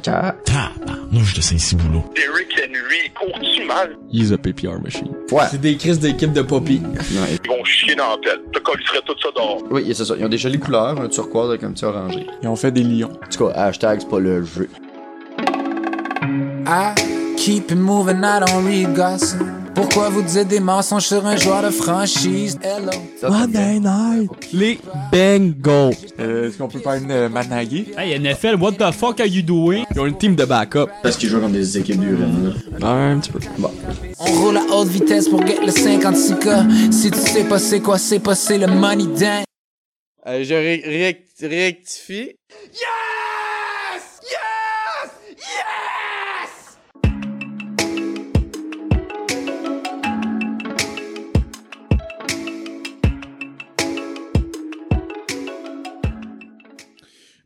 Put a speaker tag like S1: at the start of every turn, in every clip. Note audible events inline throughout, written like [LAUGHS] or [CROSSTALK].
S1: Tabarnouche de Saint-Simulot.
S2: Derrick Henry court tu mal?
S3: He's a PPR machine.
S4: Ouais.
S5: C'est des crises d'équipe de Poppy.
S4: Ouais.
S2: Ils vont chier dans la pelle. T'as collé tout ça dehors.
S4: Oui, c'est ça. Ils ont des jolies couleurs, un turquoise avec un petit orangé.
S3: Ils ont fait des lions.
S4: En tout cas, hashtag, c'est pas le jeu.
S6: I keep it moving, I don't read gossip. Pourquoi vous disiez des mensonges sur un joueur de franchise? Hello.
S4: Ça,
S7: Ah,
S4: ça me fait-
S3: night. Les Bengals.
S5: Euh, Est-ce qu'on peut parler de Managui?
S8: Hey, NFL, what the fuck are you doing?
S3: Ils ont une team de backup.
S9: Parce qu'ils jouent comme des équipes d'urine.
S3: Un petit peu.
S6: On roule à haute vitesse pour get le 56K. Si tu sais pas c'est quoi, c'est pas c'est le money dance.
S10: Euh, je ré- ré- rectifie.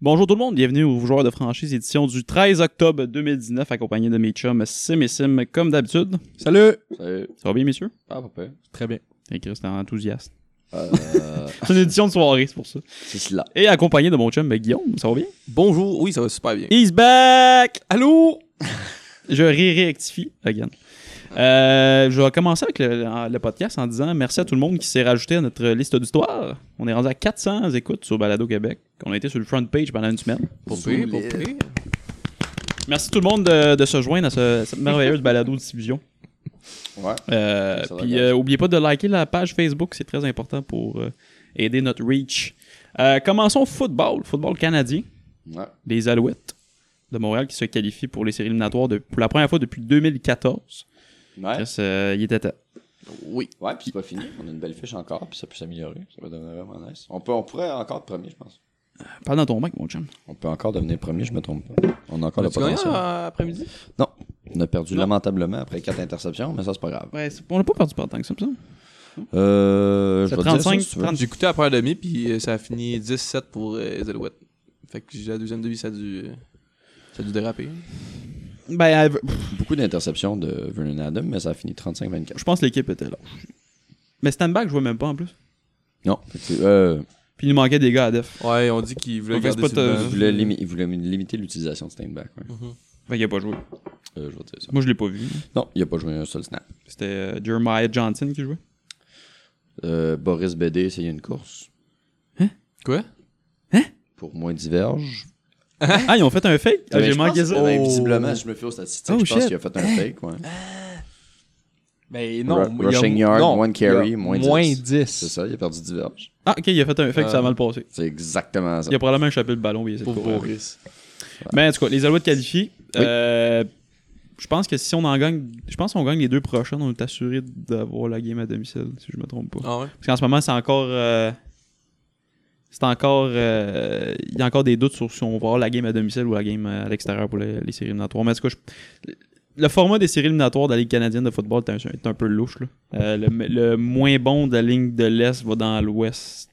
S8: Bonjour tout le monde, bienvenue aux joueurs de franchise édition du 13 octobre 2019, accompagné de mes chums Sim et Sim, comme d'habitude.
S3: Salut!
S8: Ça va bien, messieurs?
S4: Ah, pas peur.
S3: Très bien.
S8: Hey, Chris, t'es enthousiaste.
S4: Euh,
S8: [LAUGHS] C'est une édition de soirée, c'est pour ça.
S4: c'est cela.
S8: Et accompagné de mon chum ben, Guillaume, ça va bien?
S3: Bonjour. Oui, ça va super bien.
S8: He's back!
S3: Allô?
S8: Je ré-réactifie, again. Euh, je vais commencer avec le, le podcast en disant merci à tout le monde qui s'est rajouté à notre liste d'histoire. On est rendu à 400 écoutes sur Balado Québec. On a été sur le front page pendant une semaine.
S3: Pour pire, pour
S4: Solide.
S3: pire.
S8: Merci tout le monde de, de se joindre à, ce- à cette merveilleuse balado de diffusion.
S4: Ouais.
S8: Euh,
S4: Ça va,
S8: puis
S4: guys.
S8: euh, oubliez pas de liker la page Facebook, c'est très important pour euh, aider notre reach. Euh, commençons football, football canadien,
S4: Ouais.
S8: les Alouettes de Montréal qui se qualifient pour les séries éliminatoires de- pour la première fois depuis 2014.
S4: Ouais.
S8: Chris, euh, il était temps.
S4: Oui. Ouais, puis c'est pas fini. On a une belle fiche encore, puis ça peut s'améliorer. Ça va devenir vraiment nice. On, peut, on pourrait encore être premier, je pense.
S8: Parle dans ton mic, mon chum.
S4: On peut encore devenir premier, je me trompe pas. On a encore le
S3: Tu gagnes
S4: potentiel.
S3: après-midi?
S4: On a perdu
S8: Non.
S4: lamentablement après 4 interceptions, mais ça, c'est pas grave.
S8: Ouais, c'est- on n'a pas perdu par tant que ça, me semble.
S4: Euh, je
S8: C'est
S4: vais te dire
S8: 35,
S4: ça, si tu veux.
S8: 30.
S3: J'ai écouté la première demi, puis euh, ça a fini 17 pour euh, les Alouettes. Fait que j'ai la deuxième demi, ça a dû, euh, ça a dû déraper.
S8: Ben, elle-
S4: Beaucoup d'interceptions de Vernon Adam, mais ça a fini 35-24.
S8: je pense que l'équipe était là. Mais Stanback, je vois même pas en plus.
S4: Non, fait que, euh,
S8: Puis il nous manquait des gars à def.
S3: Ouais, on dit qu'ils voulaient
S8: On
S3: garder sur
S8: reste pas
S3: le
S8: te-
S3: banc.
S4: il, voulait limi- il voulait limiter l'utilisation de Steinbach. ouais.
S8: Fait qu'il a pas joué.
S4: Euh, je vais te dire ça.
S8: Moi, je l'ai pas vu.
S4: Non, il a pas joué un seul snap.
S8: C'était euh, Jeremiah Johnson qui
S4: [LAUGHS]
S8: jouait.
S4: Euh, Boris Bédé essayait une course
S3: Quoi?
S4: pour moins diverge.
S8: Ah, ils ont fait un fake? Ah,
S4: Ben,
S8: j'ai
S4: je pense-
S8: manqué ça.
S4: ben, visiblement, si je me fie aux statistiques,
S8: Oh,
S4: je pense
S8: shit.
S4: qu'il a fait un fake. Ouais.
S3: Ben,
S5: Mais
S4: Ru-
S5: non, il y a-
S4: rushing yard,
S5: non,
S4: one carry,
S5: il y a
S4: moins
S5: Moins
S4: 10.
S5: 10.
S4: C'est ça, il a perdu diverge.
S8: Ah, ok, il a fait un fake, ça a mal passé.
S4: C'est exactement ça.
S8: Il a probablement échappé le ballon, mais il s'est
S3: Pour Boris.
S8: Mais en tout cas, les Alouettes qualifiés.
S4: Oui.
S8: euh, je pense que si on en gagne, je pense qu'on gagne les deux prochaines, on est assuré d'avoir la game à domicile, si je me trompe pas.
S3: Ah ouais?
S8: Parce qu'en ce moment, c'est encore. euh, c'est encore. euh, Il y a encore des doutes sur si on va avoir la game à domicile ou la game à l'extérieur pour les, les séries éliminatoires. Mais en tout cas, je- le format des séries éliminatoires de la Ligue canadienne de football est un, est un peu louche. là. Euh, le, le moins bon de la ligne de l'Est va dans l'Ouest.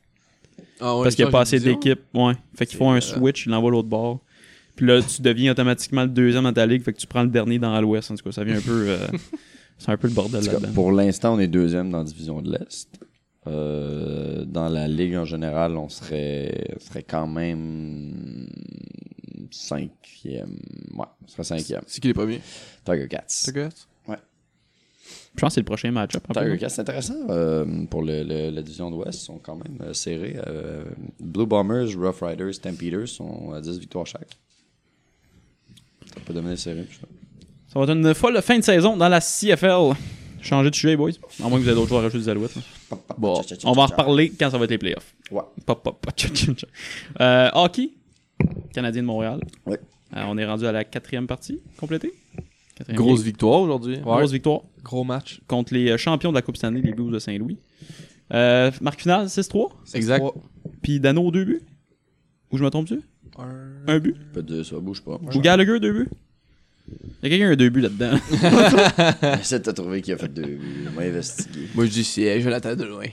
S3: Ah ouais,
S8: parce qu'il n'y a
S3: ça,
S8: pas
S3: j'ai
S8: assez
S3: dit, hein?
S8: d'équipes. Ouais. Fait qu'ils font un
S3: C'est, euh,
S8: switch, ils l'envoient l'autre bord. Puis là, tu deviens automatiquement le deuxième dans ta ligue. Fait que tu prends le dernier dans l'Ouest. En tout cas, ça vient un peu.
S3: [LAUGHS]
S8: euh, c'est un peu le bordel
S4: En tout cas,
S8: là-dedans.
S4: pour l'instant, on est deuxième dans la division de l'Est. Euh, dans la Ligue en général, on serait, serait quand même cinquième. Ouais, on serait cinquième.
S3: C'est qui les premiers?
S4: Tiger Cats.
S3: C'est quoi?
S8: Je pense que c'est le prochain match-up. en
S4: Tiger
S8: plus.
S4: Cats, c'est intéressant euh, pour le- le- la division d'Ouest. Ils sont quand même euh, serrés. euh, Blue Bombers, Rough Riders, Stampeders sont à 10 victoires chaque. Ça peut devenir serré. tout ça.
S8: Ça va être une folle fin de saison dans la CFL. Changez de sujet, boys. À moins que vous ayez d'autres joueurs à rajouter des Alouettes. Bon, on va en reparler quand ça va être les playoffs.
S4: Ouais.
S8: Pop, pop, pop. tchou, tchou, tchou. Euh, hockey, Canadien de Montréal.
S4: Ouais.
S8: Euh, on est rendu à la quatrième partie complétée. Quatrième
S3: Grosse
S8: game.
S3: victoire aujourd'hui.
S8: Grosse victoire
S5: Gros match.
S8: contre les euh, champions de la Coupe Stanley, les Blues de Saint-Louis. Euh, marque finale, 6-3.
S3: Exact.
S8: Puis Dano, deux buts. Ou je me trompe-tu?
S5: Un-
S8: Un but.
S4: Peut dire ça, bouge pas. [LAUGHS]
S8: Ou Gallagher, deux buts. Il y a quelqu'un qui a deux buts là-dedans. [LAUGHS]
S4: J'essaie de te trouver qui a fait deux buts. On va investiguer.
S3: Moi, je dis, c'est euh, Jonathan Deloin.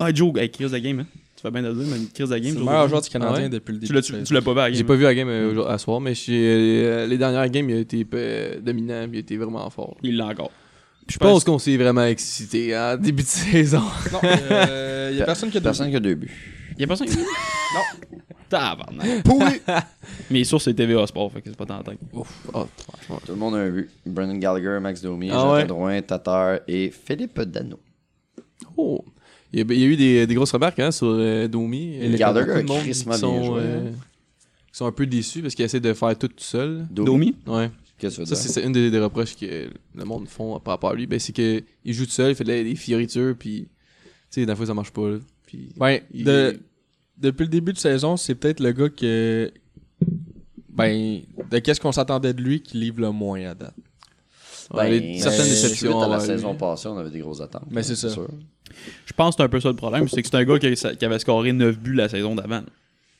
S8: ah, Joe, hey, crise de la game. Hein. Tu fais bien de le dire, mais une crise de la game.
S5: C'est le
S8: Joe
S5: meilleur
S8: Rogan.
S5: joueur du Canadien
S3: Ah ouais?
S5: depuis le début.
S8: Tu l'as,
S5: de
S8: tu,
S5: saison.
S8: tu l'as pas vu à la
S3: J'ai
S8: game.
S3: pas vu la game euh, aujourd'hui- à soir, mais j'ai, euh, les dernières games, il a été euh, dominant, puis il a été vraiment fort.
S8: Il l'a encore. Puis
S3: Je pense qu'on s'est vraiment excité en [LAUGHS] début de saison.
S5: Non, euh, il y a personne qui a
S4: Personne qui a deux buts.
S8: Il y a personne. Tabarnak. [LAUGHS]
S4: Pourri!
S8: Mes sources, c'est TVA Sport, fait que c'est pas tentant.
S3: Ah,
S4: Tout le monde a vu. Brendan Gallagher, Max Domi,
S3: Ah
S4: Jonathan
S3: ouais.
S4: Drouin, Tatar et Philippe Dano.
S3: Oh. Il y a, il y a eu des, des grosses remarques hein, sur euh, Domi. Il y a
S4: Gallagher
S3: beaucoup de
S4: a
S3: monde qui
S4: crissement bien
S3: sont,
S4: joué,
S3: euh, qui sont un peu déçus parce qu'il essaie de faire tout, tout seul.
S8: Domi?
S3: Ouais.
S4: Qu'est-ce que tu
S3: Ça,
S4: veux
S3: c'est
S4: dire?
S3: c'est une des, des reproches que le monde font par rapport à lui. Ben, c'est qu'il joue tout seul, il fait des, des fioritures, puis tu sais, des fois, ça marche pas. là. Puis,
S5: Ouais,
S3: il-
S5: de- depuis le début de saison, c'est peut-être le gars que. Ben, de qu'est-ce qu'on s'attendait de lui qui livre le moins à date.
S3: ouais, il y a
S4: Ben,
S3: certaines
S4: suite
S3: déceptions. euh,
S4: à la
S3: envers lui.
S4: saison passée, on avait des grosses attentes.
S5: Mais c'est ça.
S4: sûr.
S8: Je pense que c'est un peu ça le problème, c'est que c'est un gars qui, qui avait scoré 9 buts la saison d'avant.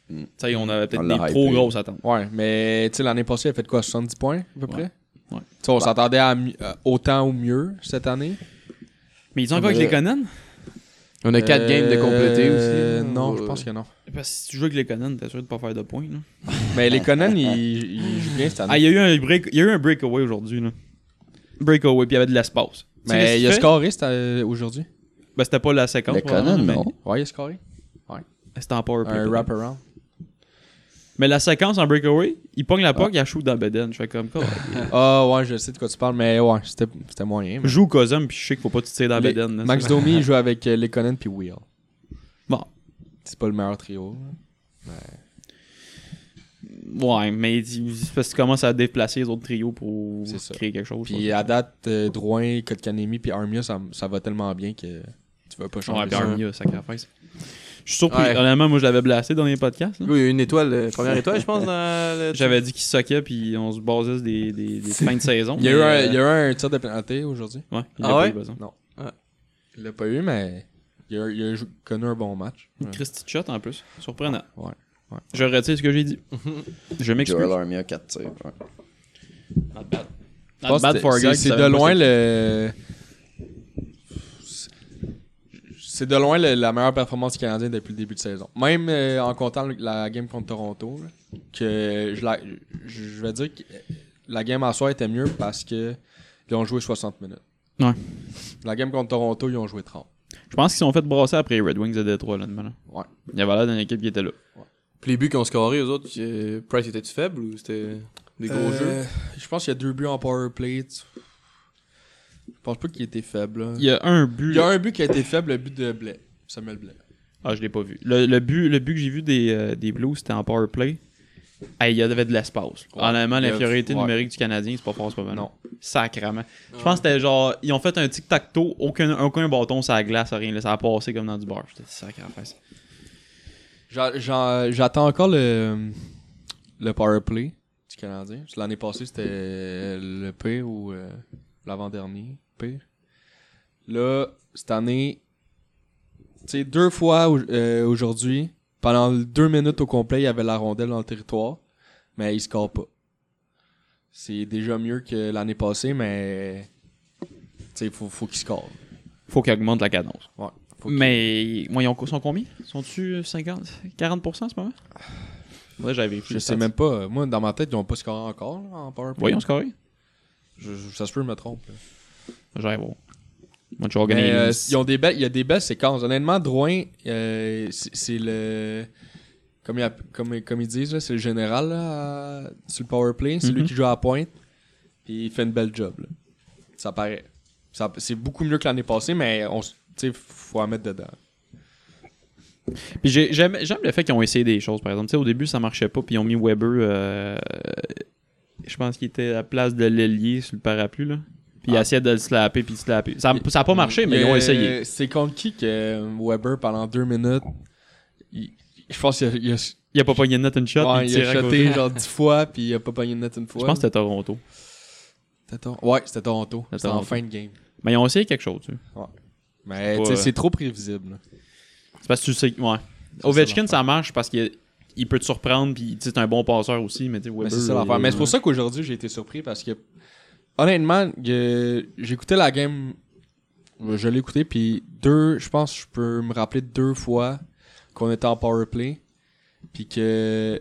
S4: Mm.
S8: Tu sais, on avait peut-être
S4: On
S8: des
S4: l'a
S8: trop
S4: hypé.
S8: grosses attentes.
S5: Ouais, mais tu sais, l'année passée, elle a fait quoi 70 points, à peu près
S8: Ouais.
S5: Tu sais, on s'attendait à mi- à autant ou mieux cette année.
S8: Mais
S5: Ah,
S8: ils ont encore avec les Conan?
S3: On a 4 games de compléter
S5: Euh,
S3: aussi.
S5: Non,
S3: Ouais.
S5: je pense que non.
S8: Parce que si tu joues avec les Conan, t'es sûr de pas faire de points. Là.
S5: Mais les Conan, ils, ils jouent bien cette année.
S8: Ah, il y a eu un, break, il y a eu un breakaway aujourd'hui. là. Breakaway, puis il y avait de l'espace. Tu sais, qu'est-ce
S5: mais
S8: qu'il
S5: il a
S8: fait?
S5: scoré cette- euh, aujourd'hui.
S8: Ben, c'était pas la séquence.
S4: Mais Conan,
S8: probablement,
S4: non.
S5: Ouais, il a scoré.
S8: mais C'était en power play,
S5: Un
S8: peut-être.
S5: wraparound.
S8: Mais la séquence en breakaway, il pogne la puck, il la shoot dans Beden. Je fais comme quoi.
S5: Ah, ouais, je sais de quoi tu parles, mais ouais, c'était c'était moyen. mais-
S8: Joue Cosum, puis je sais qu'il faut pas que tu tires dans
S5: Les-
S8: Beden. là.
S5: Max Domi, il joue avec euh, Lekonen puis Wheel.
S8: Bon.
S5: C'est pas le meilleur trio. là.
S8: Ouais, mais il- c'est parce que tu commences à déplacer les autres trios pour
S5: C'est ça.
S8: créer quelque chose. je
S5: Puis à date, euh, Drouin, Kotkanemi puis Armia, ça, ça va tellement bien que tu veux pas
S8: pense. Ouais,
S5: changer
S8: puis
S5: euh, ça.
S8: Armia, sacrifice. Je suis surpris.
S3: Ouais.
S8: Honnêtement, moi, je l'avais blasté dans les podcasts. là.
S3: Oui, il y a eu une étoile, euh, première étoile, je pense, dans le.
S8: J'avais dit qu'il soquait, puis on se basait sur des, des, des fins de saison.
S5: Il y, a eu
S8: mais,
S5: un,
S8: euh,
S5: il y a eu un tir de pénalité aujourd'hui.
S8: Ouais, il
S3: Ah
S8: a pas
S3: ouais?
S8: eu besoin.
S5: Il l'a pas eu, mais il a, il a jou- connu un bon match.
S8: Christy Shot en plus. Surprenant.
S5: Ouais, ouais.
S8: Je retire ce que j'ai dit. Je m'excuse.
S4: Joel Armia, 4 tirs. ouais.
S8: Not bad.
S5: Je pense que c'est- c'est-
S8: euh,
S5: C'est de loin le. C'est de loin le- la meilleure performance du Canadien depuis le début de saison. Même euh, en comptant le- la game contre Toronto, là, que je, la- je- je vais dire que la game en soi était mieux parce que ils ont joué 60 minutes.
S8: Ouais.
S5: La game contre Toronto, ils ont joué 30.
S8: Je pense qu'ils sont fait brasser après les Red Wings de Détroit, là, demain. là.
S5: Ouais.
S8: Il y avait l'air d'une équipe qui était là.
S3: Puis les buts qu'on scoré, eux autres, euh, Price était-tu faible ou c'était des gros jeux
S5: Euh, Je pense qu'il y a deux buts en power play. tu- Je pense pas qu'il était faible. là.
S8: Il y a un but.
S5: Il y a un but qui a été faible, le but de Blais. Samuel Blais.
S8: Ah, je l'ai pas vu. Le, le but, le but que j'ai vu des, euh, des Blues, c'était en power play. Hey, il y avait de l'espace.
S5: Ouais.
S8: Honnêtement,
S5: Il y a-
S8: l'infériorité
S5: ouais.
S8: numérique du Canadien, c'est pas fort, c'est pas mal.
S5: Non.
S8: Sacrement. Je pense que c'était genre. Ils ont fait un tic-tac-toe, aucun, aucun bâton sur la glace, rien. là. ça a passé comme dans du bar. C'était sacré en face.
S5: J'a- j'en- J'attends encore le, le power play du Canadien. Parce que L'année passée, c'était le pire ou euh, l'avant-dernier pire. Là, cette année, tu sais, deux fois au- euh, aujourd'hui, pendant deux minutes au complet, il y avait la rondelle dans le territoire, mais il score pas. C'est déjà mieux que l'année passée, mais tu sais, faut, faut qu'il score.
S8: Faut qu'ils augmentent la cadence.
S5: Ouais, faut qu'il-
S8: Mais moi, ils ont- sont combien Sont-tu euh, 50, 40% en ce moment Ouais, j'avais vérifié
S5: Je
S8: les
S5: sais
S8: stats.
S5: même pas. euh, Moi, dans ma tête, ils ont pas scoré encore là, en power play.
S8: Voyons scorer.
S5: Je- je- ça se peut, je me trompe. là.
S8: J'arrive voir. Moi, tu vas
S5: Mais,
S8: gagner.
S5: euh,
S8: les-
S5: ils ont des belles, il y a des belles séquences. Honnêtement, Drouin, euh, c'est c'est le. Comme, il app- comme, comme ils disent, là, c'est le général là, à- sur le powerplay. C'est lui
S8: Mhm.
S5: qui joue à la pointe. Puis il fait une belle job. là. Ça paraît. Ça- C'est beaucoup mieux que l'année passée, mais on, s- tu sais, faut en mettre dedans.
S8: Puis j'ai- j'aime, j'aime le fait qu'ils ont essayé des choses, par exemple. Tu sais, au début, ça marchait pas, puis ils ont mis Weber. euh, je pense qu'il était à la place de l'ailier sur le parapluie, là. Puis ils essayaient de le slapper, puis de slapper. Ça n'a pas marché, mais ils ont
S5: Ah. Euh,
S8: essayé.
S5: C'est contre qui que euh, Weber, pendant deux minutes, il- je pense qu'il a, il a,
S8: Il a pas pogné de net une shot,
S5: ouais,
S8: puis
S5: il
S8: il
S5: a
S8: tirait à côté.
S5: shoté genre dix fois, puis il a pas pogné de net une fois.
S8: Je pense que c'était Toronto.
S5: C'était Tor- Ouais, c'était Toronto.
S8: C'était
S5: C'était en
S8: Toronto.
S5: fin de game.
S8: Mais ils ont essayé quelque chose, tu sais.
S5: Mais
S8: pas,
S5: tu sais,
S8: euh,
S5: c'est trop prévisible. là.
S8: C'est parce que tu sais. Ouais. Ovechkin, ça marche parce qu'il il peut te surprendre, puis tu sais, c'est un bon passeur aussi, mais tu sais, Weber. euh,
S5: Mais Ben, c'est ça l'affaire.
S8: il-
S5: Mais c'est pour ça qu'aujourd'hui, j'ai été surpris parce que, honnêtement, que j'écoutais la game. Je l'ai écouté, puis deux, je pense, que je peux me rappeler deux fois qu'on était en power play. Puis que.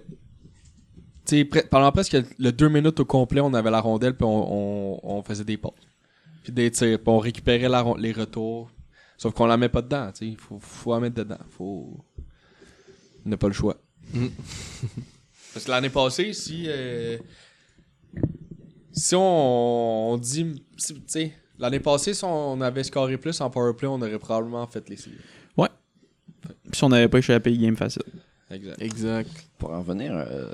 S5: Tu sais, pre- pendant presque le deux minutes au complet, on avait la rondelle, puis on, on- on faisait des passes. Puis des tirs, puis on récupérait la ron- les retours. Sauf qu'on la met pas dedans, tu sais. Faut, faut la mettre dedans. Faut. n'a pas le choix. Parce que l'année passée, si. euh, si on, on dit. si- tu sais, l'année passée, si on avait scoré plus en powerplay, on aurait probablement fait les séries.
S8: Puis si on n'avait pas échoué à payer game facile.
S5: Exact.
S3: Exact.
S4: Pour en revenir, euh,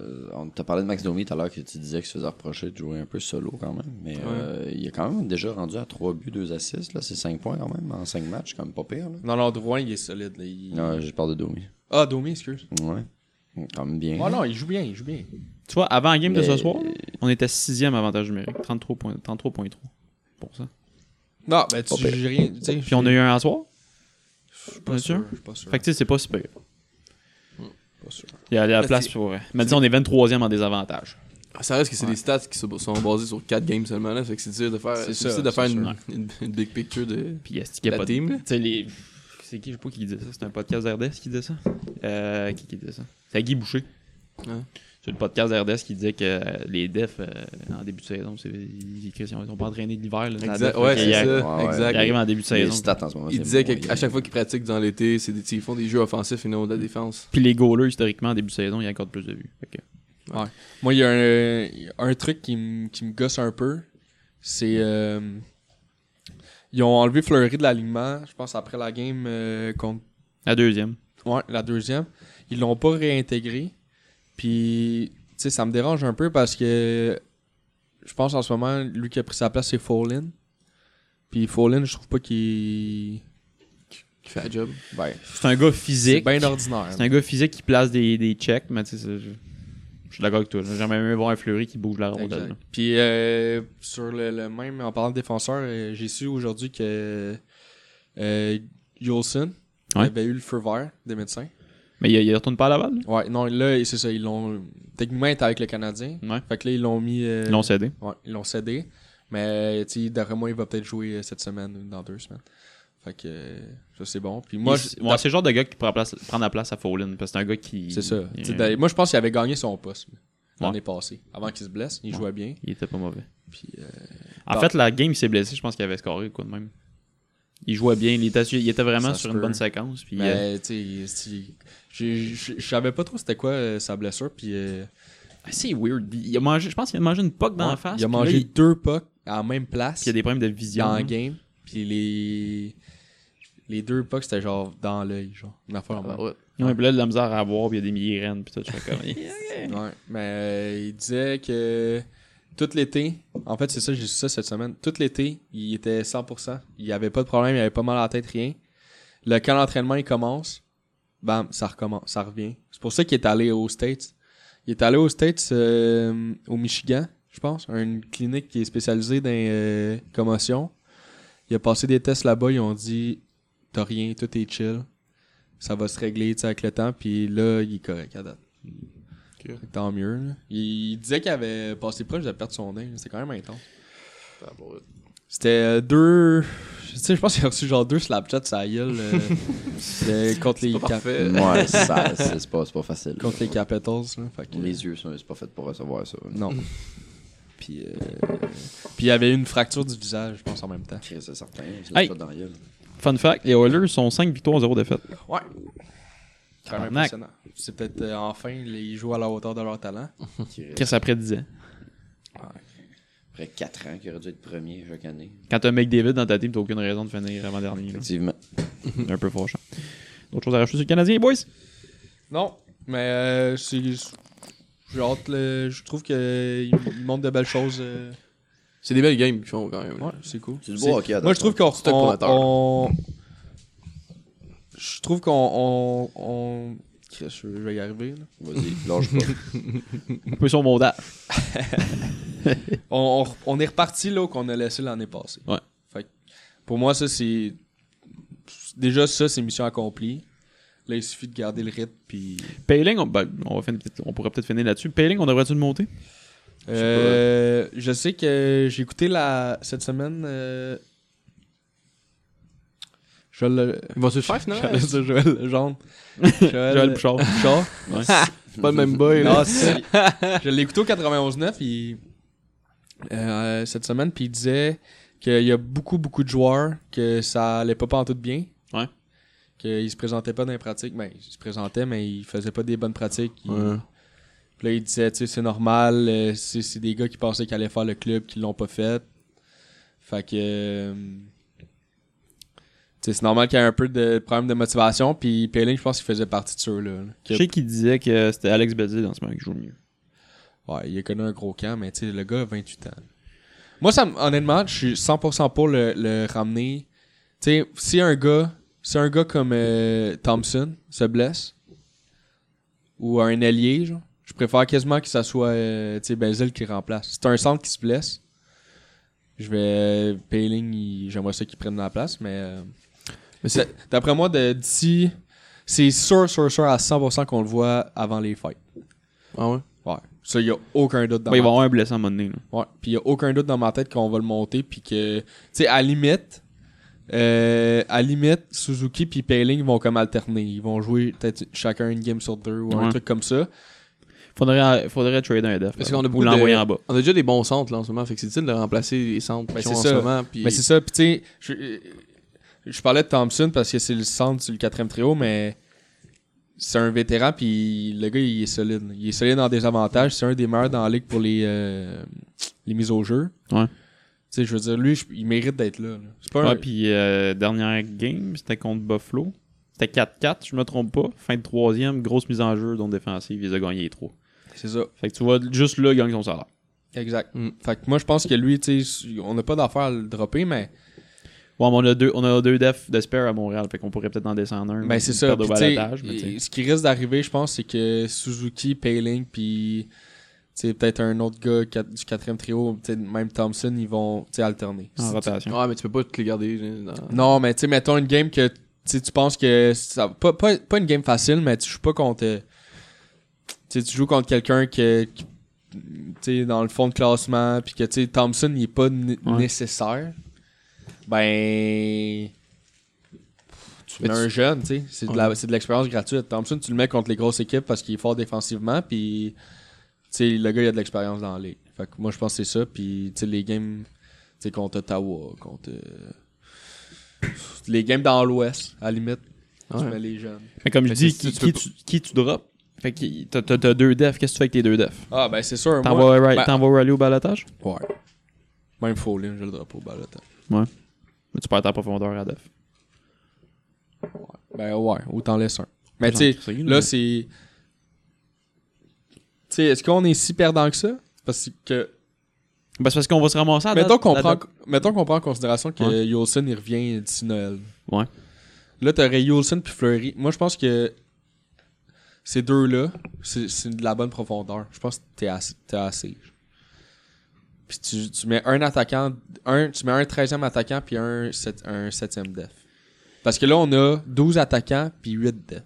S4: euh, on t'a parlé de Max Domi tout à l'heure que tu disais qu'il se faisait reprocher de jouer un peu solo quand même. Mais euh, il est quand même déjà rendu à 3 buts, 2 assists. Là. C'est 5 points quand même en 5 matchs, comme pas pire. Là.
S5: Non, non, Drouin, il est solide. là, il-
S4: Non, je parle de Domi.
S5: Ah, Domi, excuse.
S4: Ouais. Quand même bien.
S5: Oh non, il joue bien, il joue bien.
S8: Tu vois, avant la game de ce
S4: Mais-
S8: soir, on était sixième avantage numérique. 33 points- 33.3 pour ça.
S5: Non, ben tu
S4: Pas pire.
S5: juges rien. tu sais,
S8: Puis on a eu un à soir.
S5: Je suis
S8: on
S5: pas
S8: a
S5: sûr.
S8: sûr?
S5: Je suis pas sûr.
S8: Fait que tu sais, c'est pas super.
S5: Hmm, pas sûr.
S8: Il y a, il y a la
S3: Là,
S8: place
S3: c'est-
S8: pour. euh, Mais disons, on est 23e en désavantage.
S3: Ça reste que c'est des stats qui se- sont basées sur 4 games seulement, là. Fait que c'est difficile de faire,
S5: C'est
S3: c'est
S5: ça,
S3: difficile de
S5: c'est
S3: faire
S5: sûr.
S3: une, une- une big picture de.
S8: Puis est-ce qu'il y
S3: La
S8: a pas de-
S3: team, là.
S8: Tu sais, les. C'est qui, je sais pas qui dit ça. C'est un podcast d'RDS qui dit ça. Euh, qui, qui dit ça C'est Guy Boucher.
S3: Hein?
S8: C'est le podcast d'RDS qui disait que euh, les defs euh, en début de saison, c'est- ils, ils sont pas entraînés de l'hiver. là, dans la
S3: Exact.
S8: def,
S3: Ouais,
S8: là,
S3: c'est
S8: qu'ils arri-
S3: ça.
S4: Ouais, ouais.
S8: Ils
S3: Exact.
S8: arrivent en début de
S4: Les
S8: saison.
S4: stats en ce moment.
S3: Il
S4: c'est
S3: disait
S4: bon,
S3: qu'à chaque fois qu'ils pratiquent dans l'été, c'est des- ils font des jeux offensifs et non de la défense.
S8: Puis les goalers, historiquement, en début de saison, ils accordent plus de vues. Fait que-
S5: Moi, il y a un, un truc qui me qui me gosse un peu. C'est. euh, ils ont enlevé Fleury de l'alignement, je pense, après la game euh, contre.
S8: La deuxième.
S5: Ouais, la deuxième. Ils l'ont pas réintégré. Puis, tu sais, ça me dérange un peu parce que. Je pense en ce moment, lui qui a pris sa place, c'est Fallin. Puis Fallin, je trouve pas qu'il.
S3: Qui fait la job.
S4: Ben,
S8: C'est un gars
S5: C'est
S8: physique.
S5: bien ordinaire.
S8: C'est un gars physique qui place des, des checks, mais tu sais, c'est- je, je suis d'accord avec toi. là. J'aimerais mieux voir un Fleury qui bouge la
S5: Exact.
S8: rondelle. là.
S5: Puis euh, sur le, le même, en parlant de défenseur, euh, j'ai su aujourd'hui que euh, Yolson
S8: Ouais.
S5: avait eu le feu vert des médecins.
S8: Mais il, il retourne pas à Laval, là?
S5: Ouais, non, là, c'est ça, ils l'ont. Techniquement, il était avec le Canadien.
S8: Ouais.
S5: Fait que là, ils l'ont mis. euh,
S8: Mm. Ils l'ont cédé.
S5: ouais, ils l'ont cédé. Mais, euh, tu sais, d'après moi, il va peut-être jouer euh, cette semaine ou dans deux semaines. Fait que euh, ça, c'est bon. Puis moi,
S8: Moi,
S5: je-
S8: c'est le genre de gars qui prend la place, prend la place à Fallin, parce que c'est un gars qui...
S5: c'est ça.
S8: Il,
S5: Tu sais, d'ailleurs, Moi, je pense qu'il avait gagné son poste l'année
S8: Ouais.
S5: passée. Avant qu'il se blesse, il
S8: Ouais.
S5: jouait bien.
S8: il était pas mauvais.
S5: Puis, euh,
S8: En
S5: Bon.
S8: fait, la game, il s'est blessé, je pense qu'il avait scoré ou quoi de même. Il jouait bien, il était, il était vraiment
S5: Ça se
S8: sur une
S5: peut. Ben,
S8: bonne séquence. Puis, euh,
S5: Mais tu sais, si- j'ai- je je savais pas trop c'était quoi euh, sa blessure. Puis, euh,
S8: ah, c'est weird. Il a mangé, je pense qu'il a mangé une poque dans
S5: ouais,
S8: la face.
S5: il a
S8: puis là,
S5: mangé
S8: il-
S5: deux pucks à la même place
S8: puis il y a des problèmes de
S5: dans
S8: vision.
S5: la
S8: hein.
S5: game. Puis les, les deux pucks c'était genre dans l'œil, genre. Une affaire en même.
S3: Ouais.
S8: Ouais, puis là, de la misère à voir, puis il y a des migraines, puis tout. Je fais comme... [LAUGHS]
S5: Ouais. Mais euh, il disait que tout l'été, en fait, c'est ça, j'ai su ça cette semaine. Tout l'été, il était 100%. Il avait pas de problème, il avait pas mal à la tête, rien. Le camp d'entraînement, il commence. Bam, ça recommence, ça revient. C'est pour ça qu'il est allé aux States. Il est allé aux States, euh, au Michigan, je pense, une clinique qui est spécialisée dans euh, commotion. Il a passé des tests là-bas, ils ont dit T'as rien, tout est chill. Ça va se régler tu sais, avec le temps, puis là, il est correct à date. Fait que Tant mieux. là. Il, il disait qu'il avait passé proche de perdre son dingue. C'était quand même intense. C'était euh, deux. Tu sais, je pense qu'il a reçu genre deux slapchats sa gueule [LAUGHS] euh, de- contre, les
S3: Pas
S5: Cap-
S3: parfait.
S4: ouais, ça, c'est, c'est pas, c'est pas facile.
S5: contre les Capitals. là. Fait que-
S4: Les yeux, ça, c'est pas fait pour recevoir ça.
S5: Non. Puis, euh, puis il y avait une fracture du visage, je pense, en même temps.
S4: Chris, C'est certain. C'est
S8: Hey.
S4: pas dans la gueule.
S8: Fun fact, les Oilers sont 5 victoires, 0 défaites.
S5: Ouais. Quand même
S8: Tabarnak.
S5: impressionnant. C'est peut-être euh, enfin, les- ils jouent à la hauteur de leur talent.
S4: Chris,
S8: Qu'est-ce après 10 ans?
S4: Après 4 ans, qu'il aurait dû être premier chaque année.
S8: Quand t'as McDavid dans ta team, t'as aucune raison de finir avant-dernier. là.
S4: Effectivement.
S8: C'est un peu fâchant. D'autres choses à rajouter sur le Canadien, les boys?
S5: Non, mais euh, c'est. J'ai hâte, là. je trouve qu'il montre de belles choses. euh.
S3: C'est des belles games qu'ils font quand même.
S5: Ouais, c'est cool.
S4: C'est du beau hockey,
S5: Moi, je trouve qu'on.
S3: C'est un
S5: on-
S3: promoteur.
S5: on- Je trouve qu'on. On... on- Chris, Je je vais y arriver. là.
S4: Vas-y, lâche
S8: [LAUGHS]
S4: pas.
S8: Un peu son montage.
S5: On, on- on est reparti là où qu'on a laissé l'année passée.
S8: Ouais.
S5: Fait que, pour moi, ça, c'est. Déjà, ça, c'est mission accomplie. Là, il suffit de garder le rythme. Puis.
S8: Payling, on, ben, on va finir- on pourrait peut-être finir là-dessus. Payling, on devrait-tu le monter?
S5: Euh, je sais que j'ai écouté la cette semaine. euh, Joël le.
S3: Ils vont se le faire finalement.
S5: J'allais dire [LAUGHS] Joël Legendre.
S3: Euh, [LAUGHS]
S8: Joël Bouchard.
S5: Bouchard.
S3: C'est pas le même boy là.
S5: Non, c'est- je l'ai écouté au 91.9 il- euh, cette semaine, puis il disait qu'il y a beaucoup, beaucoup de joueurs que ça allait pas pantoute bien.
S8: Ouais.
S5: Qu'il se présentait pas dans les pratiques. Ben, il se présentait, mais il faisait pas des bonnes pratiques. Il-
S3: Ouais.
S5: Puis là, il disait, tu sais, c'est normal. euh, c'est c'est des gars qui pensaient qu'ils allaient faire le club, qui l'ont pas fait. Fait que. euh, tu sais, c'est normal qu'il y ait un peu de problème de motivation. Puis Pelling, je pense qu'il faisait partie de ceux-là. là. Que-
S8: Je sais qu'il disait que c'était Alex Belzil dans ce moment qui joue le mieux.
S5: Ouais, il a connu un gros camp, mais tu sais, le gars a 28 ans. Moi, ça, me- honnêtement, je suis 100% pour le, le ramener. Tu sais, si un gars, si un gars comme euh, Thompson se blesse, ou un allié, genre, je préfère quasiment que ça soit euh, tu sais, Basil qui remplace. Si c'est un centre qui se blesse, je vais. euh, Payling, il- j'aimerais ça qu'il prenne la place, mais. euh, d'a- D'après moi, de- d'ici. C'est sûr, sûr, sûr à 100% qu'on le voit avant les fights.
S3: Ah ouais?
S5: Ouais. Ça, il n'y a aucun doute dans
S8: Ouais, il
S5: ma
S8: va avoir un blessé à un moment donné. là.
S5: Ouais. Puis il n'y a aucun doute dans ma tête qu'on va le monter. Puis que, tu sais, à la limite, euh, à la limite, Suzuki puis Payling vont comme alterner. Ils vont jouer peut-être chacun une game sur deux ou un
S8: Ouais. Ben,
S5: truc comme ça.
S8: Faudrait, faudrait trader un def.
S3: Parce
S8: là.
S3: qu'on a
S8: Ou
S3: beaucoup
S8: l'envoyer
S3: de-
S8: en bas.
S3: On a déjà des bons centres là, en ce moment, fait que c'est difficile de remplacer les centres
S5: Ben,
S3: qui
S5: c'est
S3: sont en
S5: ça.
S3: ce moment. Puis...
S5: Mais c'est ça. Puis tu sais, je, euh, je parlais de Thompson parce que c'est le centre sur le quatrième trio, mais c'est un vétéran. Puis le gars, il est solide. Il est solide en désavantage. C'est un des meilleurs dans la ligue pour les, euh, les mises au jeu.
S8: Ouais.
S5: Tu sais, je veux dire, lui, je- il mérite d'être là. là. C'est pas un-
S8: Ouais, puis euh, dernière game, c'était contre Buffalo. C'était 4-4, je me trompe pas. Fin de troisième, grosse mise en jeu, donc défensive, ils ont gagné les trois.
S5: C'est ça.
S8: Fait que tu vois, juste là, il gagne son salaire.
S5: Exact.
S3: Mm.
S5: Fait que moi, je pense que lui, tu sais, on n'a pas d'affaire à le dropper, mais
S8: Ouais, mais on a deux, on a deux defs de spare à Montréal, fait qu'on pourrait peut-être en descendre un.
S5: ben, c'est ça.
S8: Perdre au
S5: Puis, tu sais,
S8: balotage, mais tu sais.
S5: et- ce qui risque d'arriver, je pense, c'est que Suzuki, Payling, puis tu sais, peut-être un autre gars quat- du quatrième trio, peut-être même Thompson, ils vont tu sais, alterner.
S8: en
S5: Si-
S8: rotation.
S3: Ouais, mais tu peux pas toutes les garder. là, dans-
S5: Non, mais tu sais, mettons une game que tu sais, tu penses que ça pas, pas, pas une game facile, mais tu joues pas contre. euh, Tu sais, tu joues contre quelqu'un que. qui- tu sais, dans le fond de classement, puis que tu sais, Thompson il est pas né-
S8: Ouais.
S5: nécessaire. Ben. Tu mets
S3: Mais tu-
S5: un jeune, tu sais. C'est de la- c'est de l'expérience gratuite. Thompson, tu le mets contre les grosses équipes parce qu'il est fort défensivement, puis. Tu sais, le gars, il a de l'expérience dans les. Fait que moi, je pense que c'est ça. Puis, tu sais, les games. Tu sais, contre Ottawa, contre. euh, les games dans l'Ouest, à la limite. Tu
S3: Ouais.
S5: mets les jeunes.
S8: Mais comme je
S3: Mais
S8: dis,
S3: c'est-
S8: qui,
S3: tu
S8: qui
S3: peux
S8: tu, qui tu drops Fait que t'as- t'as t'as deux defs, qu'est-ce que tu fais avec tes deux defs
S5: Ah, ben c'est sûr. moi-
S8: T'envoies Riley-
S5: ben,
S8: t'envoies Riley au balotage
S5: ouais. Même Foley, je le drapeau au hein. balotage.
S8: Mais tu perds ta profondeur à def.
S5: Ben ouais, ou t'en laisses un. Mais
S8: J'en
S5: tu sais,
S8: crie, là, mais-
S5: là, c'est. Tu sais, est-ce qu'on est si perdant que ça? Parce que.
S8: Ben, c'est parce qu'on va se ramasser à
S5: Mettons
S8: date-
S5: qu'on
S8: la
S5: prend,
S8: date-
S5: mettons qu'on prend en considération que
S8: Ouais.
S5: Yolson, il revient d'ici Noël.
S8: Ouais.
S5: Là, t'aurais Yolson puis Fleury. Moi, je pense que ces deux-là, c'est c'est de la bonne profondeur. Je pense que t'es assez. t'es assez. Puis tu, tu mets un attaquant, un, tu mets un 13e attaquant puis un, sept- un 7e def. Parce que là, on a 12 attaquants puis 8 def.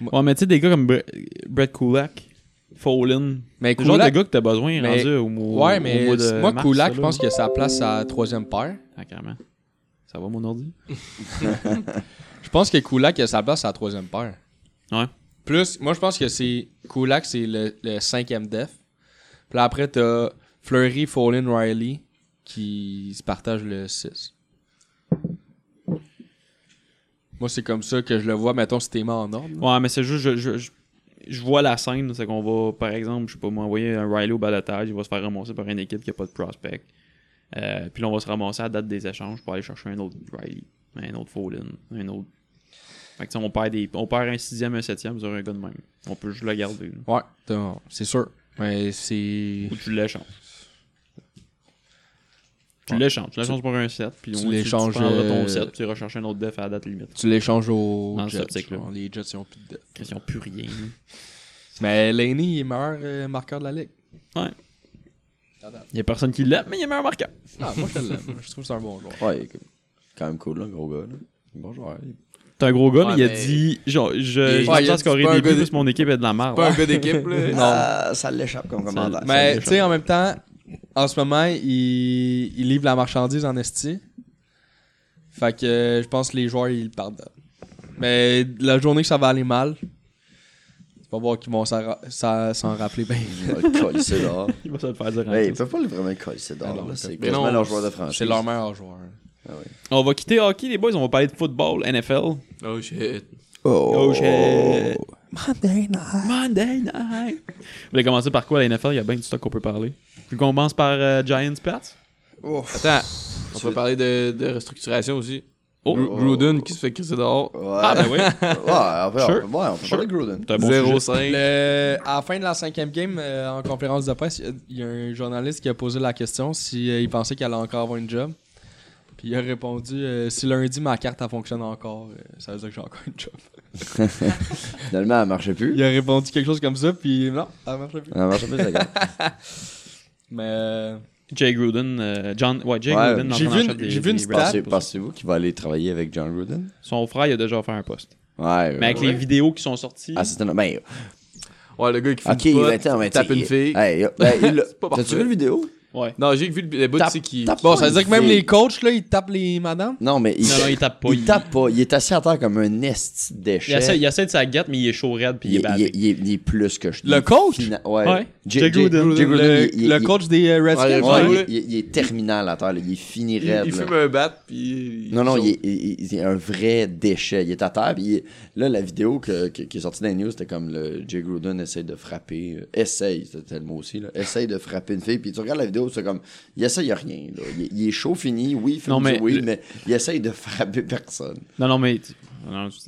S8: Ouais, mais tu sais, des gars comme Bre- Brett Kulak, Fallin,
S5: Mais
S8: le genre de
S5: Kulak-
S8: gars que t'as besoin
S5: Mais-
S8: rendu au mois
S5: Ouais,
S8: au
S5: mais
S8: mois de
S5: moi,
S8: mars,
S5: Kulak,
S8: ça,
S5: je
S8: là.
S5: pense que ça place à troisième paire.
S8: Ah, carrément. Ça va, mon ordi?
S5: Je pense que Kulak a sa place à la troisième paire.
S8: Ouais.
S5: Plus, moi, je pense que c'est Kulak, c'est le, le cinquième def. Puis là, après, t'as Fleury, Fallin, Riley qui se partagent le 6. Moi, c'est comme ça que je le vois, mettons, si t'es mort en ordre. là.
S8: Ouais, mais c'est juste, je, je, je, je vois la scène, c'est qu'on va, par exemple, je sais pas, m'envoyer un Riley au balotage, il va se faire ramasser par une équipe qui a pas de prospect. Euh, puis là, on va se ramasser à la date des échanges pour aller chercher un autre Riley, un autre Fallin, un autre. Fait que tu sais, on perd, des, on perd un sixième, un septième sur un gars de même. On peut juste le garder. là.
S5: Ouais, t'as- c'est sûr. Mais c'est.
S8: Ou tu l'échanges. Tu l'échanges. Tu l'échanges pour un set, puis
S5: Tu
S8: on
S5: l'échanges,
S8: Tu prendras ton
S5: euh,
S8: set, puis tu recherches un autre def à la date limite.
S5: Tu l'échanges aux
S8: Dans cette
S5: Jets.
S8: optique-là.
S5: genre. Les Jets, ils ont plus de def.
S8: Ils n'ont plus rien.
S5: Mais Laney, il est meilleur euh, marqueur de la ligue.
S8: Ouais. Il n'y a personne qui l'aime, mais il est meilleur marqueur.
S5: Ah, moi, je te l'aime. je trouve que c'est un bon joueur.
S4: Ouais, il est quand même cool, là, gros gars. Là. Bon joueur. il-
S8: T'es un gros gars, mais
S3: Ouais,
S8: il a
S3: mais-
S8: dit genre, je
S3: Ouais,
S8: j'ai
S3: il a
S8: pas
S3: dit, c'est
S8: scorer
S3: pas un
S8: des
S3: gars
S8: buts
S3: de-
S8: parce que mon équipe est de la merde.
S3: Pas un gars d'équipe, là.
S4: Ah, ça l'échappe comme commentaire.
S5: Mais tu sais, en même temps, en ce moment, il, il livre la marchandise en esti. Fait que euh, je pense que les joueurs, ils le pardonnent. Mais la journée que ça va aller mal, tu vas voir qu'ils vont s'en ra- s'en s'en rappeler bien.
S4: Il va le
S8: [LAUGHS]
S4: colisser dehors.
S8: Il va se le faire dire hein. en
S4: Hey,
S8: plus.
S4: ils peuvent pas le vraiment colisser dehors.
S5: non,
S4: là, C'est
S5: mais
S4: quasiment
S3: non,
S4: leur joueur de franchise.
S5: C'est leur meilleur joueur.
S4: Ah oui.
S8: On va quitter hockey, les boys. On va parler de football, NFL.
S3: Oh shit.
S8: Oh, shit. Monday night. Vous voulez commencer par quoi, la NFL? Il y a bien du stock qu'on peut parler. Puis qu'on commence par euh, Giants Pats.
S3: Attends, on peut parler de, de restructuration aussi.
S8: Oh.
S3: Gru- Gruden qui se fait crisser dehors.
S4: Ouais.
S8: Ah, ben oui.
S4: ouais, Ah, on peut,
S8: Sure.
S4: on peut- ouais, on peut
S8: Sure.
S4: parler de Gruden.
S8: C'est un bon
S3: 0-5.
S8: sujet.
S5: Le- à la fin de la cinquième game, euh, en conférence de presse, il y a- il y, a un journaliste qui a posé la question s'il si, euh, il pensait qu'il allait encore avoir une job. Puis il a répondu euh, Si lundi ma carte elle fonctionne encore, euh, ça veut dire que j'ai encore une job.
S4: Finalement, elle marchait plus.
S5: Il a répondu quelque chose comme ça, puis non, ça marche plus.
S4: Elle marchait plus, la gueule.
S5: Mais euh,
S8: Jay Gruden. euh, John... Ouais, Jay
S4: Ouais,
S8: Gruden. dans
S5: j'ai
S8: son
S5: vu une-
S8: enchère des-
S5: j'ai vu une
S8: des
S5: stat.
S8: Browns.
S4: Pensez- Pensez-vous qu'il va aller travailler avec John Gruden?
S8: Son frère, il a déjà offert un poste.
S4: Ouais.
S8: Mais avec les vidéos qui sont sorties.
S4: Ah, c'est un. Mais.
S3: Ouais, le gars qui fait
S4: Ok,
S3: du pot,
S4: attends, mais
S3: tape
S4: tu-
S3: une fille.
S4: Hey, yo, ben, il-
S3: C'est pas
S4: T'as-tu
S3: parfait.
S4: vu la vidéo?
S8: ouais.
S3: Non, j'ai vu le, le bout,
S4: Tape-
S3: c'est qui.
S4: tape
S5: Bon,
S4: pas
S5: ça veut
S4: une
S5: dire que même
S4: fille.
S5: les coachs, là, ils tapent les madames.
S4: Non, mais il.
S8: Non, non, il tape pas.
S4: il tape pas. Il est assis à terre comme un esti de
S8: Il essaie,
S4: déchet.
S8: il essaie de sa guette, mais il est chaud raide puis il est
S4: Il-
S8: bad.
S4: il- il est- il est plus que je.
S5: Le coach?
S4: Fina- Ouais.
S8: Ouais.
S4: Jay-
S8: Jay
S4: Jay-
S8: Gruden.
S4: Jay
S5: Le,
S4: il- il-
S5: le
S4: il-
S5: coach des euh, Redskins.
S4: Ouais,
S3: Ouais.
S4: il, il- il est terminal à terre, là. il est fini
S3: Il,
S4: raide.
S3: il
S4: là.
S3: fume un bat, puis.
S4: Non, non,
S3: saute.
S4: il est, il- il est un vrai déchet. Il est à terre. puis il est- Là, la vidéo que- que- qui est sortie dans les news, c'était comme le Jay Gruden essaye de frapper. euh, essaye, c'était le mot aussi. Là, essaye de frapper une fille. Puis tu regardes la vidéo, c'est comme. Il essaye rien. Là. Il, il est chaud fini. Oui, il fait
S8: Non,
S4: du
S8: mais
S4: oui,
S8: le-
S4: mais il essaye de frapper personne.
S8: Non, non, mais tu non, tu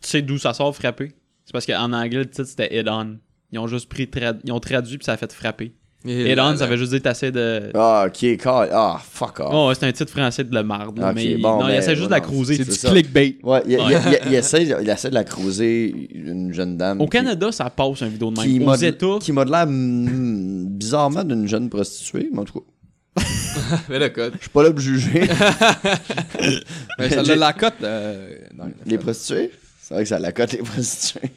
S8: sais d'où ça sort frapper. C'est parce qu'en anglais, le titre c'était Head On. Ils ont juste pris, trad- ils ont traduit puis ça a fait frapper.
S3: Et
S8: Head
S3: là,
S8: On,
S3: là,
S8: ça veut juste dire t'essaies de.
S4: Ah, qui est call. Ah, fuck off.
S8: Oh, ouais, c'est un titre français de le marde. là,
S4: Ok,
S8: mais il-
S4: bon,
S8: non, il
S4: ben,
S8: essaie juste de
S4: voilà.
S8: la cruiser.
S4: C'est
S8: Tu
S4: du
S8: cliques.
S5: Clickbait.
S4: Ouais, il, il-
S8: Ouais.
S4: il- il essaie, il essaie de la croiser, une jeune dame.
S8: Au
S4: qui-
S8: Canada, ça passe une vidéo de
S4: qui
S8: même.
S4: m'a
S8: Aux
S4: de
S8: États,
S4: qui m'a de l'air mm, bizarrement d'une jeune prostituée, mais en tout cas,
S3: Mais le code.
S4: je suis pas là pour juger.
S5: Mais ça a la cote. euh, dans
S4: les prostituées, c'est vrai que ça la cote les [LAUGHS] prostituées.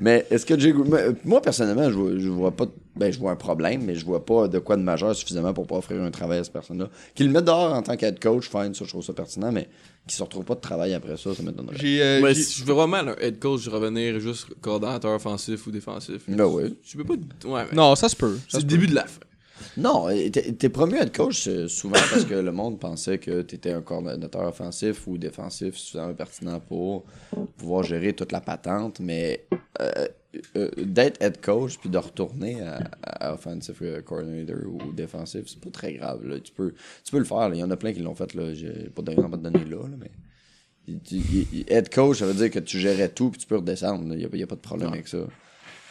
S4: mais est-ce que Jay Gruden- moi personnellement, je vois, je vois pas, ben je vois un problème, mais je vois pas de quoi de majeur suffisamment pour pas offrir un travail à cette personne-là. Qu'il le mette dehors en tant qu'head coach, fine, ça je trouve ça pertinent, mais qu'il se retrouve pas de travail après ça, ça m'étonnerait.
S5: J'ai, euh,
S3: Mais
S5: j'ai-
S3: si je veux vraiment un head coach revenir juste coordonnateur offensif ou défensif.
S4: Ben ouais.
S3: Tu peux pas. Ouais, mais
S5: Non, ça se peut.
S3: c'est le début de la fin.
S4: Non, et t'es t'es promu à être coach euh, souvent parce que le monde pensait que t'étais un coordonnateur offensif ou défensif suffisamment pertinent pour pouvoir gérer toute la patente, mais euh, euh, d'être head coach puis de retourner à, à offensive euh, coordinator ou défensif, c'est pas très grave. là. Tu, peux, tu peux le faire. là. Il y en a plein qui l'ont fait. Là. J'ai pas d'exemple à te donner là, là, mais. il- il- il- Head coach, ça veut dire que tu gérais tout puis tu peux redescendre. là. Il n'y a, pas de problème avec ça.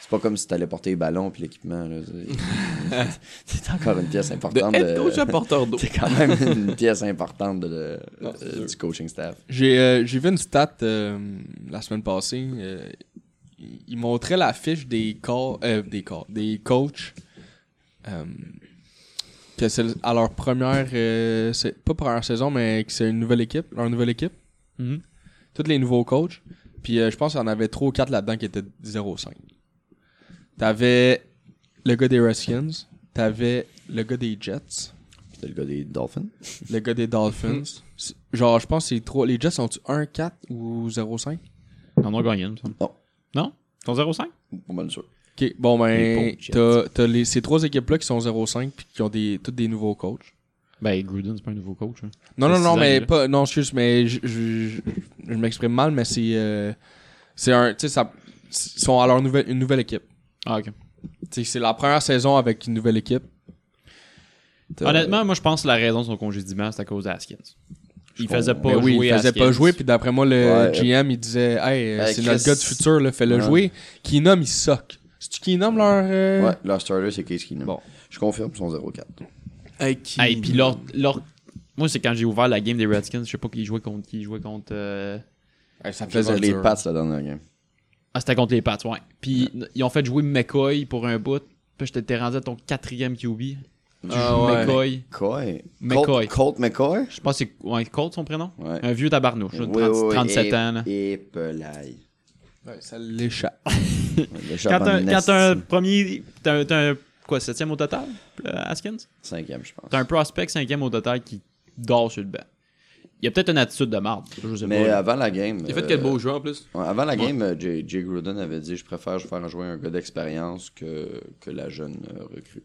S4: C'est pas comme si t'allais porter les ballons puis l'équipement. là. C'est-
S3: [LAUGHS]
S4: C'est encore une pièce
S3: De
S4: importante.
S3: head
S4: de-
S3: coach à porteur d'eau.
S4: [LAUGHS] C'est quand même une pièce importante de, de- euh, du coaching staff.
S5: J'ai euh, j'ai vu une stat euh, la semaine passée. euh, il il montrait la fiche des corps, euh, des corps, des coachs. euh, que c'est le- à leur première, euh, c'est pas première saison, mais que c'est une nouvelle équipe, leur nouvelle équipe.
S8: Mhm.
S5: Tous les nouveaux coachs. Puis euh, je pense qu'il y en avait 3 ou 4 là-dedans qui étaient 0-5. T'avais le gars des Redskins, t'avais le gars des Jets,
S4: C'était le gars des Dolphins.
S5: le gars des
S8: Mhm.
S5: Dolphins. C'est- Genre, je pense que c'est trois- les Jets sont-tu 1, 4 ou 0-5?
S8: on a gagné, il me semble.
S4: Non.
S8: Non? Ton 0-5?
S4: Pas mal sûr.
S5: Ok, bon
S8: Les
S5: ben,
S8: pauvres Jets.
S5: t'as t'as les- ces trois équipes-là qui sont 0-5 puis qui ont des, toutes des nouveaux coachs.
S8: Ben, Gruden, c'est pas un nouveau coach. hein.
S5: Non, non,
S8: C'est
S5: non,
S8: six ans
S5: mais
S8: déjà.
S5: pas, non, excuse, mais je, je, je- je m'exprime mal, mais c'est, euh, c'est un, tu sais, ça, ils sont à leur nouvelle, une nouvelle équipe.
S8: Ah, ok.
S4: Euh,
S5: Tu sais, c'est la première saison avec une nouvelle équipe.
S4: T'as-
S8: Honnêtement, moi, je pense que la raison de son congédiement, c'est à cause d'Haskins. Il faisait pas
S4: comprends. Ben
S8: jouer.
S5: Mais Ben oui, ils faisaient
S8: Haskins.
S5: pas jouer, puis d'après moi, le
S4: Ouais.
S5: GM, il disait, hey, euh,
S4: Euh,
S5: c'est
S4: Chris-
S5: notre gars du futur, là, fais-le
S4: Ouais.
S5: jouer. Qui nomme, il soque. C'est-tu qui nomme leur, euh,
S4: Ouais, leur starter, c'est Case Keenum.
S5: Bon.
S4: Je confirme son 0-4.
S3: Hey, qui-
S8: Hey, puis leur, leur- Moi, c'est quand j'ai ouvert la game des Redskins, je sais pas qui jouait contre qui. Ils jouaient contre. euh,
S5: hey, ça
S4: Je
S5: faisait
S4: les
S5: dur.
S4: Pats la dernière game.
S8: Ah, c'était contre les Pats, ouais. Puis ils ont fait jouer McCoy pour un bout. Puis j'étais t'es rendu à ton quatrième QB. Tu
S3: Ah,
S8: joues
S3: ouais.
S8: McCoy.
S4: McCoy.
S8: McCoy.
S4: Colt, Colt McCoy?
S8: Je pense que c'est ouais, Colt son prénom.
S4: Ouais.
S8: Un vieux tabarnouche, là, de 30 37 ans. là.
S4: Et pelaille.
S5: Ouais, ça l'échappe.
S4: Le
S8: Quand t'as
S4: Japonais,
S8: quand t'as un premier. T'as un- t'as un. Quoi, septième au total, euh, Haskins
S4: Cinquième, je pense.
S8: T'as un prospect cinquième au total qui dort sur le banc. Il y a peut-être une attitude de marde. Je sais
S4: Mais
S8: pas. là.
S4: avant la game.
S3: Il a fait
S4: euh,
S3: quel beau jeu en plus
S4: Ouais, Avant la game, euh, Jay, Jay Gruden avait dit Je préfère faire jouer un gars d'expérience que, que la jeune euh, recrue.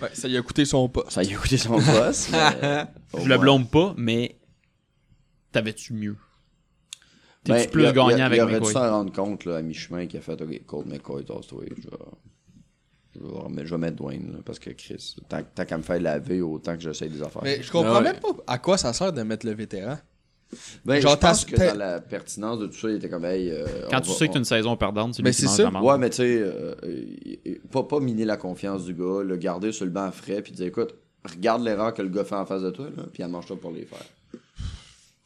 S5: Ben, ça lui a coûté son poste.
S4: Ça y a
S8: [LAUGHS]
S4: coûté son boss. mais- au
S8: Je le
S4: moins.
S8: blâme pas, mais t'avais-tu mieux?
S4: Ben,
S8: T'es-tu plus
S4: il a- il
S8: gagnant
S4: a-
S8: avec
S4: Il aurait dû
S8: McCoy?
S4: s'en rendre compte là, à mi-chemin qu'il a fait OK, Cold McCoy, tasse-toi. Je vais, je vais remettre- je vais mettre Dwayne là, parce que Chris, tant, tant qu'à me faire laver, autant que j'essaye des affaires.
S5: Mais je comprends
S3: Ouais.
S5: même pas à quoi ça sert de mettre le vétéran.
S4: Ben,
S5: genre,
S4: je pense
S5: t'as-
S4: que
S5: t'as-
S4: dans la pertinence de tout ça, il était comme hey, euh,
S8: Quand
S4: on
S8: tu
S4: va-
S8: sais que
S4: on-
S8: t'as une saison perdante, c'est
S5: Ben,
S8: lui qui
S5: c'est
S8: mange
S5: ça.
S8: la marde.
S4: Ouais, mais tu sais, euh, il- il- pas, pas miner la confiance du gars, le garder sur le banc frais, puis dire écoute, regarde l'erreur que le gars fait en face de toi, là, puis mange-toi pour les faire.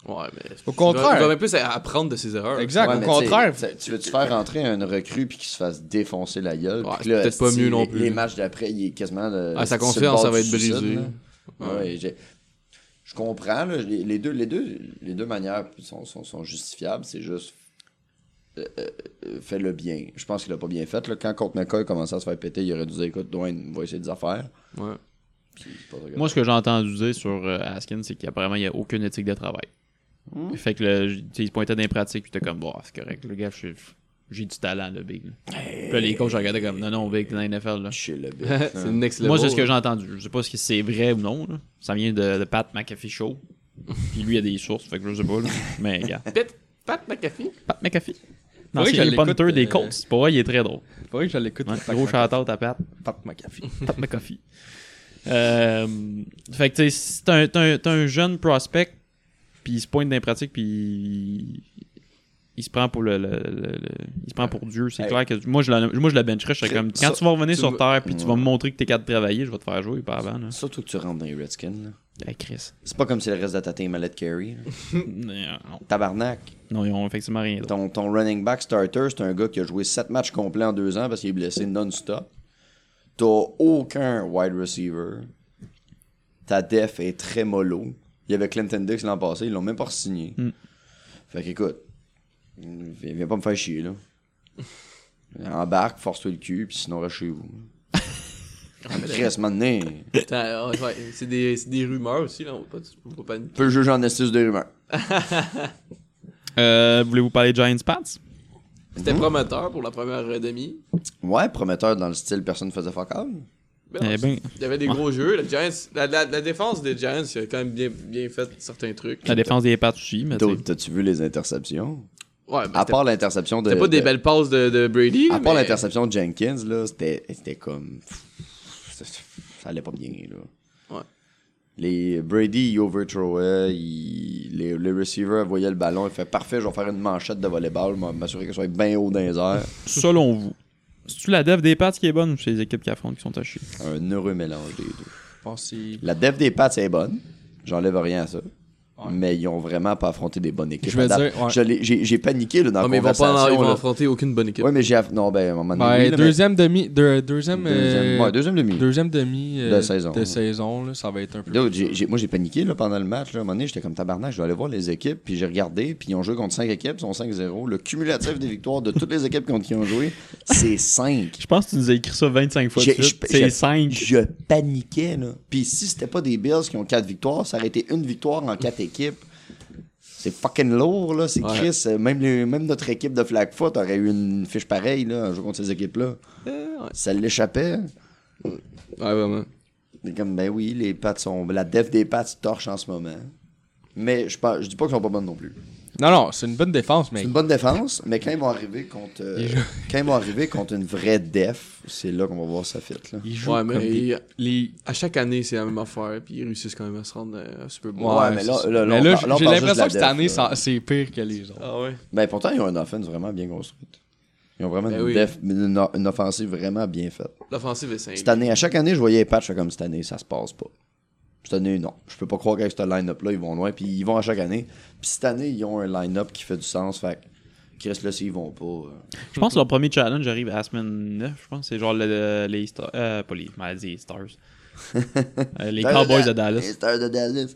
S3: Ouais, mais.
S5: Au contraire.
S3: Il va même plus à- apprendre de ses erreurs.
S5: Exact.
S4: Ouais,
S5: au
S4: mais
S5: contraire.
S4: t'sais, t'sais, Tu veux-tu faire rentrer un recrue puis qu'il se fasse défoncer la gueule?
S3: Ouais,
S4: Puis que
S3: c'est
S4: là,
S3: peut-être pas
S4: esti,
S3: mieux
S4: les-
S3: non plus.
S4: Les matchs d'après, il est quasiment. le-
S3: Ah, sa
S4: sur le
S3: confiance,
S4: bord
S3: ça va
S4: du
S3: être
S4: suicide,
S3: brisée.
S4: là.
S3: Ouais.
S4: Ouais, j'ai- je comprends, là, les, les deux, les, deux, les deux manières sont, sont, sont justifiables, c'est juste. euh, euh, euh, fais le bien. Je pense qu'il a pas bien fait. Là. Quand contre McCoy commençait à se faire péter, il aurait dû dire écoute, Dwayne, va essayer des affaires.
S3: Ouais.
S4: Puis, c'est pas ça que-
S8: Moi, ce que j'ai entendu dire sur euh, Haskins, c'est qu'apparemment, il n'y a aucune éthique de travail.
S4: Hmm.
S8: Fait que le, tu sais, il se pointait dans les pratiques, puis t'es comme, bah, c'est correct, le gars, je- j'ai du talent, le Big. là. Puis là, les coachs regardaient comme, non, non, Big, t'es dans la NFL, là.
S4: Chez le big,
S3: c'est le next level.
S8: Moi, c'est ce que j'ai entendu. Je sais pas si c'est vrai ou non, là. Ça vient de, de Pat McAfee Show. Puis lui, il a des sources, fait que je sais pas, là. Mais, gars.
S3: Pat [LAUGHS] McAfee.
S8: Pat McAfee.
S5: Faudrait que
S8: L'ancien
S5: je l'écoute,
S8: punter des
S5: euh,
S8: Colts. Pour vrai, il est très drôle.
S5: Faudrait que je l'écoute.
S8: Ouais,
S5: Pat
S8: gros
S5: McAfee.
S8: shout-out à Pat.
S5: Pat McAfee.
S8: [LAUGHS] Pat McAfee. Euh, fait que, tu sais, si t'es un, t'es un- t'es un jeune prospect, puis il se pointe dans les pratiques, puis il, il se prend pour le, le- le- le- il se prend pour Dieu. C'est
S4: Hey.
S8: clair que moi, je le, moi, je le bencherais. Je serais comme, quand
S4: Ça-
S8: tu vas revenir
S4: tu
S8: sur
S4: me-
S8: Terre, puis tu vas me montrer que t'es capable de travailler, je vais te faire jouer, pas avant. Là.
S4: Surtout que tu rentres dans les Redskins. là.
S8: Hey, Chris.
S4: C'est pas comme si le reste de ta team allait te carry.
S3: [LAUGHS]
S4: là.
S8: non,
S4: Tabarnak.
S8: non, ils ont effectivement rien d'autre.
S4: Ton, ton running back starter, c'est un gars qui a joué 7 matchs complets en 2 ans parce qu'il est blessé non-stop. T'as aucun wide receiver. Ta def est très mollo. Il y avait Clinton Dix l'an passé, ils l'ont même pas signé.
S3: Hmm.
S4: Fait qu'écoute, viens viens pas me faire chier, là. [LAUGHS] Embarque, force-toi le cul, puis sinon reste chez vous.
S3: [LAUGHS]
S4: Reste maintenant.
S3: Putain, ouais, ouais, c'est des, c'est des rumeurs aussi, là. On va pas, on va pas paniquer.
S4: Peu juger en astuce de rumeur.
S8: Euh, Voulez-vous parler de Giants Pats?
S3: C'était prometteur pour la première euh, demi.
S4: Ouais, prometteur dans le style personne ne faisait fuck all.
S3: Ben non,
S8: Eh ben.
S3: Il y avait des gros jeux. La, Giants, la, la- la défense des Giants il a quand même bien, bien fait certains trucs.
S8: La défense des Pats aussi, mais tu sais.
S4: T'as- T'as-tu vu les interceptions?
S3: Ouais, mais
S4: À
S3: c'était
S4: part l'interception de.
S3: c'était pas des
S4: de-
S3: belles passes de, de Brady.
S4: À part
S3: mais-
S4: l'interception de Jenkins, là, c'était, c'était comme. Ça, ça allait pas bien, là.
S3: Ouais.
S4: Les Brady, il overthrowait, il- les, les receivers voyaient le ballon, il fait parfait, je vais faire une manchette de volleyball, m'a- m'assurer qu'elle soit bien haut dans
S3: [LAUGHS]
S4: les airs.
S8: Selon vous, c'est-tu la dev des Pats qui est bonne ou c'est les équipes qui affrontent qui sont à chier?
S4: Un heureux mélange des deux.
S5: Je pense que c'est-
S4: La def des Pats est bonne, j'enlève rien à ça. Mais ils ont vraiment pas affronté des bonnes équipes.
S5: Je veux
S4: à date.
S5: dire, ouais.
S4: Je l'ai- j'ai, j'ai paniqué là, dans
S3: Ah,
S4: la
S3: mais ils vont pas en- ils
S4: conversation.
S3: vont
S4: là.
S3: affronter aucune bonne équipe.
S4: Ouais, mais j'ai. aff- Non, ben, à un moment donné.
S5: Ben,
S4: oui, là, mais-
S5: deuxième demi. deux- deuxième. euh,
S4: Deuxième, ouais, deuxième demi.
S5: Deuxième demi euh,
S4: De saison.
S5: de saison, là, ça va être un peu.
S4: Là, j'ai- j'ai- moi, j'ai paniqué là, pendant le match. Là. À un moment donné, j'étais comme tabarnak. Je dois aller voir les équipes. Puis j'ai regardé. Puis ils ont joué contre 5 équipes. Ils sont 5-0. Le cumulatif des victoires de toutes les équipes contre qui ils ont joué, c'est 5.
S8: Je pense que tu nous as écrit ça 25 fois de
S4: J'ai-
S8: suite.
S4: je-
S8: C'est
S4: j'ai-
S8: 5.
S4: Je paniquais. Là. Puis si c'était pas des Bills qui ont 4 victoires, ça aurait été une victoire en 4 équipes. C'est fucking lourd. là. C'est
S3: Ouais.
S4: Chris. euh, Même, les- même notre équipe de flag foot aurait eu une fiche pareille là, en jouant contre ces équipes-là. Ça l'échappait.
S3: Ouais, vraiment.
S4: Mais comme, ben oui, les pattes sont. La def des pattes torche en ce moment. Mais je, pense- je dis pas qu'ils sont pas bonnes non plus.
S5: Non, non, c'est une bonne défense,
S4: C'est
S5: mais.
S4: une bonne défense, mais quand ils vont arriver contre. euh, quand ils vont arriver contre une vraie def, c'est là qu'on va voir sa fit. Là.
S5: Ils jouent
S3: Ouais, mais
S5: comme des-
S3: il- les- à chaque année, c'est la même affaire. Puis ils réussissent quand même à se rendre euh, à Super Bowl.
S4: Ouais, mais là,
S5: c'est-
S4: là, là,
S5: mais
S4: on
S5: là,
S4: parle- là, on
S5: j'ai
S4: parle juste de
S5: l'impression
S4: la
S5: que cette
S4: def,
S5: année,
S4: là.
S5: ça- c'est pire que les autres.
S3: Ah ouais.
S4: Ben pourtant, ils ont une offense vraiment bien construite. Ils ont vraiment
S3: Ben
S4: une,
S3: oui.
S4: def- une, une offensive vraiment bien faite.
S3: L'offensive est simple.
S4: Cette année, à chaque année, je voyais les patchs comme cette année, ça se passe pas. Cette année, non. Je peux pas croire qu'avec ce line-up-là, ils vont loin, puis ils vont à chaque année. Puis cette année, ils ont un line-up qui fait du sens, fait que Chris, là, s'ils vont pas. euh,
S8: Je pense que leur premier challenge arrive à la semaine 9. Je pense que c'est genre le- les Stars. Euh, pas les. ben, les
S4: [LAUGHS]
S8: Stars. Euh,
S4: Ben,
S8: les Cowboys de
S4: Les
S8: Dallas.
S4: Stars de Dallas.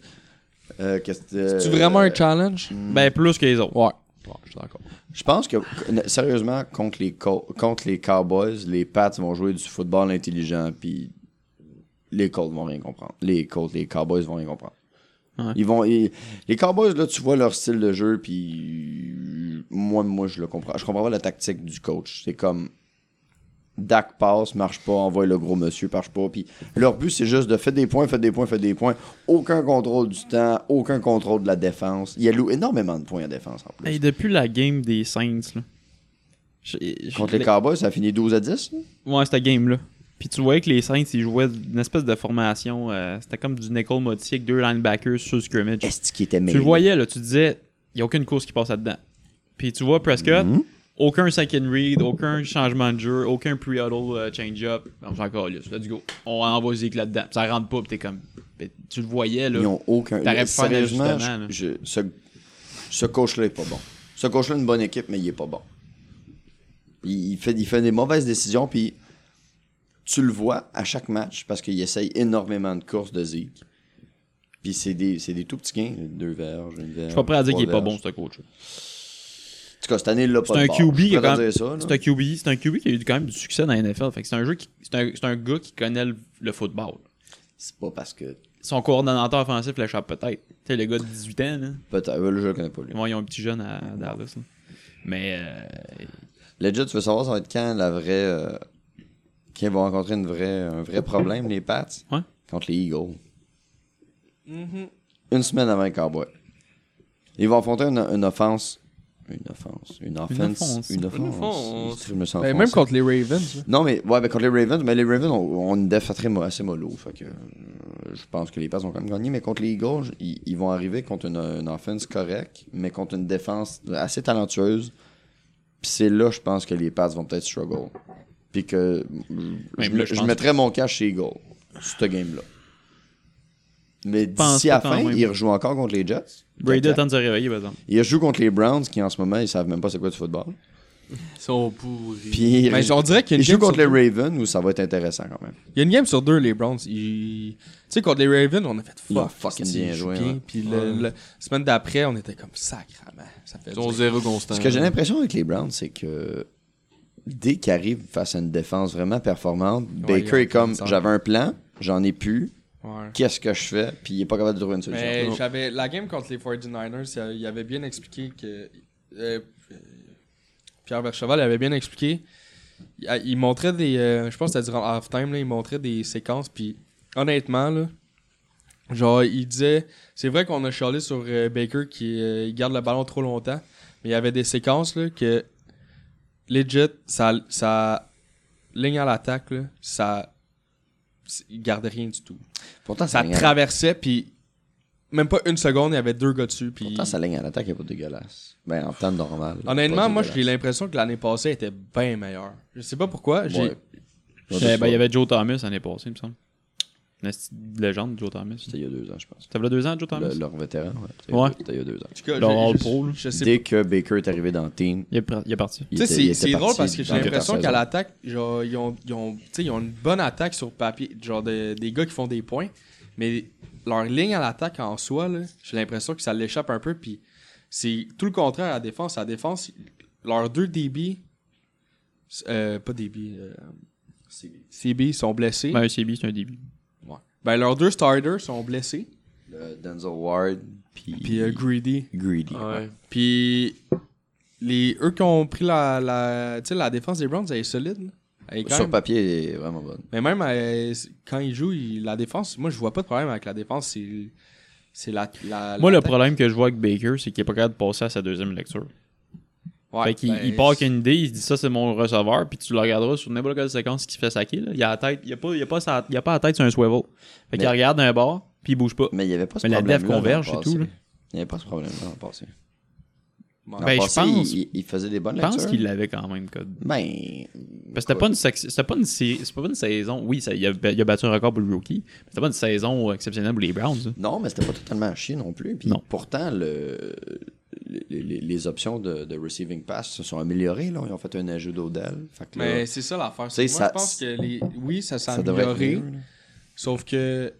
S4: Euh, qu'est-ce que-
S5: C'est vraiment un challenge?
S8: Ben, plus que les autres.
S5: Ouais. Ouais, je suis d'accord.
S4: Je pense que, sérieusement, contre les, Col- contre les Cowboys, les Pats vont jouer du football intelligent, puis les Colts vont rien comprendre. Les Colts, les Cowboys vont rien comprendre.
S8: Ouais.
S4: Ils vont, ils- les Cowboys, là, tu vois leur style de jeu, puis moi, moi, je le comprends. Je comprends pas la tactique du coach. C'est comme, Dak passe, marche pas, envoie le gros monsieur, marche pas. Puis leur but, c'est juste de faire des points, faire des points, faire des points. Aucun contrôle du temps, aucun contrôle de la défense. Il alloue énormément de points à défense en plus.
S8: Hey, depuis la game des Saints, là. j'ai- j'ai-
S4: Contre les
S8: le-
S4: Cowboys, ça a fini 12 à 10. là.
S8: Ouais, cette game-là. Puis tu voyais que les Saints, ils jouaient une espèce de formation. euh, C'était comme du nickel modifié avec deux linebackers sur le scrimmage.
S4: Est-ce qu'il était
S8: Tu
S4: meilleur?
S8: le voyais, là, tu disais, il n'y a aucune course qui passe là-dedans. Puis tu vois Prescott,
S4: Mhm.
S8: aucun second read, aucun changement de jeu, aucun pre-huddle euh, change-up. On s'en calisse, let's go. On envoie Zeke là-dedans. Puis Ça rentre pas, puis t'es comme. puis Tu le voyais, là.
S4: Ils n'ont aucun.
S8: T'aurais pu faire un
S4: Sérieusement,
S8: ajustement,
S4: je- je- ce, ce coach-là est pas bon. Ce coach-là est une bonne équipe, mais il est pas bon. Il, il fait, il fait des mauvaises décisions, puis tu le vois à chaque match parce qu'il essaye énormément de courses de Zeke. Puis c'est des, c'est des tout petits gains, deux verges, une verge.
S8: Je suis pas prêt à dire qu'il est pas bon, ce coach.
S4: En tout cas, cette année, il l'a pas
S8: C'est un
S4: de bord. Je
S8: QB
S4: suis
S8: qui a
S4: prêt à
S8: quand même-
S4: dire ça, là.
S8: C'est un QB, c'est un QB qui a eu quand même du succès dans la NFL. Fait que c'est un jeu qui. C'est un, c'est un gars qui connaît le, le football.
S4: C'est pas parce que.
S8: Son coordonnateur offensif l'échappe peut-être. Tu sais, le gars de 18 ans, là.
S4: Peut-être. euh, Je le connais pas, lui.
S8: Bon, ils ont un petit jeune à à Dallas. là. Mais euh,
S4: Legit, tu veux savoir, ça va être quand la vraie. euh, quand ils vont rencontrer une vraie, un vrai problème, les Pats
S8: Ouais.
S4: Contre les Eagles. Une semaine avant les Cowboys. Ils vont affronter une, une offense. Une offense. Une offense.
S8: offense.
S4: Une offense.
S3: offense.
S4: Je me sens
S5: Ben,
S4: offensé.
S5: même contre les Ravens. là.
S4: Non, mais ouais, ben, contre les Ravens, mais les Ravens ont, ont une def très mo- assez mollo. Fait que, euh, je pense que les Pats vont quand même gagner. Mais contre les Eagles, ils, ils vont arriver contre une, une offense correcte, mais contre une défense assez talentueuse. Puis c'est là, je pense que les Pats vont peut-être struggle. Puis que je,
S8: Même
S4: je-
S8: là, je
S4: je
S8: pense-
S4: mettrais mon cash chez Eagles, cette game-là. Mais
S8: penses
S4: d'ici
S8: pas
S4: à la
S8: quand
S4: fin,
S8: même.
S4: ils rejouent encore contre les Jets.
S8: Brady attend de se réveiller, par exemple.
S4: Ils rejouent contre les Browns, qui en ce moment, ils savent même pas c'est quoi du football.
S3: Ils sont pourris.
S4: Puis ils,
S5: Ben, on dirait qu'il y a
S4: ils
S5: une
S4: jouent
S5: game
S4: contre les
S5: sur deux.
S4: Ravens, où ça va être intéressant quand même.
S5: Il y a une game sur deux, les Browns. Ils- Tu sais, contre les Ravens, on a fait
S4: Ils ont
S5: fuck.
S4: fucking
S5: c'est-
S4: bien
S5: ils jouent
S4: joué, ouais.
S5: Puis le- le- la semaine d'après, on était comme sacrament. Ça fait
S3: Ils sont
S5: du-
S3: zéro constant.
S4: Ce que j'ai l'impression avec les Browns, c'est que dès qu'ils arrivent face à une défense vraiment performante,
S5: Ouais,
S4: Baker
S5: ils
S4: est
S5: ont
S4: comme
S5: une sorte.
S4: j'avais un plan, j'en ai plus,
S5: Ouais.
S4: qu'est-ce que je fais Puis il est pas capable de trouver une solution.
S5: Mais
S4: Non.
S5: j'avais la game contre les 49ers, il a- il avait bien expliqué que euh, Pierre Vercheval avait bien expliqué il, a- il montrait des euh, je pense que c'était durant half time il montrait des séquences puis honnêtement là genre il disait c'est vrai qu'on a chialé sur euh, Baker qui euh, il garde le ballon trop longtemps, mais il y avait des séquences là que legit ça ça ligne à l'attaque là, ça il gardait rien du tout.
S4: Pourtant ça
S5: Ça
S4: ligne à-
S5: traversait, puis même pas une seconde, il y avait deux gars dessus. Puis...
S4: pourtant, sa ligne à l'attaque est pas dégueulasse. Ben en temps normal.
S5: Honnêtement,
S4: pas
S5: moi, j'ai
S4: dégueulasse.
S5: l'impression que l'année passée était bien meilleure. Je sais pas pourquoi. j'ai
S4: Ouais. Ouais,
S8: Eh,
S4: c'est
S8: ben, il y
S4: pas-
S8: avait Joe Thomas l'année passée, il me semble. Une esti de légende, Joe Thomas.
S4: C'était il y a deux ans, je pense.
S8: Ça fait deux ans, Joe Thomas
S4: Le- leur vétéran, ouais. C'était-
S8: Ouais.
S4: C'était il y a deux ans.
S5: En tout cas,
S8: Leur
S5: j'ai-
S8: All
S5: je-
S8: Pro, là.
S5: je sais
S4: Dès que Baker est arrivé dans le team,
S8: il est, pr- il est parti.
S4: il
S5: Tu sais,
S4: était-
S5: c'est-
S4: il était
S5: c'est drôle
S4: parti
S5: parce que j'ai
S4: dans le
S5: l'impression
S4: quatorze
S5: qu'à
S4: saisons.
S5: l'attaque, genre, ils ont, ils ont, tu sais, ils ont une bonne attaque sur papier, genre de- des gars qui font des points, mais leur ligne à l'attaque en soi, là, j'ai l'impression que ça l'échappe un peu, puis c'est tout le contraire à la défense. À la défense, leurs deux DB, euh, pas DB, euh, CB, sont blessés.
S8: Ben, un CB, c'est un début.
S5: Ouais. Ben, leurs deux starters sont blessés,
S4: Le Denzel Ward, puis
S5: puis euh, Greedy.
S4: Greedy. ouais.
S3: Ouais.
S5: Puis les, eux qui ont pris la, la, tu sais, la défense des Browns, elle est solide. là. Elle est quand
S4: Sur
S5: même-
S4: papier, il est vraiment bon.
S5: Mais même euh, c- quand il joue, il- la défense, moi je vois pas de problème avec la défense. C'est, c'est la, la-
S8: Moi, le
S5: l'attaque.
S8: problème que je vois avec Baker, c'est qu'il est pas capable de passer à sa deuxième lecture.
S5: Ouais,
S8: fait qu'il
S5: ben,
S8: il part avec une idée, il se dit ça, c'est mon receveur, puis tu le regarderas sur n'importe quelle séquence qui fait saquer. Là. Il a la tête, il a pas, il a pas, sa- il a pas la tête sur un swivel. Fait qu'il
S4: Mais-
S8: regarde d'un bord, puis il bouge pas.
S4: Mais il n'y avait pas ce
S8: Mais la
S4: problème.
S8: def converge et tout, là.
S4: Il n'y avait pas ce problème-là en passé.
S5: Ouais.
S4: En
S8: Ben, je
S4: passé,
S8: pense-
S4: Il, il faisait des bonnes
S8: Je
S4: lectures.
S8: pense qu'il l'avait quand même, Code.
S4: Ben.
S8: Parce que c'était pas une, sex- c'était pas une, série- c'était pas une saison. Oui, ça- il, a, ben, il a battu un record pour le rookie, mais c'était pas une saison exceptionnelle pour les Browns. hein. là.
S4: Non, mais c'était pas totalement à chier non plus. Puis
S8: Non.
S4: pourtant, le, les, les- les options de, de receiving pass se sont améliorées. Là. Ils ont fait un ajout d'Odell. Fait que là,
S5: Mais c'est ça l'affaire.
S4: Tu sais,
S5: Moi
S4: ça-
S5: je pense que les, oui, ça s'est
S4: ça devrait être
S5: amélioré.
S4: mieux, là.
S5: Sauf que.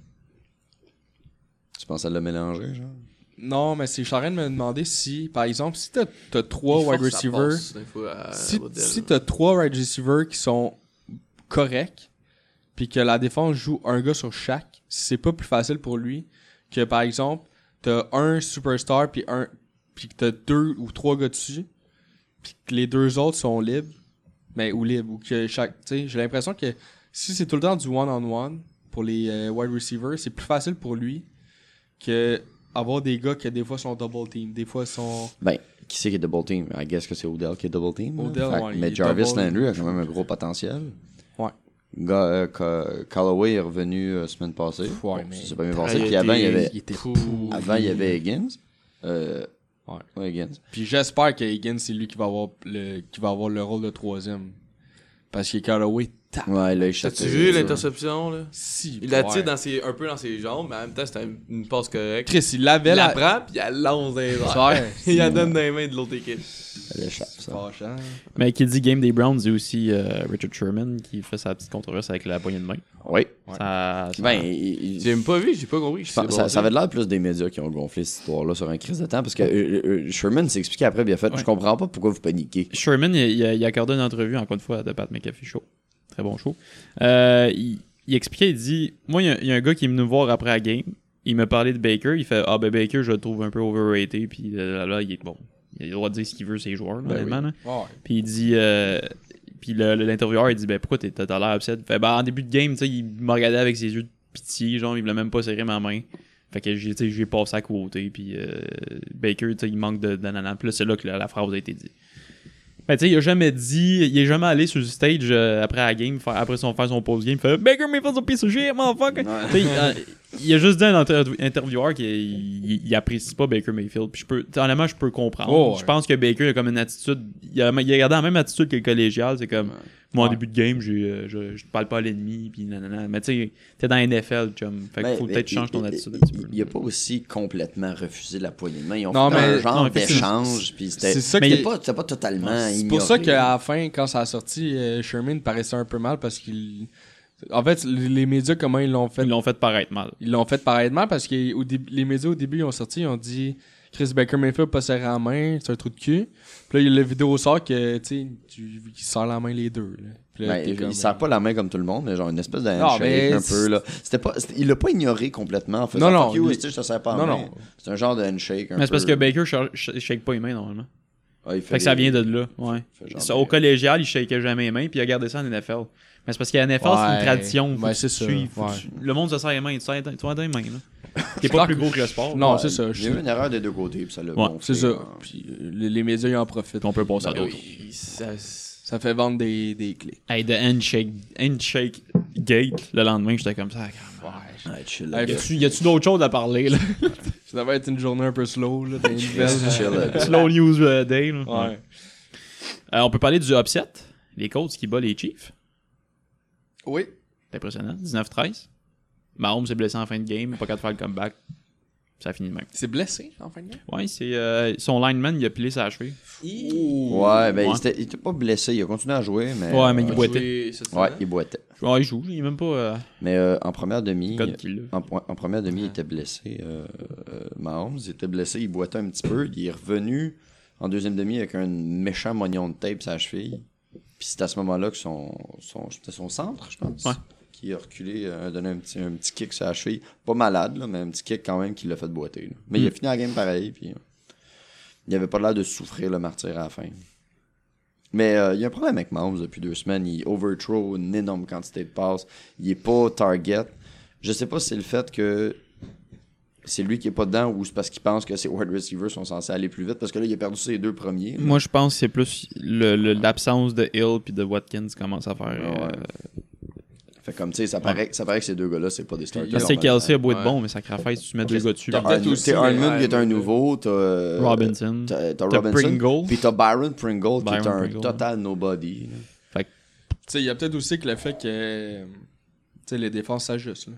S4: Tu penses à le mélanger, genre
S5: Non, mais c'est, je suis en train de me demander si, par exemple, si t'as, t'as trois wide receivers. si, si t'as trois wide receivers qui sont corrects, puis que la défense joue un gars sur chaque, c'est pas plus facile pour lui que par exemple t'as un superstar puis un puis que t'as deux ou trois gars dessus, puis que les deux autres sont libres. mais ou libre ou que chaque tu sais j'ai l'impression que si c'est tout le temps du one on one pour les euh, wide receivers c'est plus facile pour lui que avoir des gars qui des fois sont double team des fois sont
S4: Ben, qui c'est qui est double team? I guess que c'est Odell qui est double team. là.
S5: Odell,
S4: Fait que-
S5: ouais, il
S4: mais
S5: est
S4: Jarvis
S5: double.
S4: Landry a quand même un gros potentiel.
S5: Ouais.
S4: Ga- euh, Ca- Callaway est revenu euh, semaine passée.
S5: Ouais,
S4: Bon,
S5: mais-
S4: Ça s'est pas bien
S10: Ah,
S4: passé.
S10: il
S4: Puis
S10: était-
S4: avant, il y avait,
S5: il était
S10: Pou-
S4: avant, il y avait Higgins. Euh,
S5: Ouais.
S4: ouais, Higgins.
S5: puis j'espère que Higgins c'est lui qui va avoir le qui va avoir le rôle de troisième parce que Callaway ta
S4: Ouais, là, il
S11: T'as-tu
S4: chassait-
S11: vu l'interception, là?
S5: si
S11: Il la
S5: ouais.
S11: tire dans ses, un peu dans ses jambes, mais en même temps, c'était une, une passe correcte.
S5: Chris il l'avait
S11: Il la
S5: la
S11: prend, puis elle lance dans les airs.
S5: Ouais,
S11: [LAUGHS] Il la donne dans les mains de l'autre équipe.
S4: Elle échappe, ça.
S5: fâchant.
S8: Mais qui dit Game des Browns, dit aussi euh, Richard Sherman qui fait sa petite controverse avec la poignée de main.
S4: Oui.
S8: Ça, ça-
S4: Ben, il- il-
S11: J'ai même pas vu, j'ai pas compris.
S4: Je pense- ça, ça avait l'air plus des médias qui ont gonflé cette histoire-là sur un crise de temps parce que euh, euh, Sherman s'expliquait après, bien fait,
S8: Ouais.
S4: je comprends pas pourquoi vous paniquez.
S8: Sherman, il, il a, il a accordé une entrevue, encore une fois, de Pat McAfee Show. Très bon show. Euh, il, il expliquait, il dit Moi, il y, a, il y a un gars qui est venu me voir après la game. Il m'a parlé de Baker. Il fait Ah, ben Baker, je le trouve un peu overrated. Puis là, là, là, il est bon. Il a le droit de dire ce qu'il veut, ses joueurs, là, honnêtement. là.
S5: Ouais, ouais.
S8: Puis il dit. euh, puis le- le- l'intervieweur, il dit Ben pourquoi t'es- t'as t'as l'air upset Fait ben en début de game, tu sais, il me regardait avec ses yeux de pitié, genre, il voulait même pas serrer ma main. Fait que j'ai tu sais, j'ai passé à côté, puis euh, Baker, tu sais, il manque de d'ananas. Puis là, c'est là que la, la phrase a été dite. Ben, tu sais, il a jamais dit, il est jamais allé sur le stage euh, après la game, faire- après son, faire son post-game, il fait Baker Mayfield's a piece of shit, motherfucker! Tu sais, il, euh, il a juste dit à un interv- intervieweur qu'il il- il apprécie pas Baker Mayfield. Puis je peux, tu sais, honnêtement, je peux comprendre.
S5: Oh, ouais.
S8: Je pense que Baker a comme une attitude, il a, il a gardé la même attitude que le collégial. C'est comme, moi, en début de game, j'ai, euh, je, je te parle pas à l'ennemi, puis nanana. Mais tu sais, t'es dans la NFL, chum. Fait qu'il
S4: Mais-
S8: faut
S4: mais
S8: peut-être
S4: il-
S8: changer ton
S4: il-
S8: attitude un petit
S4: il-
S8: peu.
S4: Il a pas aussi complètement refusé la poignée de main. Ils ont
S5: Non,
S4: fait
S5: mais-
S4: un genre
S8: non, effectivement,
S4: d'échange, puis c'était.
S5: c'est ça
S8: Mais
S5: qui
S8: il
S4: C'était pas, c'était pas totalement.
S5: C'est
S4: ignoré.
S5: pour ça qu'à la fin, quand ça a sorti, euh, Sherman paraissait un peu mal parce qu'il. En fait, l- les médias, comment ils l'ont fait
S8: Ils l'ont fait paraître mal.
S5: Ils l'ont fait paraître mal parce que au dé- les médias, au début, ils ont sorti, ils ont dit Chris Baker Mayfield pas serré la main, c'est un trou de cul. Puis là, il y a la vidéo sort que, tu sais, tu- il serre la main les deux. Là. Puis là,
S4: Ben,
S5: t'es comme- euh,
S4: il serre pas la main comme tout le monde, mais genre une espèce de
S5: Non,
S4: handshake
S5: mais
S4: un
S5: c'est-
S4: peu. Là. C'était Pas, c'était- il l'a pas ignoré complètement en faisant
S5: Non, non,
S4: fuck you,
S5: lui-
S4: est-ce que je te serre pas la
S5: Non,
S4: main.
S5: non.
S4: C'est un genre de handshake. Un
S8: Mais c'est parce
S4: peu.
S8: que Baker sh- sh- shake pas les mains normalement.
S4: Ah, il
S8: Fait que ça
S4: des-
S8: vient de là. Ouais.
S4: fait genre
S8: Ça, Au
S4: des-
S8: collégial, il shakeait jamais les mains, puis il a gardé ça en NFL. Mais c'est parce qu'à NFL, c'est
S5: Ouais.
S8: une tradition. Faut
S5: Ouais,
S8: que tu
S5: c'est ça.
S8: suives, faut que
S5: Ouais.
S8: tu- Le monde se serre les mains, tu serres tu serres les mains. là. T'es
S4: [LAUGHS]
S8: pas plus beau que le sport.
S5: Non,
S4: Ouais,
S5: c'est ça. je-
S4: Il y a eu une erreur des deux côtés, puis ça l'a
S8: Ouais,
S5: C'est ça. Puis euh, les, les médias, ils en profitent. Ben
S8: On peut passer à d'autres.
S5: Ça fait vendre des, des clics.
S8: Hey, de handshake, handshake gate, le lendemain, j'étais comme ça.
S5: Ouais.
S4: chill,
S5: Hey,
S4: le gars.
S8: Y a-tu d'autres choses à parler, là?
S5: Ça devait être une journée un peu slow, là, des nouvelles.
S4: Chill, le
S5: [LAUGHS]
S4: gars.
S8: Slow news euh, day, là.
S5: Ouais.
S8: Euh, on peut parler du upset, les Colts qui bat les Chiefs.
S5: Oui.
S8: C'est impressionnant, 19-13. Mahomes s'est blessé en fin de game, pas capable de faire le comeback. Ça finit de même.
S5: C'est blessé, hein. en fin de game.
S8: Ouais, c'est euh, son lineman, il a pilé sa cheville.
S4: Ouais, ben
S8: Ouais.
S4: il était- il était pas blessé, il a continué à jouer, mais.
S8: Ouais, mais il
S4: euh,
S8: boitait.
S4: Ouais, il boitait.
S8: Ouais, il joue, il est même pas euh,
S4: Mais euh, en première demi,
S8: God qui l'a.
S4: en, point- en première demi, il était blessé. euh, euh, Mahomes il était blessé, il boitait un petit peu. Il est revenu en deuxième demi avec un méchant moignon de tape sa cheville. Puis c'est à ce moment-là que son, son, c'était son centre, je pense,
S8: Ouais.
S4: qui a reculé, euh, a donné un petit, un petit kick sur la cheville. Pas malade, là, mais un petit kick quand même qui l'a fait boiter. là. Mais
S8: Mm.
S4: il a fini la game pareil. Puis, euh, il avait pas l'air de souffrir le martyr à la fin. Mais euh, il y a un problème avec Mahomes depuis deux semaines. Il overthrow une énorme quantité de passes. Il est pas target. Je sais pas si c'est le fait que c'est lui qui est pas dedans ou c'est parce qu'il pense que ses wide receivers sont censés aller plus vite parce que là, il a perdu ses deux premiers.
S8: Moi, je pense que c'est plus le- le- l'absence de Hill puis de Watkins commence à faire. euh,
S4: Ouais. Fait comme, tu sais, ça paraît, ça paraît que ces deux gars-là, c'est pas des starters.
S8: Parce que Kelsey a beau être
S11: Ouais.
S8: bon, mais ça crafaille si tu mets deux gars dessus.
S4: T'as
S8: puis-
S4: Hardman- t'as Hardman qui est un nouveau. T'as euh,
S8: Robinson.
S4: T'as t'as
S8: T'as
S4: Robinson.
S8: Pringle.
S4: Puis t'as Byron Pringle qui est
S8: Byron
S4: un
S8: Pringle,
S4: total nobody. là.
S5: Tu sais, il y a peut-être aussi que le fait que euh, tu sais, les défenses s'ajustent.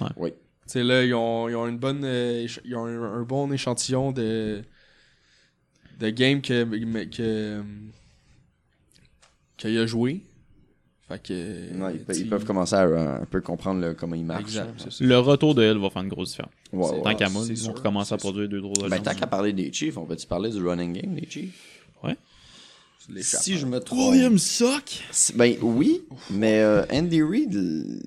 S5: là.
S4: Oui.
S5: Tu sais, là, ils ont, ils ont une bonne, euh, éche- ils ont un, un bon échantillon de, de game que, que, qu'il a joué. Fait que.
S4: Non, ils, pe-
S5: tu sais,
S4: ils peuvent commencer à euh, un peu comprendre le- comment ils marchent.
S5: Exact, c'est ça.
S8: Le retour de Hill va faire une grosse différence.
S4: Ouais,
S5: C'est-
S4: ouais.
S8: Tant qu'à
S5: c'est
S8: moi, ils vont
S5: sûr,
S8: recommencer à
S5: c'est
S8: produire deux drôles de
S4: Ben,
S8: choses.
S4: tant qu'à parler des Chiefs, on peut-tu parler du running game des Chiefs?
S5: les chapeaux.
S4: Si je me trompe. Si- Ben oui, mais euh, Andy Reid, l-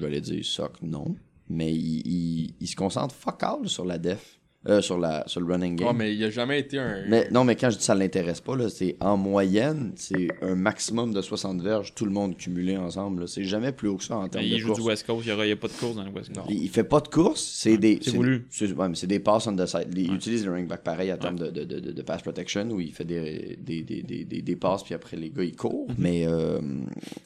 S4: j'allais dire sock, non. Mais il, il- il se concentre fuck all sur la def. euh, sur, la, sur le running game.
S5: Ah, mais il a jamais été un.
S4: Mais non, mais quand je dis ça l'intéresse pas, là, c'est en moyenne, c'est un maximum de 60 verges, tout le monde cumulé ensemble. là. C'est jamais plus haut que ça en termes
S8: Ben, il
S4: de
S8: joue
S4: course.
S8: du West Coast, il n'y a, pas de course dans le West Coast.
S4: Il, il fait pas de course, c'est des.
S8: c'est voulu.
S4: c'est- ouais, mais c'est des passes on the side. Il
S8: Ouais.
S4: utilise le running back pareil en termes de, de, de, de- de pass protection où il fait des, des, des, des, des, des passes puis après les gars ils courent.
S8: Mhm.
S4: Mais euh,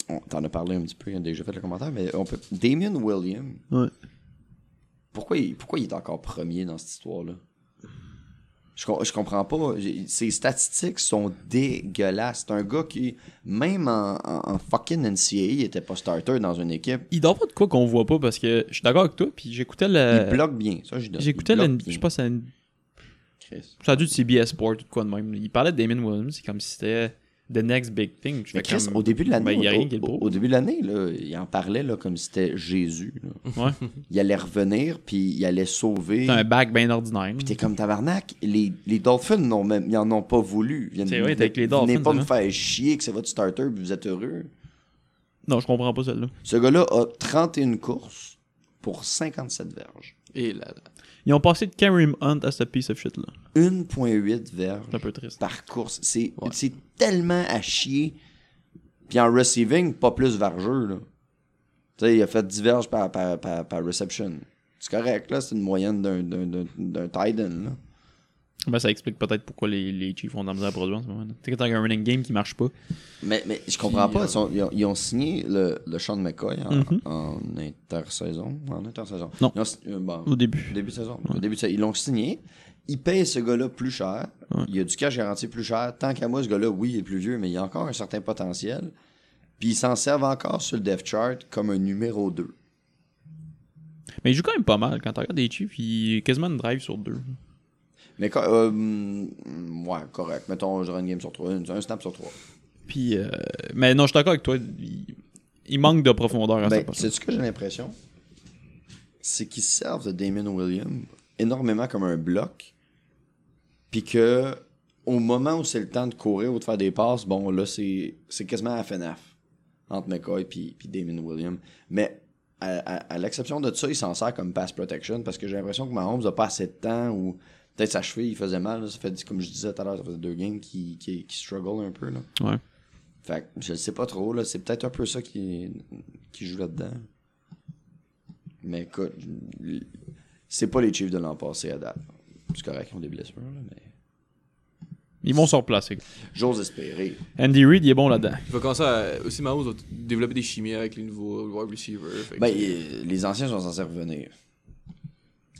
S4: on t'en a parlé un petit peu, dès que j'ai fait le commentaire, mais on peut. Damien Williams.
S8: Ouais.
S4: Pourquoi, il- pourquoi il est encore premier dans cette histoire-là? Je, com- je comprends pas. J'ai- Ses statistiques sont dégueulasses. C'est un gars qui, même en, en- en fucking NCAA, il était pas starter dans une équipe.
S8: Il dort pas de quoi qu'on voit pas parce que je suis d'accord avec toi. Puis j'écoutais
S4: Il
S8: le.
S4: bloque bien. Ça, je lui donne.
S8: Euh, J'écoutais
S4: Il bloque
S8: le.
S4: bien.
S8: Je pense à une-
S4: Chris.
S8: ça a dû de CBS Sport ou de quoi de même. Il parlait de Damon Williams, c'est comme si c'était the next big thing. Je
S4: Mais
S8: fais
S4: Chris,
S8: comme-
S4: au début de
S8: Ben,
S4: l'année,
S8: il y a
S4: au-
S8: rien qui est le beau.
S4: au, au début de l'année, là, il en parlait là, comme si c'était Jésus. là.
S8: Ouais.
S4: [LAUGHS] Il allait revenir, puis il allait sauver.
S8: C'est un bac bien ordinaire.
S4: Puis t'es comme tabarnak. Les, les Dolphins n'ont même, ils en ont pas voulu. Ils viennent-
S8: C'est vrai, t'es avec les
S4: Venez
S8: Dolphins,
S4: pas
S8: hein.
S4: me faire chier que c'est votre starter, puis vous êtes heureux.
S8: Non, je comprends pas celle-là.
S4: Ce gars-là a 31 courses pour 57 verges.
S3: Et là, là.
S8: Ils ont passé de Kareem Hunt à ce piece of shit là.
S4: 1.8 verges
S8: C'est un peu triste.
S4: par course. C'est
S3: Ouais.
S4: c'est tellement à chier. Puis en receiving, pas plus vergeux. là. Tu sais, il a fait 10 verges par, par, par, par reception. C'est correct, là. C'est une moyenne d'un- d'un- d'un d'un tight end, là.
S8: Ben, ça explique peut-être pourquoi les, les Chiefs ont de la misère à produire en ce moment. là. Tu sais, quand t'as un running game qui marche pas.
S4: Mais, mais je comprends
S8: Puis,
S4: pas.
S8: euh,
S4: Ils, sont- ils ont, ils ont signé le, le Sean McCoy en,
S8: Mhm.
S4: en intersaison. En intersaison.
S8: Non.
S4: Ils ont si- euh, bon,
S8: Au début.
S4: début de saison.
S8: Ouais.
S4: Au début de saison. Ils l'ont signé. Ils payent ce gars-là plus cher.
S8: Ouais.
S4: Il a du cash garanti plus cher. Tant qu'à moi, ce gars-là, oui, il est plus vieux, mais il a encore un certain potentiel. Puis ils s'en servent encore sur le depth chart comme un numéro 2.
S8: Mais il joue quand même pas mal. Quand tu regardes les Chiefs, il est quasiment une drive sur deux.
S4: Mais quand- euh, mm, ouais, correct. Mettons, je run une game sur 3, un snap sur 3.
S8: Puis, euh, mais non, je suis d'accord avec toi. Il, il manque de profondeur à
S4: Ben,
S8: cette
S4: c'est ce que j'ai l'impression. C'est qu'ils servent de Damon Williams énormément comme un bloc. Puis que au moment où c'est le temps de courir ou de faire des passes, bon, là, c'est c'est quasiment à la FNAF entre McCoy puis, puis Damon Williams. Mais à, à- à l'exception de ça, il s'en sert comme pass protection parce que j'ai l'impression que Mahomes n'a pas assez de temps ou peut-être sa cheville, il faisait mal. là. Ça fait, comme je disais tout à l'heure, ça faisait deux games qui, qui, qui struggle un peu. Là.
S8: Ouais.
S4: Fait que je sais pas trop, là. C'est peut-être un peu ça qui, qui joue là-dedans. Mais écoute, c'est pas les Chiefs de l'an passé à date. C'est correct qu'ils ont des blessures, là, mais.
S8: Ils vont se replacer.
S4: J'ose espérer.
S8: Andy Reid, il est bon là-dedans.
S3: Il va commencer à. Aussi, Mahomes va t- développer des chimies avec les nouveaux wide receivers. fait que-
S4: Ben, euh, les anciens sont censés revenir.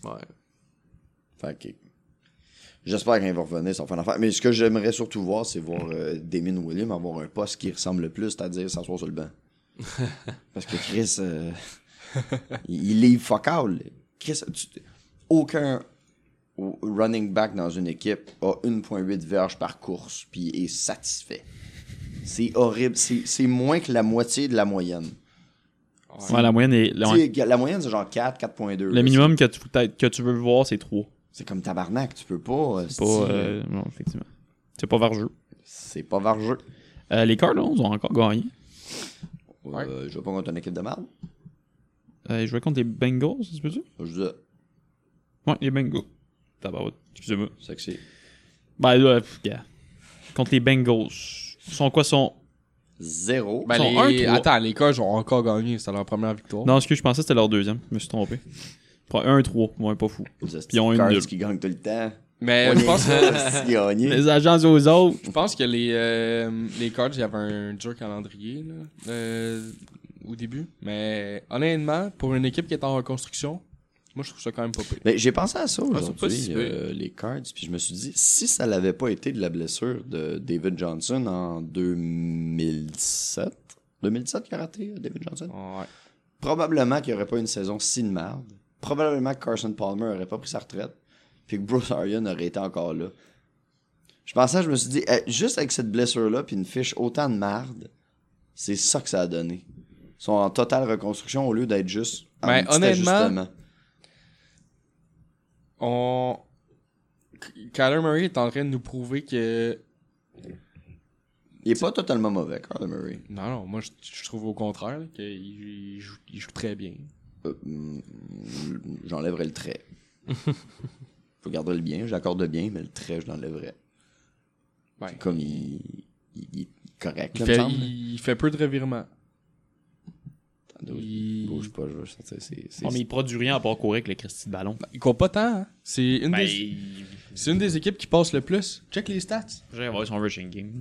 S3: ouais.
S4: Fait que. J'espère qu'ils vont revenir, ça va faire l'affaire. Mais ce que j'aimerais surtout voir, c'est voir euh, Damien Williams avoir un poste qui ressemble le plus, c'est-à-dire s'asseoir sur le banc. Parce que Chris, euh, il il est fuck out. là. Chris, tu- aucun au- running back dans une équipe a 1.8 verges par course puis est satisfait. C'est horrible. C'est c'est moins que la moitié de la moyenne.
S8: Ouais, la moyenne est. la-
S4: Tu sais, La moyenne, c'est genre 4, 4.2.
S8: le
S4: là.
S8: minimum que tu, peut-être- que tu veux voir, c'est 3.
S4: C'est comme tabarnak. Tu peux pas. euh,
S8: Pas, euh, non, effectivement. C'est pas vergeux.
S4: C'est pas vargeux.
S8: Euh, les Cardinals ont encore gagné.
S4: Euh, je vais pas contre une équipe de merde.
S8: Euh, ils jouaient contre les Bengals, ça se peut-tu?
S4: Je dis,
S8: Ouais, les Bengals. Tabarouette. Excusez-moi.
S4: sexy.
S8: Ben, là, pff, gars. Contre les Bengals. Ils sont quoi? ils sont
S4: Zéro.
S5: Ben,
S8: Ils sont un,
S5: les-
S8: trois.
S5: Attends, les Colts ont encore gagné. C'était leur première victoire.
S8: Non, excuse, je pensais que c'était leur deuxième. Je me suis trompé. 1-3, ouais, pas fou.
S4: Puis
S8: ils ont une nulle.
S4: qui gagne tout le temps.
S5: Mais Euh, je pense que.
S4: que... gagné.
S8: Les agents aux autres.
S5: Je pense que les, euh, les Cards, il y avait un dur calendrier là, euh, au début. Mais honnêtement, pour une équipe qui est en reconstruction, moi je trouve ça quand même pas pire.
S4: Mais j'ai pensé à ça
S3: pas si
S4: aujourd'hui,
S3: pire.
S4: euh, les Cards, puis je me suis dit, si ça l'avait pas été de la blessure de David Johnson en 2017, 2017 qu'il a raté, euh, David Johnson,
S5: Ouais.
S4: probablement qu'il n'y aurait pas une saison si de merde. Probablement que Carson Palmer n'aurait pas pris sa retraite. Puis que Bruce Arian aurait été encore là. Je pensais, je me suis dit, eh, juste avec cette blessure-là, puis une fiche autant de merde, c'est ça que ça a donné. Ils sont en totale reconstruction au lieu d'être juste en
S5: Mais
S4: petit
S5: Ben, honnêtement,
S4: ajustement.
S5: On... Kyler Murray est en train de nous prouver que.
S4: Il est pas totalement mauvais, Carl Murray.
S5: Non, non, moi je, je trouve au contraire là, qu'il il joue, il joue très bien. [LAUGHS]
S4: Euh, mm, J'enlèverai le trait. Je garder le bien, j'accorde le bien, mais le trait, je l'enlèverais.
S5: Ouais.
S4: C'est Comme il, il- il est correct,
S5: Il
S4: là,
S5: fait,
S4: me semble.
S5: il fait peu de revirements.
S4: Attends,
S5: Il-
S4: Bouge pas, je vais sortir. C'est, c'est-
S8: Non, Ah, mais il produit rien à part courir avec les Christy de ballon.
S5: Ils courent pas tant. hein. C'est une,
S8: Ben,
S5: des-
S8: il-
S5: c'est une des équipes qui passe le plus. Check les stats.
S8: J'ai voir son rushing game.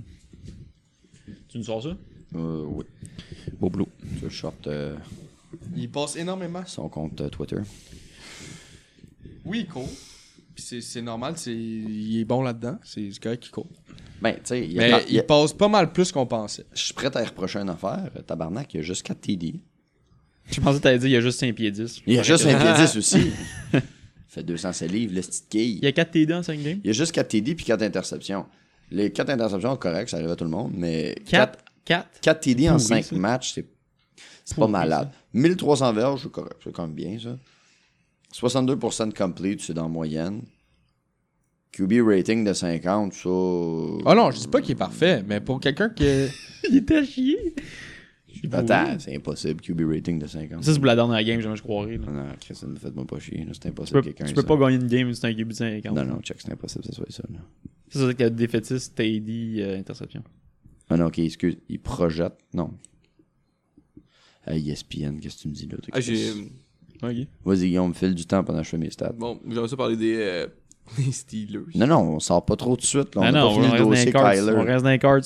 S8: Tu nous sors ça?
S4: Euh, oui.
S8: Beau bleu.
S4: Je short euh,
S5: Ils passent énormément.
S4: son compte euh, Twitter.
S5: Oui, il court. Puis c'est- c'est normal. c'est- Il est bon là-dedans. C'est c'est correct qu'il court.
S4: Ben, tu sais, il y a-
S5: Mais
S4: il
S5: il,
S4: y a-
S5: passe pas mal plus qu'on pensait.
S4: je suis prêt à y reprocher une affaire. euh, Tabarnak, il y a juste 4 TD.
S8: Je pensais que t'allais dire il y a juste 5 pieds 10.
S4: Il y a juste un pied 10
S8: [LAUGHS]
S4: aussi. fait 200 livres, le petite quille.
S8: Il y a 4 TD en 5 games.
S4: Il y a juste 4 TD puis 4 interceptions. Les 4 interceptions, correct, ça arrive à tout le monde, mais
S8: 4, 4.
S4: 4 TD en
S8: Pourri,
S4: 5
S8: ça.
S4: matchs, c'est, c'est pas
S8: Pourri,
S4: malade. 1300 verges, c'est correct, c'est quand même bien ça. 62% de complete, c'est dans la moyenne. QB rating de 50, ça.
S5: Ah non, je dis pas qu'il est parfait, mais pour quelqu'un qui.
S8: Il était à chier.
S4: Attends, c'est impossible, QB rating de 50.
S8: Ça, c'est pour la dernière game, jamais je croirais. là.
S4: Non, Christine, ne faites-moi pas chier, là, c'est
S8: Tu
S4: impossible
S8: peux,
S4: quelqu'un.
S8: tu peux
S4: ça.
S8: pas gagner une game si t'es un QB de 50.
S4: Non, non, check, c'est impossible, que ce soit ça. là.
S8: Ça, c'est que le défaitiste, TD, euh, interception.
S4: Ah non, ok, excuse, il projette, non. Ah, ESPN, qu'est-ce que tu me dis là? toi,
S3: Ah, j'ai.
S4: Chris? Vas-y, Guillaume, file du temps pendant que je fais mes stats.
S3: Bon, j'aimerais ça parler des, euh, [LAUGHS] des Steelers.
S4: Non, non, on sort pas trop de suite. Là. On
S8: Ah non,
S4: a
S8: non,
S4: pas
S8: on
S4: fini
S8: reste,
S4: le
S8: dans les
S4: dossier
S8: cards,
S4: Kyler.
S8: on reste dans les cards.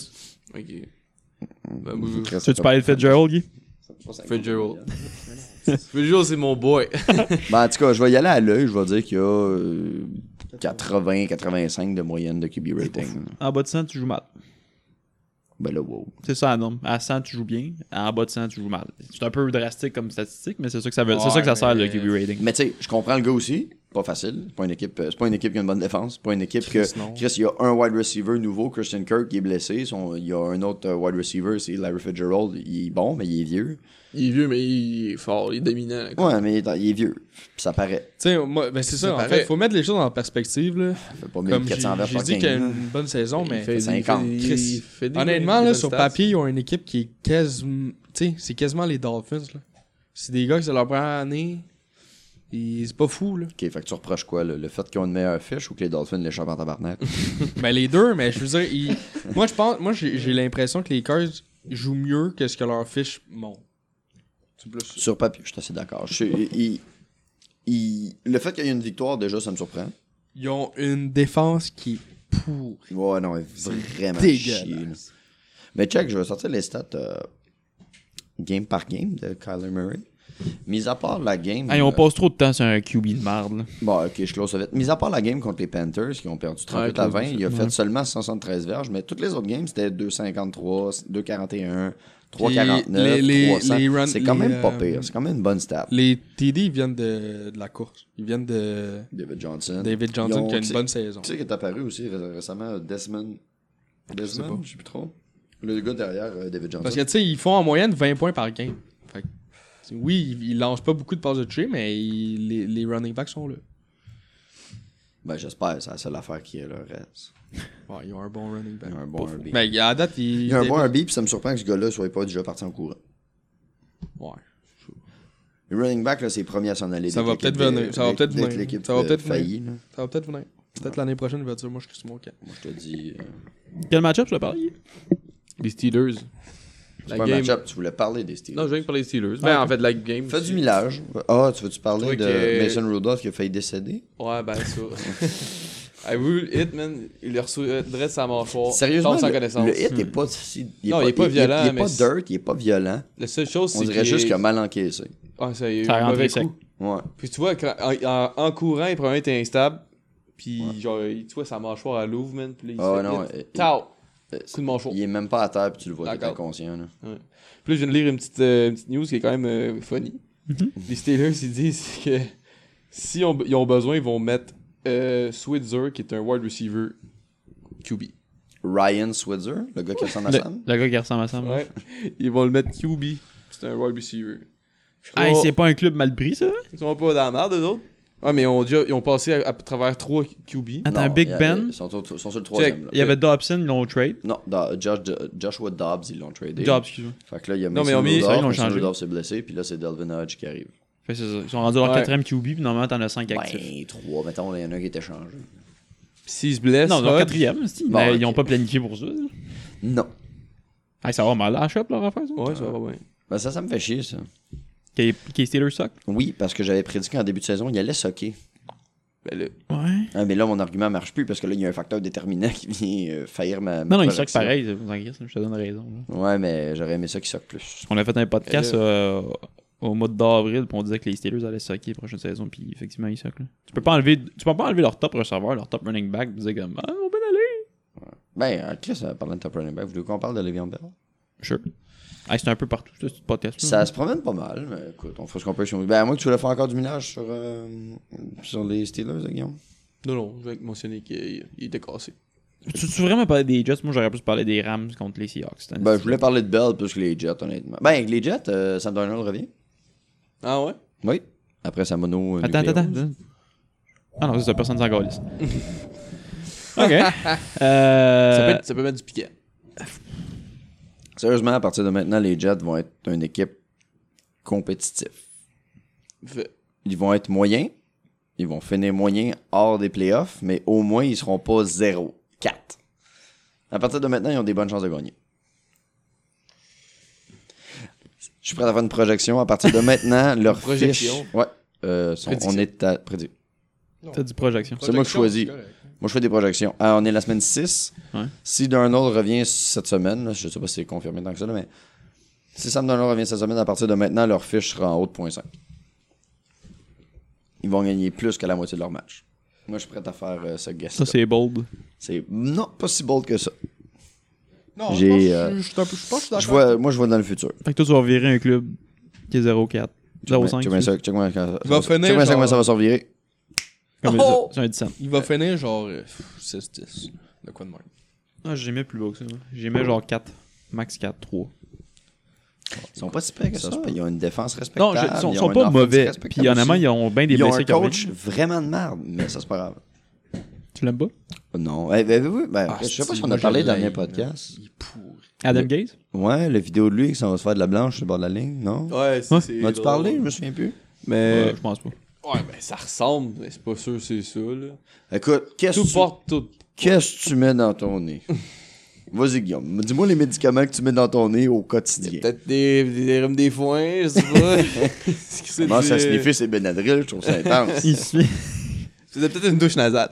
S3: Ok. Ben, moi, je-
S4: Chris,
S8: Tu veux tu parler de Fitzgerald, Guy?
S3: Fitzgerald. Fitzgerald, [LAUGHS] c'est mon boy.
S4: Ben, en tout cas, je vais y aller à l'œil. Je vais dire qu'il y a 80-85 de moyenne de QB rating.
S8: En bas de 100, tu joues mal.
S4: Ben là, wow.
S8: C'est ça la norme. À 100, tu joues bien. En bas de 100, tu joues mal. C'est un peu drastique comme statistique, mais c'est ça que ça, veut, c'est ça, que ça sert, le QB rating.
S4: Mais tu sais, je comprends le gars aussi. Pas facile. C'est pas une équipe, euh, c'est pas une équipe qui a une bonne défense. C'est pas une équipe que. Chris, il y a un wide receiver nouveau, Christian Kirk, qui est blessé. Son- il y a un autre euh, wide receiver, c'est Larry Fitzgerald. Il est bon, mais il est vieux.
S3: Il est vieux, mais il est fort, il est dominant. là.
S4: Ouais, mais il est- il est vieux. Puis ça paraît.
S5: Tu sais, moi, ben c'est ça, en
S3: paraît.
S5: fait, faut mettre les choses en perspective. Là.
S4: Ça fait pas
S5: Comme j'ai
S4: 1400 verges
S5: j'ai
S4: par
S5: dit
S4: game.
S5: qu'il y a une bonne saison,
S3: Il
S5: mais
S3: fait- il fait-
S4: 50.
S3: il-
S5: Chris.
S3: il fait des-
S5: honnêtement,
S3: des
S5: là,
S3: belles
S5: sur
S3: stats.
S5: papier, ils ont une équipe qui est quasiment. Tu sais, c'est quasiment les Dolphins. là. C'est des gars que c'est leur première année. Ils- C'est pas fou, là.
S4: Ok, fait que tu reproches quoi là? Le fait qu'ils ont une meilleure fiche ou que les Dolphins l'échappent en
S5: [LAUGHS]
S4: tabarnak
S5: Ben les deux, mais je veux dire, ils- moi je pense, moi j'ai j'ai l'impression que les Cards jouent mieux que ce que leur fiche montre.
S4: Sur papier, je suis assez d'accord. Je suis- il- il- le fait qu'il y ait une victoire, déjà, ça me surprend.
S5: Ils ont une défense qui est pourrie.
S4: Ouais, non, vraiment
S5: dégueulasse.
S4: chier, là. Mais check, je vais sortir les stats euh, game par game de Kyler Murray. Mis à part la
S5: Ah,
S4: game.
S8: Hey,
S4: euh,
S8: on passe trop de temps sur un QB de marde. là.
S4: Bon, ok, je close ça vite. Mis à part la game contre les Panthers, qui ont perdu 38 à 20, il a fait seulement 173 verges, mais toutes les autres games, c'était 253, 241, 349,
S5: les- les-
S4: 300.
S5: les run-
S4: c'est quand
S5: les,
S4: même pas
S5: euh,
S4: pire. C'est quand même une bonne stat.
S5: Les TD ils viennent de, de la course. Ils viennent de
S4: David Johnson.
S5: David
S4: Ils
S5: Johnson
S4: ont-
S5: qui a une
S4: c'est-
S5: bonne saison.
S4: Tu sais qui est apparu aussi ré- récemment, Desmond.
S5: sais pas. Ben,
S4: Desmond, je sais plus trop. Le gars derrière euh, David Johnson.
S5: Parce que tu sais, ils font en moyenne 20 points par game. Fait que, t'sais, oui, ils, ils lancent pas beaucoup de passes de toucher, mais ils- les, les running backs sont là.
S4: Ben, j'espère, c'est la seule affaire qui est le reste.
S5: Ouais, ils ont un bon running
S4: Il
S5: back.
S4: y a un bon RB.
S3: Ben,
S5: Mais à la date, ils.
S4: Il y a un bon RB, puis ça me surprend que ce gars-là soit pas déjà parti en courant.
S5: Ouais.
S4: Le running back, là, c'est le premier à s'en aller.
S5: Ça
S4: d'être
S5: va peut-être
S4: l'équipe de-
S5: venir, ça va
S4: d'être-
S5: peut-être
S4: d'être
S5: venir.
S4: l'équipe
S5: Ça va
S4: de-
S5: peut-être
S4: faillie, là.
S5: Ça va peut-être venir. Peut-être l'année prochaine, il va dire, moi je suis sur mon camp.
S4: Moi, je te dis. euh,
S8: Quel match-up tu veux parler?
S3: Les Steelers.
S4: C'est
S3: La
S4: pas un
S3: game.
S4: match-up, tu voulais parler des Steelers.
S3: Non, je viens de parler des Steelers.
S8: Ah,
S3: Ben, en fait, la game.
S4: Fais
S3: tu-
S4: du millage. Ah, tu veux-tu parler
S3: Oui,
S4: de
S3: que-
S4: Mason Rudolph qui a failli décéder
S3: Ouais, ben,
S4: [LAUGHS]
S3: ça. I will hit, man. Il le reçoit sa mâchoire.
S4: Sérieusement,
S3: tombe Oh, sans
S4: le,
S3: connaissance. Hmm.
S4: le hit est pas si. est
S3: Non, il est pas violent,
S4: Il est pas
S3: mais c'est-
S4: dirt, il est pas violent.
S3: La seule chose, c'est.
S4: On dirait
S3: qu'il
S4: juste
S3: est-
S4: qu'il a mal encaissé.
S3: Ah, ça il a eu
S8: Ça a
S3: un mauvais
S8: rentré
S3: coup.
S4: Ouais.
S3: Puis tu vois, quand- en, en- en courant, il premièrement était instable. Puis genre, il- tu vois, sa mâchoire à l'ouvre, man. Puis là, il
S4: Ah,
S3: se fait
S4: non,
S3: hit.
S4: euh,
S3: Tao!
S4: euh,
S3: Coup de mâchoire.
S4: Il est même pas à terre, puis tu le vois, il est
S3: D'accord.
S4: inconscient. Là.
S3: Puis là, je viens de lire une petite, euh, une petite news qui est quand même euh, funny.
S8: Mm-hmm.
S3: Les Steelers, ils disent que si on- ils ont besoin, ils vont mettre euh, Switzer, qui est un wide receiver QB.
S4: Ryan Switzer, le gars qui a son
S8: Le,
S4: ensemble.
S8: le gars qui ressemble à Sam.
S3: Ouais. [LAUGHS] Ils vont le mettre QB. C'est un wide receiver. Je
S8: Hey,
S3: crois-
S8: Ah, c'est pas un club mal pris, ça?
S3: Ils sont pas dans la merde, eux autres. Ouais, mais ils ont, déjà- ils ont passé à, à travers 3 QB.
S8: Attends, Big Ben.
S4: Ils sont, au- ils sont sur le troisième. là.
S8: Il y avait Dobson, ils l'ont trade.
S4: Non, da- Josh- euh, Joshua Dobbs, ils l'ont tradé.
S8: Dobbs, excuse-moi.
S4: Fait que là, il y a
S3: Non,
S4: Mason
S3: mais ils ont mis-
S4: Rudolph,
S8: ça, ils l'ont
S4: Mason
S8: changé.
S4: Rudolph s'est blessé, puis là, c'est Delvin Hodge qui arrive.
S8: Fait que c'est ça. Ils sont rendus à leur
S3: Ouais.
S8: quatrième QB, puis normalement, t'en as cinq actifs.
S4: Ben, trois, mettons, là, il y en a un qui est échangé.
S3: S'ils se blessent,
S8: non, leur
S3: Hodge,
S8: quatrième, c'est-
S4: Bon,
S8: mais
S4: ok.
S8: ils n'ont pas planifié pour ça. là.
S4: Non.
S8: Hey, ça va mal à la shop, leur affaire, ça.
S3: Ouais, ça va bien.
S4: Ben, ça, ça me fait chier, ça.
S8: Qui qui est Steelers sock.
S4: Oui, parce que j'avais prédit qu'en début de saison, il allait soquer.
S3: Ben là,
S8: Ouais.
S4: Ah, mais là, mon argument marche plus parce que là, il y a un facteur déterminant [LAUGHS] qui vient euh, faillir ma. ma
S8: Non, non, ils sock
S4: projection.
S8: pareil, ça, vous en crissez, je te donne raison. là.
S4: Ouais, mais j'aurais aimé ça qu'il soque plus.
S8: On a fait un podcast euh, au mois d'avril, puis on disait que les Steelers allaient socker la prochaine saison, puis effectivement, ils sockent. là. Tu peux pas enlever, tu peux pas enlever leur top receveur, leur top running back, puis dire comme, ah, on peut aller.
S4: Ben, euh, Chris, euh, parlant de top running back, vous voulez qu'on parle de Le'Veon Bell
S8: Sure. Hey, c'est un peu partout, ce petit podcast.
S4: Ça se promène pas mal, mais écoute, on fera ce qu'on peut. Si on... Ben, à moins que tu voulais faire encore du minage sur, euh, sur les Steelers, hein, Guillaume.
S3: non, non, je vais mentionner qu'il il était cassé.
S8: Tu veux vraiment parler des Jets Moi, j'aurais plus parlé des Rams contre les Seahawks. cette année.
S4: Ben, je voulais parler de Bell plus que les Jets, honnêtement. Ben, avec les Jets, euh, Sam Darnold revient.
S3: Ah ouais?
S4: Oui. Après sa mono. euh,
S8: Attends, attends,
S4: nucléose.
S8: attends. Ah non, c'est ça, personne s'en calisse. ok. Euh,
S3: Ça, peut être- ça peut mettre du piquet.
S4: Sérieusement, à partir de maintenant, les Jets vont être une équipe compétitive.
S3: Fait-
S4: Ils vont être moyens. Ils vont finir moyens hors des playoffs, mais au moins, ils seront pas 0-4. À partir de maintenant, ils ont des bonnes chances de gagner. Je suis prêt à faire une projection. À partir de [LAUGHS] maintenant, leur
S3: Projection.
S4: fiche... Ouais. euh, sont- on
S3: Prédiction.
S4: est à... prédit-
S8: T'as du projection.
S4: C'est moi qui choisis. Moi, je fais des projections. Ah, on est la semaine 6.
S8: Ouais.
S4: Si Darnold revient cette semaine, là, je sais pas si c'est confirmé tant que ça, là, mais si Sam Darnold revient cette semaine, à partir de maintenant, leur fiche sera en haut de 0.5. Ils vont gagner plus que la moitié de leur match. Moi, je suis prêt à faire euh, ce guess
S8: Ça, c'est bold.
S4: c'est non pas si bold que ça.
S5: Non,
S4: J'ai,
S5: je pense que
S4: euh,
S5: je- je suis un peu- je pense que je
S4: Je
S5: suis d'accord.
S4: vois, moi, je vois dans le futur.
S8: Fait que toi, tu vas virer un club qui est 0-4.
S4: Check
S8: 0-5.
S4: bien ça, check bien ça.
S5: Il va
S4: check bien
S5: finir, euh,
S4: ça,
S5: genre-
S4: comment ça va se revirer.
S8: Comme ça, C'est un 10 cents.
S5: Il va finir genre euh, pff, 6-10. De quoi de même.
S8: Ah, j'aimais plus bas que ça. moi. J'aimais genre 4. Max 4, 3.
S4: Ils sont pas si pires que ça. Ils ont une défense respectable.
S8: Non, je- ils sont,
S4: ils
S8: sont
S4: ont une
S8: pas
S4: offense
S8: mauvais.
S4: respectable
S8: Puis honnêtement,
S4: aussi.
S8: ils ont bien des
S4: Ils ont
S8: blessés
S4: un
S8: qui reviennent.
S4: coach vraiment de merde, mais ça, c'est pas grave.
S8: Tu l'aimes pas
S4: Non. Eh, ben, oui, ben,
S5: Ah,
S4: je sais pas si on a parlé dans les podcasts.
S5: Il est pourri.
S8: Adam
S4: Le-
S8: Gaze
S4: Ouais, la vidéo de lui, ça va se faire de la blanche sur le bord de la ligne, non?
S3: Ouais,
S8: Ouais.
S3: c'est. c'est
S4: M'as-tu
S3: drôle.
S4: parlé? Je me souviens plus.
S3: Mais.
S8: Ouais, Je pense pas.
S3: Ouais, ben ça ressemble, mais c'est pas sûr, c'est ça, là.
S4: Écoute, qu'est-ce
S3: Tout
S4: que tu-
S3: porte tout.
S4: qu'est-ce que tu mets dans ton
S5: [LAUGHS]
S4: nez? Vas-y, Guillaume. Dis-moi les médicaments que tu mets dans ton nez au quotidien.
S3: Peut-être des, des, des rhumes des foins, je sais pas. Qu'est-ce que c'est
S4: Comment ça
S3: des-
S4: signifie, c'est Benadryl, je trouve ça
S5: [LAUGHS]
S4: intense.
S8: Ici.
S3: C'était peut-être une douche nasale.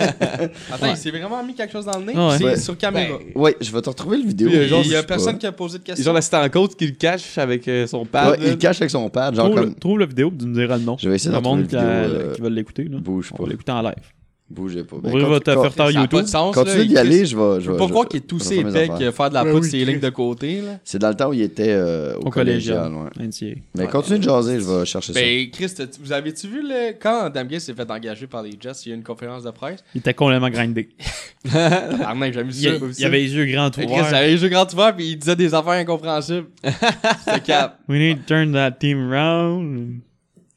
S5: Attends, il s'est vraiment mis quelque chose dans le nez.
S8: Ah ouais.
S5: C'est
S4: Ouais.
S5: sur caméra.
S3: Ben,
S4: [LAUGHS] ouais, je vais te retrouver le vidéo.
S3: Puis, euh, genre,
S5: il y a
S4: Je sais
S5: personne
S4: pas.
S5: qui a posé de
S3: C'est
S5: questions.
S3: genre l'assistant coach qui le cache avec euh, son
S4: Ouais,
S3: pad.
S4: il le cache avec son pad, genre
S8: Trouve,
S4: comme.
S8: le- trouve la vidéo, puis tu me diras le nom.
S4: Je vais essayer
S8: Le
S4: d'en trouver
S8: monde
S4: une
S8: qui,
S4: vidéo.
S8: a-
S4: euh,
S8: qui va l'écouter, là.
S4: Bouge
S8: On
S4: pas.
S8: va l'écouter en live.
S4: Bougez pas. Ben,
S8: Ouvrez
S4: quand-
S8: votre
S4: quand-
S8: porteur
S5: Ça a pas
S8: YouTube.
S5: de sens.
S4: Quand
S5: là,
S4: tu veux
S5: il-
S4: y aller, je vais. Je
S5: Je
S4: vais
S5: peux pas
S4: je-
S5: croire qu'il est
S4: je vais
S5: tous
S4: faire mes
S5: épais,
S4: affaires.
S5: qu'il faire de
S8: Ben
S5: la poudre sur les lignes de côté. Là.
S4: C'est dans le temps où il était euh, au,
S8: Au
S4: collégial,
S8: collégial.
S4: ouais.
S8: NCA.
S4: Mais continue de jaser, je vais chercher ça.
S5: Ben, Chris, t'as- vous avez-tu vu le... quand Adam Gaze s'est fait engager par les Jets, il y a eu une conférence
S8: [LAUGHS]
S5: de presse?
S8: Il était complètement grindé.
S5: Tabarnak, j'avais vu
S8: Il,
S5: ça.
S8: il avait les yeux grands
S5: Fait que Chris, il
S8: ouverts.
S5: avait les yeux grands ouverts, puis il disait des
S8: [LAUGHS]
S5: affaires incompréhensibles. C'était cap.
S8: We need to turn that team around.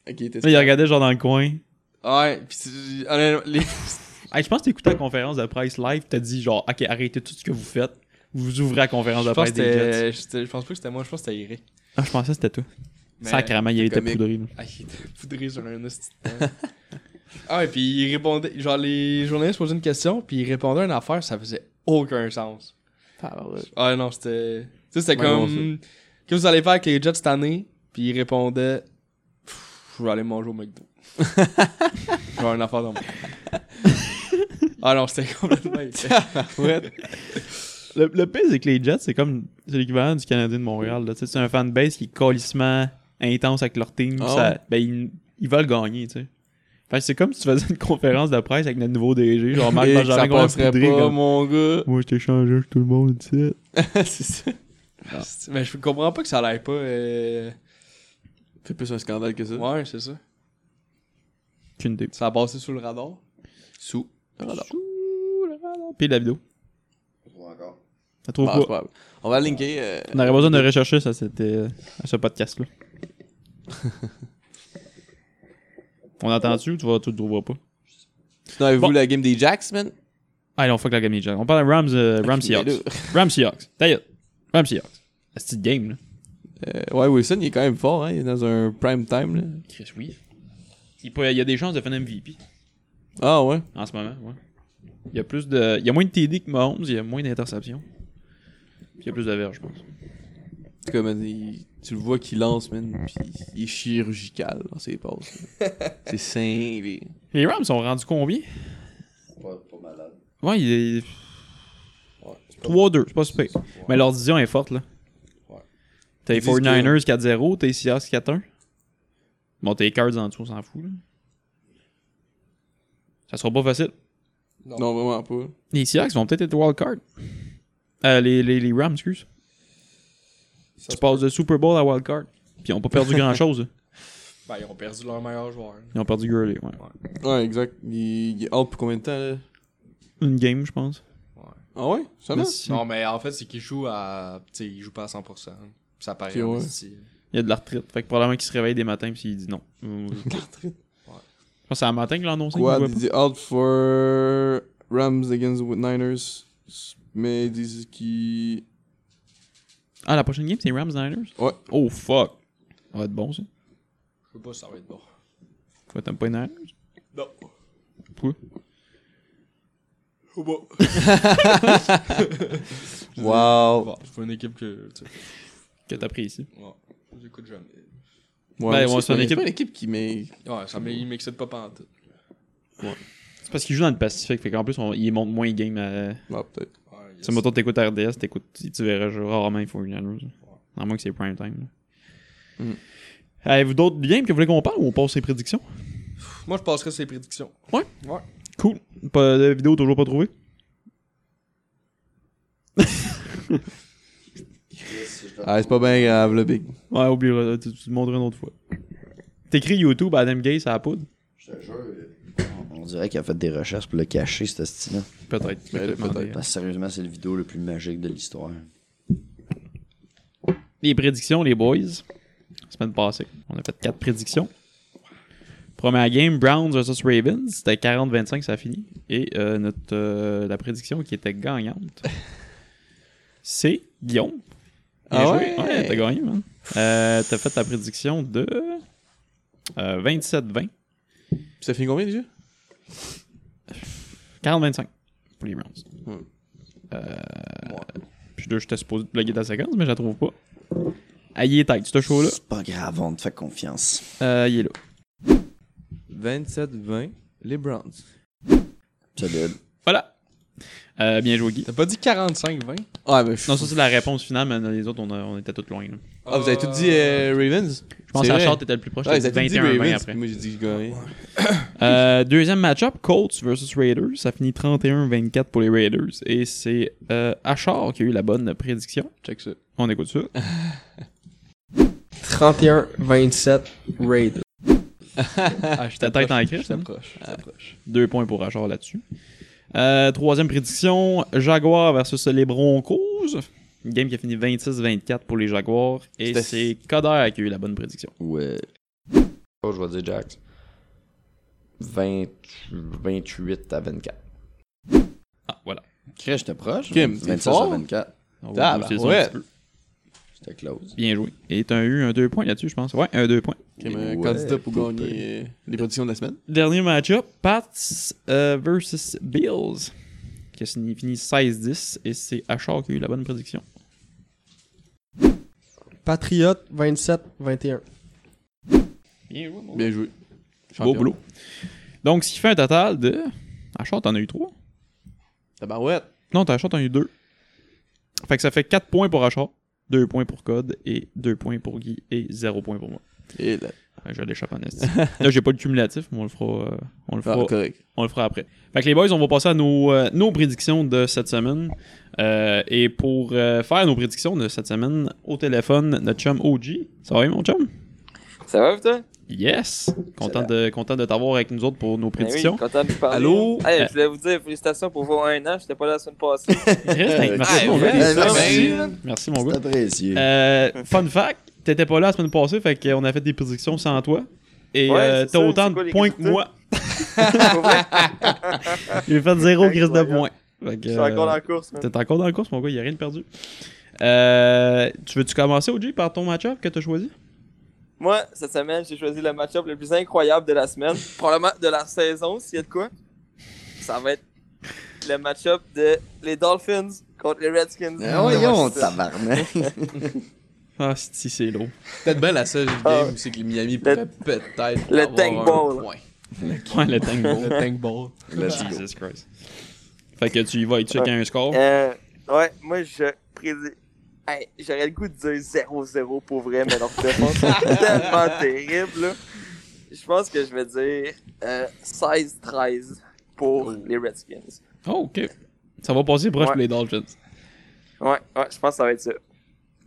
S3: Ok, t'es-
S8: Là, il regardait genre dans le coin.
S5: Ouais, puis tu- honnêtement, les...
S8: Hey, je pense que t'écoutais la conférence de presse live, t'as dit genre, ok, arrêtez tout ce que vous faites, vous ouvrez la conférence
S5: je
S8: de
S5: pense
S8: presse
S5: que
S8: des Jets.
S5: c'était- c'était- je pense pas que c'était moi, je pense que c'était Eric.
S8: Ah, je pensais que c'était toi.
S5: Mais-
S8: Sacrément, il était
S3: comique.
S8: poudré. là.
S5: Ah, il était [LAUGHS] foudré sur un hostie de temps. [LAUGHS] Ah, et puis il répondait. Genre, les journalistes posaient une question, puis il répondait à une affaire, ça faisait aucun sens. Ah non, c'était. Tu sais, c'était
S3: Ouais,
S5: comme. Qu'est-ce que vous allez faire avec les Jets cette année? Puis il répondait. Pff, Je vais aller manger au
S11: [LAUGHS]
S5: McDo. Je vais avoir une affaire dans mon. ah non, c'était
S11: [LAUGHS]
S5: complètement.
S3: [LAUGHS] Ouais.
S8: Le, le pire, c'est que les Jets, c'est comme c'est l'équivalent du Canadien de Montréal. là. Tu sais, C'est un fanbase qui est colissement intense avec leur team.
S3: Ah
S8: ça-
S3: ouais?
S8: ben, ils, ils veulent gagner, tu sais. Fait que c'est comme si tu faisais une conférence de presse avec notre nouveau DG, genre Marc
S3: Et que
S8: Bergerin
S3: ça
S8: qu'on a
S3: passerait
S8: poudré,
S3: pas,
S8: comme,
S3: mon gars.
S8: Moi, je t'ai changé avec tout le monde, tu sais.
S3: [LAUGHS] c'est ça.
S5: Mais je comprends pas que ça l'aille pas. euh,
S3: Fait plus un scandale que ça.
S5: Ouais, c'est ça.
S8: Qu'une idée.
S5: Ça a passé sous le radar.
S3: Sous. Voilà.
S8: Puis la vidéo. Ça trouve
S3: Ah, c'est pas
S8: pas.
S3: grave. On va linker. euh,
S8: On aurait besoin de rechercher ça, c'était euh, à
S3: [LAUGHS]
S8: ce podcast-là. On entend-tu ou tu, vas, tu le trouveras pas?
S3: Sinon, avez-vous
S8: Bon.
S3: la game des Jacks, man?
S8: Ah non, fuck la game des Jets. On parle de Rams, euh, Rams
S3: mais
S8: Seahawks. Rams Seahawks. D'ailleurs, Rams Seahawks. C'est une game, là.
S3: Euh, ouais, Wilson, il est quand même fort, hein. Il est dans un prime time, là.
S8: Chris, oui. Il, peut- il y a des chances de faire un MVP
S3: Ah ouais?
S8: en ce moment, ouais. Il y a plus de. Il y a moins de TD que Mahomes, il y a moins d'interceptions. Puis Il y a plus de verges, je pense.
S3: C'est Comme, man, il- tu le vois qu'il lance, man, pis il est chirurgical dans ses passes. [LAUGHS] là. C'est cinglé.
S8: Les Rams sont rendus combien
S4: Pas, pas malade.
S8: Ouais, il est
S4: Ouais, c'est pas-
S8: 3-2, c'est pas super. Mais leur division est forte, là.
S4: Ouais.
S8: T'as les
S3: Ils disent que-
S8: 49ers 4-0, t'as les Seahawks 4-1. Bon, t'as les Cards en dessous, on s'en fout, là. Ça sera pas facile.
S3: Non, vraiment pas.
S8: Les Seahawks vont peut-être être wildcard. Euh, les, les, les Rams, excuse. tu passes de Super Bowl à wildcard. Puis ils ont pas
S4: [LAUGHS]
S8: perdu grand-chose. là.
S11: Ben, ils ont perdu leur meilleur joueur.
S8: Ils ont perdu Gurley, ouais.
S3: Ouais, exact. Il, il est out pour combien de temps, là?
S8: Une game, je pense.
S3: Ah ouais? Ça va?
S8: Merci.
S11: Non, mais en fait, c'est qu'ils jouent à. Tu sais, ils jouent pas à 100%. Ça paraît
S3: Ok, ouais.
S11: en esti.
S8: Il y a de la retraite. Fait que probablement qu'il se réveille des matins puis il dit non. Je pense que c'est un matin qu'il l'a annoncé.
S3: Quoi?
S8: qu'il
S3: Il
S8: jouait
S3: dit out for Rams against the Niners. Mais ils disent qu'il.
S8: pas. Ah, la prochaine game, c'est Rams Niners?
S3: Ouais.
S8: Oh fuck. Ça va être bon, ça.
S11: Je sais pas si ça va être bon.
S8: Quoi, t'aimes pas les Niners?
S11: Non.
S8: Pourquoi?
S11: Oh, bon.
S4: Wow.
S11: Bon, c'est pas une équipe que. Tu sais,
S8: Que t'as pris ici.
S11: ouais, j'écoute jamais.
S8: Ben, ouais,
S3: mais
S8: c'est une
S3: pas-
S8: équipe-
S3: pas l'équipe qui met.
S11: Ouais, ça m'é- il m'excite pas pantoute.
S8: C'est parce qu'il joue dans le Pacifique. Fait qu'en plus, on, ils montent moins les games à.
S3: Ah, peut-être.
S11: Ouais, yes.
S8: Tu sais, mettons, t'écoutes RDS, t'écoutes, tu tu verras genre, rarement il faut une annonce. À moins que c'est prime time. là.
S3: Mm.
S8: Avez-vous d'autres games que vous voulez qu'on parle ou on passe ses prédictions
S11: Moi, je passerais ses prédictions.
S8: Cool. Pas de vidéo toujours pas trouvée
S3: Ah, c'est pas bien grave, le Big.
S8: Ouais, oublie, tu, tu te montreras une autre fois. T'écris YouTube Adam Gay, ça la poudre
S4: Je te jure, On dirait qu'il a fait des recherches pour le cacher, ce style-là.
S8: Peut-être. Je vais
S3: Ben,
S8: te demander.
S4: Parce que sérieusement, c'est le vidéo le plus magique de l'histoire.
S8: Les prédictions, les boys. Semaine passée, on a fait quatre prédictions. Première game, Browns versus Ravens. C'était 40-25, ça a fini. Et euh, notre, euh, la prédiction qui était gagnante, [LAUGHS] c'est Guillaume. Bien
S3: Ah
S8: joué.
S3: ouais?
S8: t'as gagné, man. Euh, t'as fait la prédiction de euh, 27-20.
S3: Ça finit combien déjà?
S8: 40-25 pour les Browns.
S3: Hmm.
S8: Euh, Puis deux, j'étais supposé te plugger ta séquence, mais je la trouve pas. Ah, il est tight, ce show-là.
S4: C'est pas grave, on te fait confiance.
S8: Euh, il est là.
S3: 27-20, les Browns.
S4: Solide.
S8: Voilà. Euh, bien joué, Guy.
S11: T'as pas dit 45-20
S3: Ah, mais je
S8: Non, ça, c'est la réponse finale, mais dans les autres, on, a- on était tous loin. là.
S3: Ah, vous avez tout dit euh, Ravens?
S8: Je pense
S3: C'est
S8: que
S3: vrai.
S8: Charlotte était le plus proche.
S3: Ah, vous
S8: c'était
S3: avez tout dit
S8: 21-20
S3: Ravens, puis
S8: après.
S3: moi j'ai dit gagné.
S8: Euh, deuxième match-up, Colts versus Raiders. Ça finit 31-24 pour les Raiders. Et c'est euh, Achard qui a eu la bonne prédiction.
S3: Check ça.
S8: On écoute ça.
S10: 31-27 Raiders.
S11: Ah,
S8: Ta tête en crèche,
S11: Je
S8: hein?
S11: t'approche. je t'approche.
S8: Deux points pour Achard là-dessus. Euh, troisième prédiction, Jaguars versus les Broncos. Une game qui a fini 26-24 pour les Jaguars. Et
S3: C'était-
S8: c'est Coder qui a eu la bonne prédiction.
S4: Ouais.
S10: Oh, je vais dire Jax. 20 28 à 24.
S8: Ah, voilà.
S4: Chris, j'étais proche.
S3: Kim, t'es
S4: 26 à
S3: fort.
S4: 24.
S8: On va
S3: Ah,
S8: booster
S3: bah,
S8: ça un
S3: ouais.
S8: petit peu.
S4: J'étais close.
S8: Bien joué. Et t'as eu un deux points là-dessus, je pense. Ouais, un deux points.
S3: Comme un
S4: Ouais,
S3: candidat pour
S4: pas
S3: gagner euh, les prédictions de la semaine.
S8: Dernier match-up, Pats euh, versus Bills, qui a signé- fini 16-10, et c'est Achard qui a eu la bonne prédiction.
S10: Patriot 27-21.
S8: Bien joué, mon
S3: Bien joué.
S8: Beau
S3: Champion.
S8: boulot. Donc, ce qui fait un total de... Achard, t'en as eu 3?
S3: Tabarouette.
S8: Non, t'as Achard, t'en as eu 2. Fait que ça fait 4 points pour Achard, 2 points pour Code, et 2 points pour Guy, et 0 points pour moi.
S3: Et là.
S8: Ouais, je l'échappe en esti. Là, j'ai pas le cumulatif, mais on le fera, euh, on le
S3: Ah,
S8: fera
S3: correct.
S8: On le fera après. Fait que les boys, on va passer à nos, euh, nos prédictions de cette semaine. Euh, et pour euh, faire nos prédictions de cette semaine, au téléphone, notre chum OG. Ça va, mon chum?
S7: Ça va, putain?
S8: Yes! Content de, content de t'avoir avec nous autres pour nos
S7: Ben oui,
S8: prédictions.
S7: content de vous parler.
S8: Allô?
S7: Hey,
S8: Euh.
S7: je voulais vous dire félicitations pour vos un an. J'étais pas là la semaine passée.
S8: Reste avec- merci,
S4: Ah,
S8: mon
S4: ouais,
S8: gars.
S4: merci.
S8: Merci. Merci, mon
S4: C'est
S8: gars.
S4: apprécié.
S8: Euh,
S7: [LAUGHS]
S8: fun fact, t'étais pas là la semaine passée, fait qu'on a fait des prédictions sans toi. Et
S7: Ouais,
S8: euh,
S7: c'est
S8: t'as
S7: ça,
S8: autant
S7: c'est quoi
S8: de
S7: les
S8: points que
S7: résultats?
S8: moi.
S7: [LAUGHS] Pour vrai,
S8: J'ai fait zéro crise de
S7: Incroyable.
S8: points. Fait que,
S7: Je suis encore
S8: euh,
S7: dans la course. man.
S8: T'es encore dans la course, mon gars, il a rien de perdu. Euh, tu veux-tu commencer, OG, par ton match-up que tu as choisi?
S7: Moi, cette semaine, j'ai choisi le match-up le plus incroyable de la semaine. Probablement de la saison, s'il y a de quoi. Ça va être le match-up de les Dolphins contre les Redskins.
S4: Ah, voyons, tabarnak.
S8: Ah, si, c'est lourd.
S11: Peut-être bien la seule game
S7: Ah.
S11: où c'est que les Miami pourrait peut-être.
S7: Le
S11: avoir
S7: tank
S11: un
S7: ball.
S11: point.
S8: Ouais, [LAUGHS] le tank
S11: Le
S7: Ah.
S8: ball.
S11: tank ball.
S4: Let's
S8: [LAUGHS]
S4: go.
S8: Jesus Christ. Fait que tu y vas et tu sais qu'il y a un score.
S7: Euh, ouais, moi, je prédis. Hey, J'aurais le goût de dire 0-0 pour vrai, mais non, c'est tellement terrible. là. Je pense que je vais dire euh, 16-13 pour les Redskins.
S8: Oh, ok. Ça va passer proche
S7: Ouais.
S8: pour les Dolphins.
S7: Ouais, ouais, je pense que ça va être ça.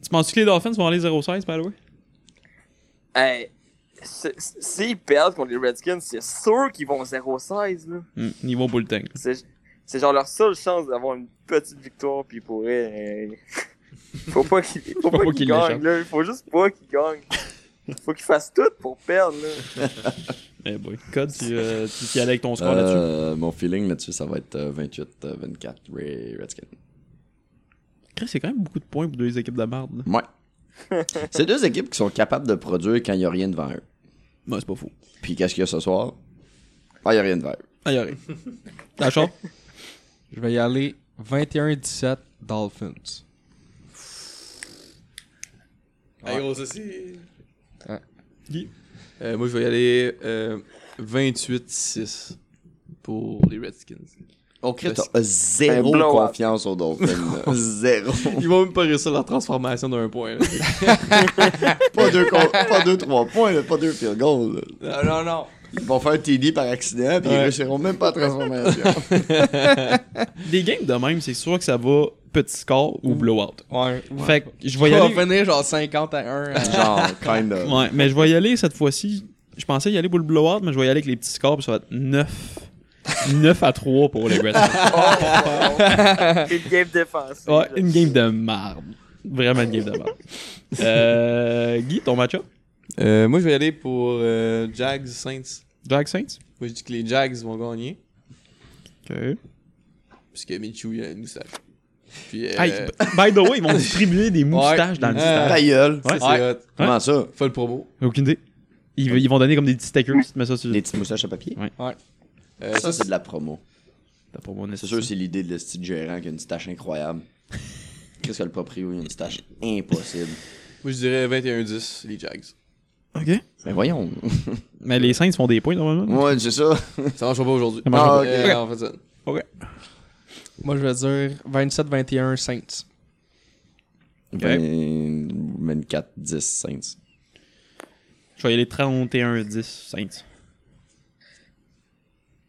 S8: Tu penses que les Dolphins vont aller 0-16, by the way?
S7: Hey, c- c- s'ils perdent contre les Redskins, c'est sûr qu'ils vont 0-16. là.
S8: Hmm, ils vont pour le tank.
S7: C'est c'est genre leur seule chance d'avoir une petite victoire, puis ils pourraient. euh, [LAUGHS] faut pas qu'ils faut pas
S8: pas
S7: qu'ils
S8: qu'ils
S7: gagnent,
S8: l'échappent.
S7: là. Il faut juste pas qu'ils gagnent. Faut qu'ils fassent tout pour perdre, là.
S8: Eh boy. Code, tu, euh, tu, tu y allais avec ton score là-dessus.
S4: Euh, mon feeling là-dessus, ça va être euh, 28-24 Ray Redskins.
S8: Chris, c'est quand même beaucoup de points pour deux équipes de merde. là.
S4: Ouais. C'est deux équipes qui sont capables de produire quand il n'y a rien devant eux.
S3: Bah,
S8: Ouais, c'est pas fou.
S4: Puis qu'est-ce qu'il y a ce soir? Ah, il n'y a rien devant eux.
S8: Ah, y aurait. D'accord.
S5: Je vais y aller 21-17 Dolphins.
S11: Hey, gros, ça, c'est-
S5: Ouais.
S8: Guy?
S11: Euh, moi, je vais y aller euh, 28-6 pour les Redskins.
S4: On crée
S11: Parce-
S4: t'as zéro
S7: Un blowout.
S4: confiance aux Dolphins. là. zéro.
S11: [LAUGHS] Ils vont même pas réussir leur transformation d'un [LAUGHS] point. là.
S4: Pas deux, con- pas deux, trois points, là, pas deux field goals. là.
S11: non, non, non.
S4: Ils vont faire un TD par accident, puis ils réussiront même pas à transformation.
S8: Des games de même, c'est sûr que ça va petit score ou blowout.
S11: Ouais.
S8: Fait que je vais
S11: On
S8: y
S11: va
S8: aller.
S11: finir genre 50 à 1. euh,
S4: Genre, kind of.
S8: Ouais, mais je vais y aller cette fois-ci. Je pensais y aller pour le blowout, mais je vais y aller avec les petits scores, puis ça va être 9. 9 à 3 pour les
S11: [LAUGHS]
S8: Redskins.
S11: Oh,
S7: Une game défense.
S8: Ouais, une game de marde. Vraiment une game de marde. Euh, Guy, ton match-up?
S11: Euh, moi, je vais y aller pour euh, Jags Saints.
S8: Jack Saints?
S11: Moi, je dis que les Jags vont gagner.
S8: OK.
S11: Parce que Michu, il a une moustache. Puis, euh,
S8: Hey, by the way, ils vont distribuer des
S11: ouais.
S8: moustaches dans le
S11: Euh,
S8: stade.
S4: Ta gueule.
S11: ça,
S8: ouais.
S11: c'est
S4: Ouais.
S11: hot.
S4: Comment ça?
S11: Faut le promo.
S8: Aucune idée. Ils, ils vont donner comme des petits stickers, tu te mets ça sur
S4: Les petites moustaches à papier?
S11: Euh,
S4: Ça, c'est de la promo.
S8: T'as pas mon
S4: C'est sûr, c'est l'idée de le style gérant qui a une stache incroyable. Qu'est-ce que le proprio, il a une stache impossible.
S11: Moi, je dirais 21-10, les Jags.
S8: OK.
S4: Mais voyons.
S8: Mais les Saints font des points, normalement.
S4: Ouais, c'est ça.
S11: Ça marche pas aujourd'hui.
S8: Ça marche
S4: pas.
S11: Euh, non, en fait, ça.
S5: Moi, je vais dire 27-21 Saints.
S4: Ben, 24, 10, Saints.
S8: Je vais y aller 31-10 Saints.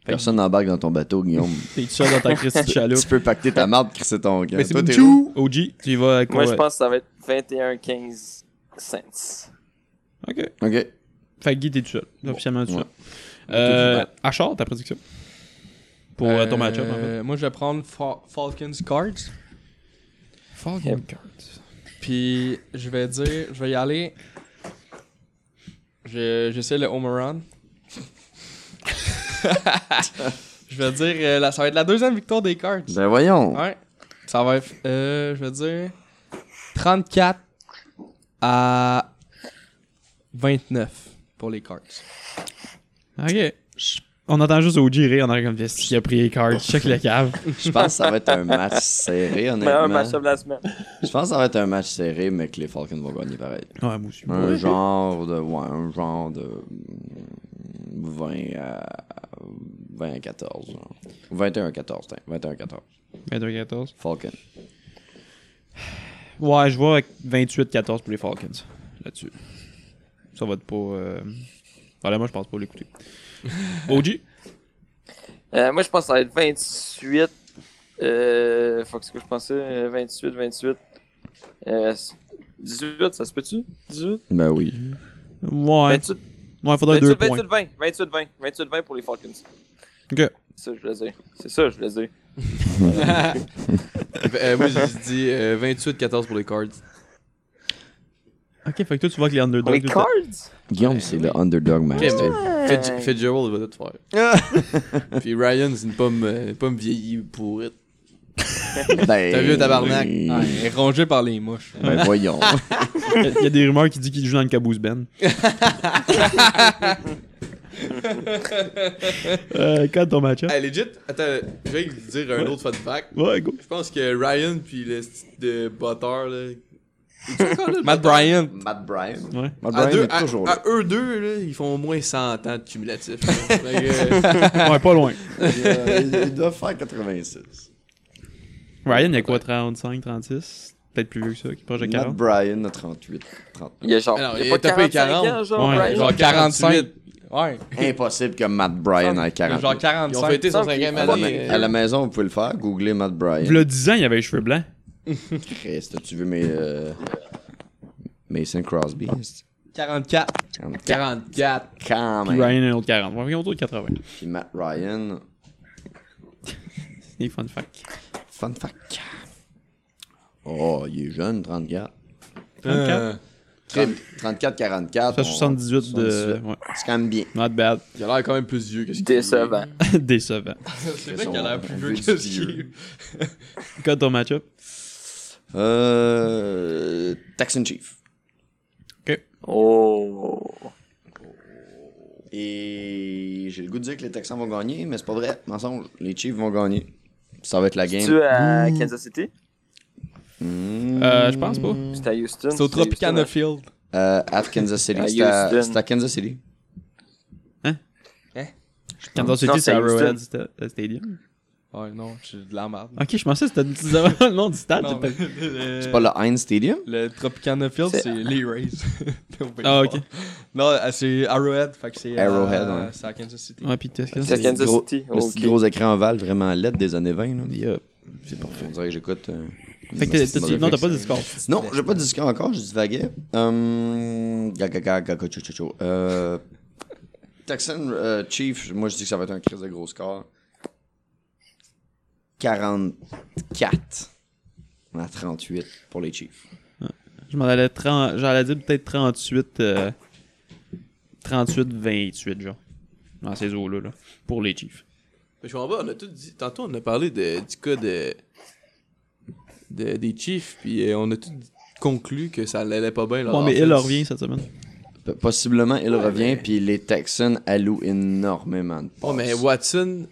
S4: Personne n'embarque dans ton bateau, Guillaume.
S8: T'es tout seul dans
S4: [LAUGHS]
S8: ta Christie de chaloupe.
S4: tu peux pacter ta marde, crisser ton camp.
S8: Mais c'est
S4: Toi, t'es où?
S8: tout. OG, tu y vas avec
S7: Moi, je
S8: quoi?
S7: pense que ça va être 21-15 Saints.
S8: OK.
S4: Ok.
S8: Fait que Guy, t'es tout seul. Officiellement, tout
S4: Ouais.
S8: seul. Euh, Achard, ta prédiction? Pour euh, ton
S5: Euh,
S8: match-up, en fait.
S5: Moi, je vais prendre Fa- Falcons Cards.
S8: Falcon Cards.
S5: Puis, je vais dire, je vais y aller. Je- J'essaie le home run. [LAUGHS] je vais dire, euh, la- ça va être la deuxième victoire des Cards.
S4: Ben, voyons.
S5: Ouais. Ça va être, euh, je vais dire, 34 à 29 pour les Cards.
S8: OK. On entend juste OG rire en arrière comme Vesti qui a pris les cards. Check le [LAUGHS] cave.
S4: Je pense que ça va être un match
S7: [LAUGHS]
S4: serré,
S7: Meilleur
S4: honnêtement.
S7: match-up de la semaine.
S4: Je pense que ça va être un match serré, mais que les Falcons vont gagner pareil.
S8: Ouais, moi aussi.
S4: Un genre de. Ouais, un genre de. mm, 20 à. 20 à 14. genre. 21 à 14, tiens. 21 à 14.
S8: 22-14.
S4: Falcon.
S8: Ouais, je vois avec 28-14 pour les Falcons là-dessus. Ça va être pas. Euh... voilà, moi, je pense pas [LAUGHS] l'écouter. OG
S7: Euh, moi, je pense que ça va être 28. Euh, faut que ce que je pensais, euh, 28, 28. Euh, 18, ça se peut-tu? 18?
S4: Ben oui. Ben,
S8: Ouais,
S7: 28,
S8: ouais faudrait
S7: 28,
S8: deux
S7: 28,
S8: points.
S7: 20. 28, 20. 28, 20 pour les Falcons.
S8: Ok.
S7: C'est ça, que je voulais dire. C'est ça, que je voulais dire.
S11: Euh, moi, je dis euh, 28-14 pour les Cards.
S8: Ok, fait que toi, tu vois que les underdogs.
S7: les
S8: tout le
S7: cards?
S8: temps.
S4: Guillaume, c'est le underdog master.
S11: Fitz-
S12: Ah.
S3: [LAUGHS] euh,
S11: Fitzgerald, il va tout faire. Puis Ryan, c'est une pomme, euh, pomme vieillie pourrite.
S4: Ben,
S5: T'as vu, tabarnak?
S4: oui.
S5: Ah, il est rongé par
S3: [LAUGHS]
S5: les mouches.
S4: Ben voyons.
S8: Il y a- il y a des rumeurs qui disent qu'il joue dans le caboose Ben. euh, quand ton match-up?
S3: Hey, legit, attends, je vais vous dire un
S8: Ouais.
S3: autre fun fact.
S8: Ouais, go.
S3: Je pense que Ryan puis le sti- de Butter, là.
S5: Matt Bryant.
S4: [LAUGHS] Matt Bryan.
S8: Ouais.
S12: Matt
S3: À,
S12: Bryan
S3: deux,
S12: est
S3: à-
S12: toujours
S3: à
S12: là.
S3: eux deux, là, ils font au moins 100 ans de [LAUGHS] cumulatif. là. Fait que, euh,
S8: Ouais, pas loin.
S4: Il, euh, il- il doit faire 86.
S8: Ryan, il y a quoi, 35, 36? Peut-être plus vieux que ça, qui est proche de
S4: Matt
S8: 40.
S4: Bryan a 38. 39.
S7: Il y a genre.
S3: Alors,
S7: il
S3: il
S7: y a
S3: est tapé
S7: pas 45
S3: 40.
S7: ans, genre,
S8: Ouais,
S7: Brian?
S8: genre-
S3: genre 45. Ouais.
S4: Impossible que Matt Bryan ait
S5: Il a
S4: 40.
S5: Genre
S3: Ils
S5: 45.
S3: ont fêté son
S7: Cinq.
S3: cinquième
S4: À la,
S3: année. euh.
S4: à la maison, vous pouvez le faire. Googlez Matt Bryan.
S8: Il y a 10 ans, il avait les cheveux blancs.
S4: Christ, tu veux mes. euh, Mason Crosby.
S5: 44.
S4: 44.
S3: 44.
S4: Quand
S8: Puis
S4: même.
S8: Ryan, un autre 40. Ouais, il est autour de 80.
S4: Puis Matt Ryan.
S8: C'est des fun facts.
S4: Fun fact. Oh, il est jeune, 34.
S7: Euh,
S8: 34.
S4: 34, 44.
S8: Ça,
S4: on-
S8: 78 de. Ouais.
S4: C'est quand
S7: [LAUGHS]
S4: même bien.
S8: Not bad. [LAUGHS]
S3: Il a l'air quand même plus vieux que ce qu'il est.
S7: Décevant.
S8: Décevant.
S3: C'est vrai qu'il a l'air plus
S4: Un
S3: vieux
S4: vieux
S3: que ce
S4: vieux.
S3: qu'il est.
S8: Quand ton match-up?
S4: Euh. Texan Chief.
S7: Oh.
S4: Et j'ai le goût de dire que les Texans vont gagner, mais c'est pas vrai. Mensonge. Les Chiefs vont gagner. Ça va être la game.
S7: Tu à Kansas City
S4: Mmh.
S8: Euh, je pense pas.
S7: C'est à Houston.
S5: C'est au Tropicana Field.
S4: Euh, at Kansas
S7: [LAUGHS]
S4: City.
S7: À
S4: C'est à,
S7: Houston.
S4: c'est à Kansas City.
S8: Kansas City,
S7: Non,
S8: c'est
S7: c'est
S8: Arrowhead Sta- euh, Stadium.
S5: Ouais, non, c'est de la merde.
S8: Ok, je pensais que c'était le [LAUGHS] nom du stade.
S5: Non,
S8: j'étais-
S5: mais- le-
S4: C'est pas le Heinz Stadium?
S5: Le Tropicana Field,
S7: C'est-
S5: c'est les Rays. [LAUGHS] Au baseball.
S8: Ah, ok.
S5: Non, euh, c'est Arrowhead, fait que c'est à-
S4: Arrowhead, ouais.
S5: c'est à Kansas City.
S8: Ouais, puis qu'est-ce que
S7: C'est à
S8: c'est?
S7: Kansas
S4: Gros-
S7: City.
S4: Le petit
S7: ok.
S4: gros écran ovale vraiment laid des années 20. Là.
S8: Yup.
S4: C'est parfait. On dirait que j'écoute. euh,
S8: Fait que
S4: une
S8: t'as-
S4: petite
S8: t'as-
S4: mauvaise
S8: non, t'as
S4: réflexion.
S8: pas de score.
S4: Non, j'ai pas discuté encore, je divaguais. Hum. Gaga, gaga, gaga, chou, chou, chou. Euh. Texan euh, Chief, moi je dis que ça va être un crise de gros score. 44 à 38 pour les Chiefs.
S8: Je m'en allais 30, j'allais dire peut-être 38 euh, 38 28 genre. Dans ces eaux là, là pour les Chiefs.
S3: Mais je comprends pas, on a tout dit. Tantôt, on a parlé de, du cas de, de- des Chiefs, puis euh, on a tout conclu que ça allait pas bien. leur
S8: Ouais, mais
S3: offense.
S8: il revient cette semaine.
S4: P- Possiblement, il revient, puis les Texans allouent énormément de
S3: Oh, mais
S4: passes.
S3: Watson,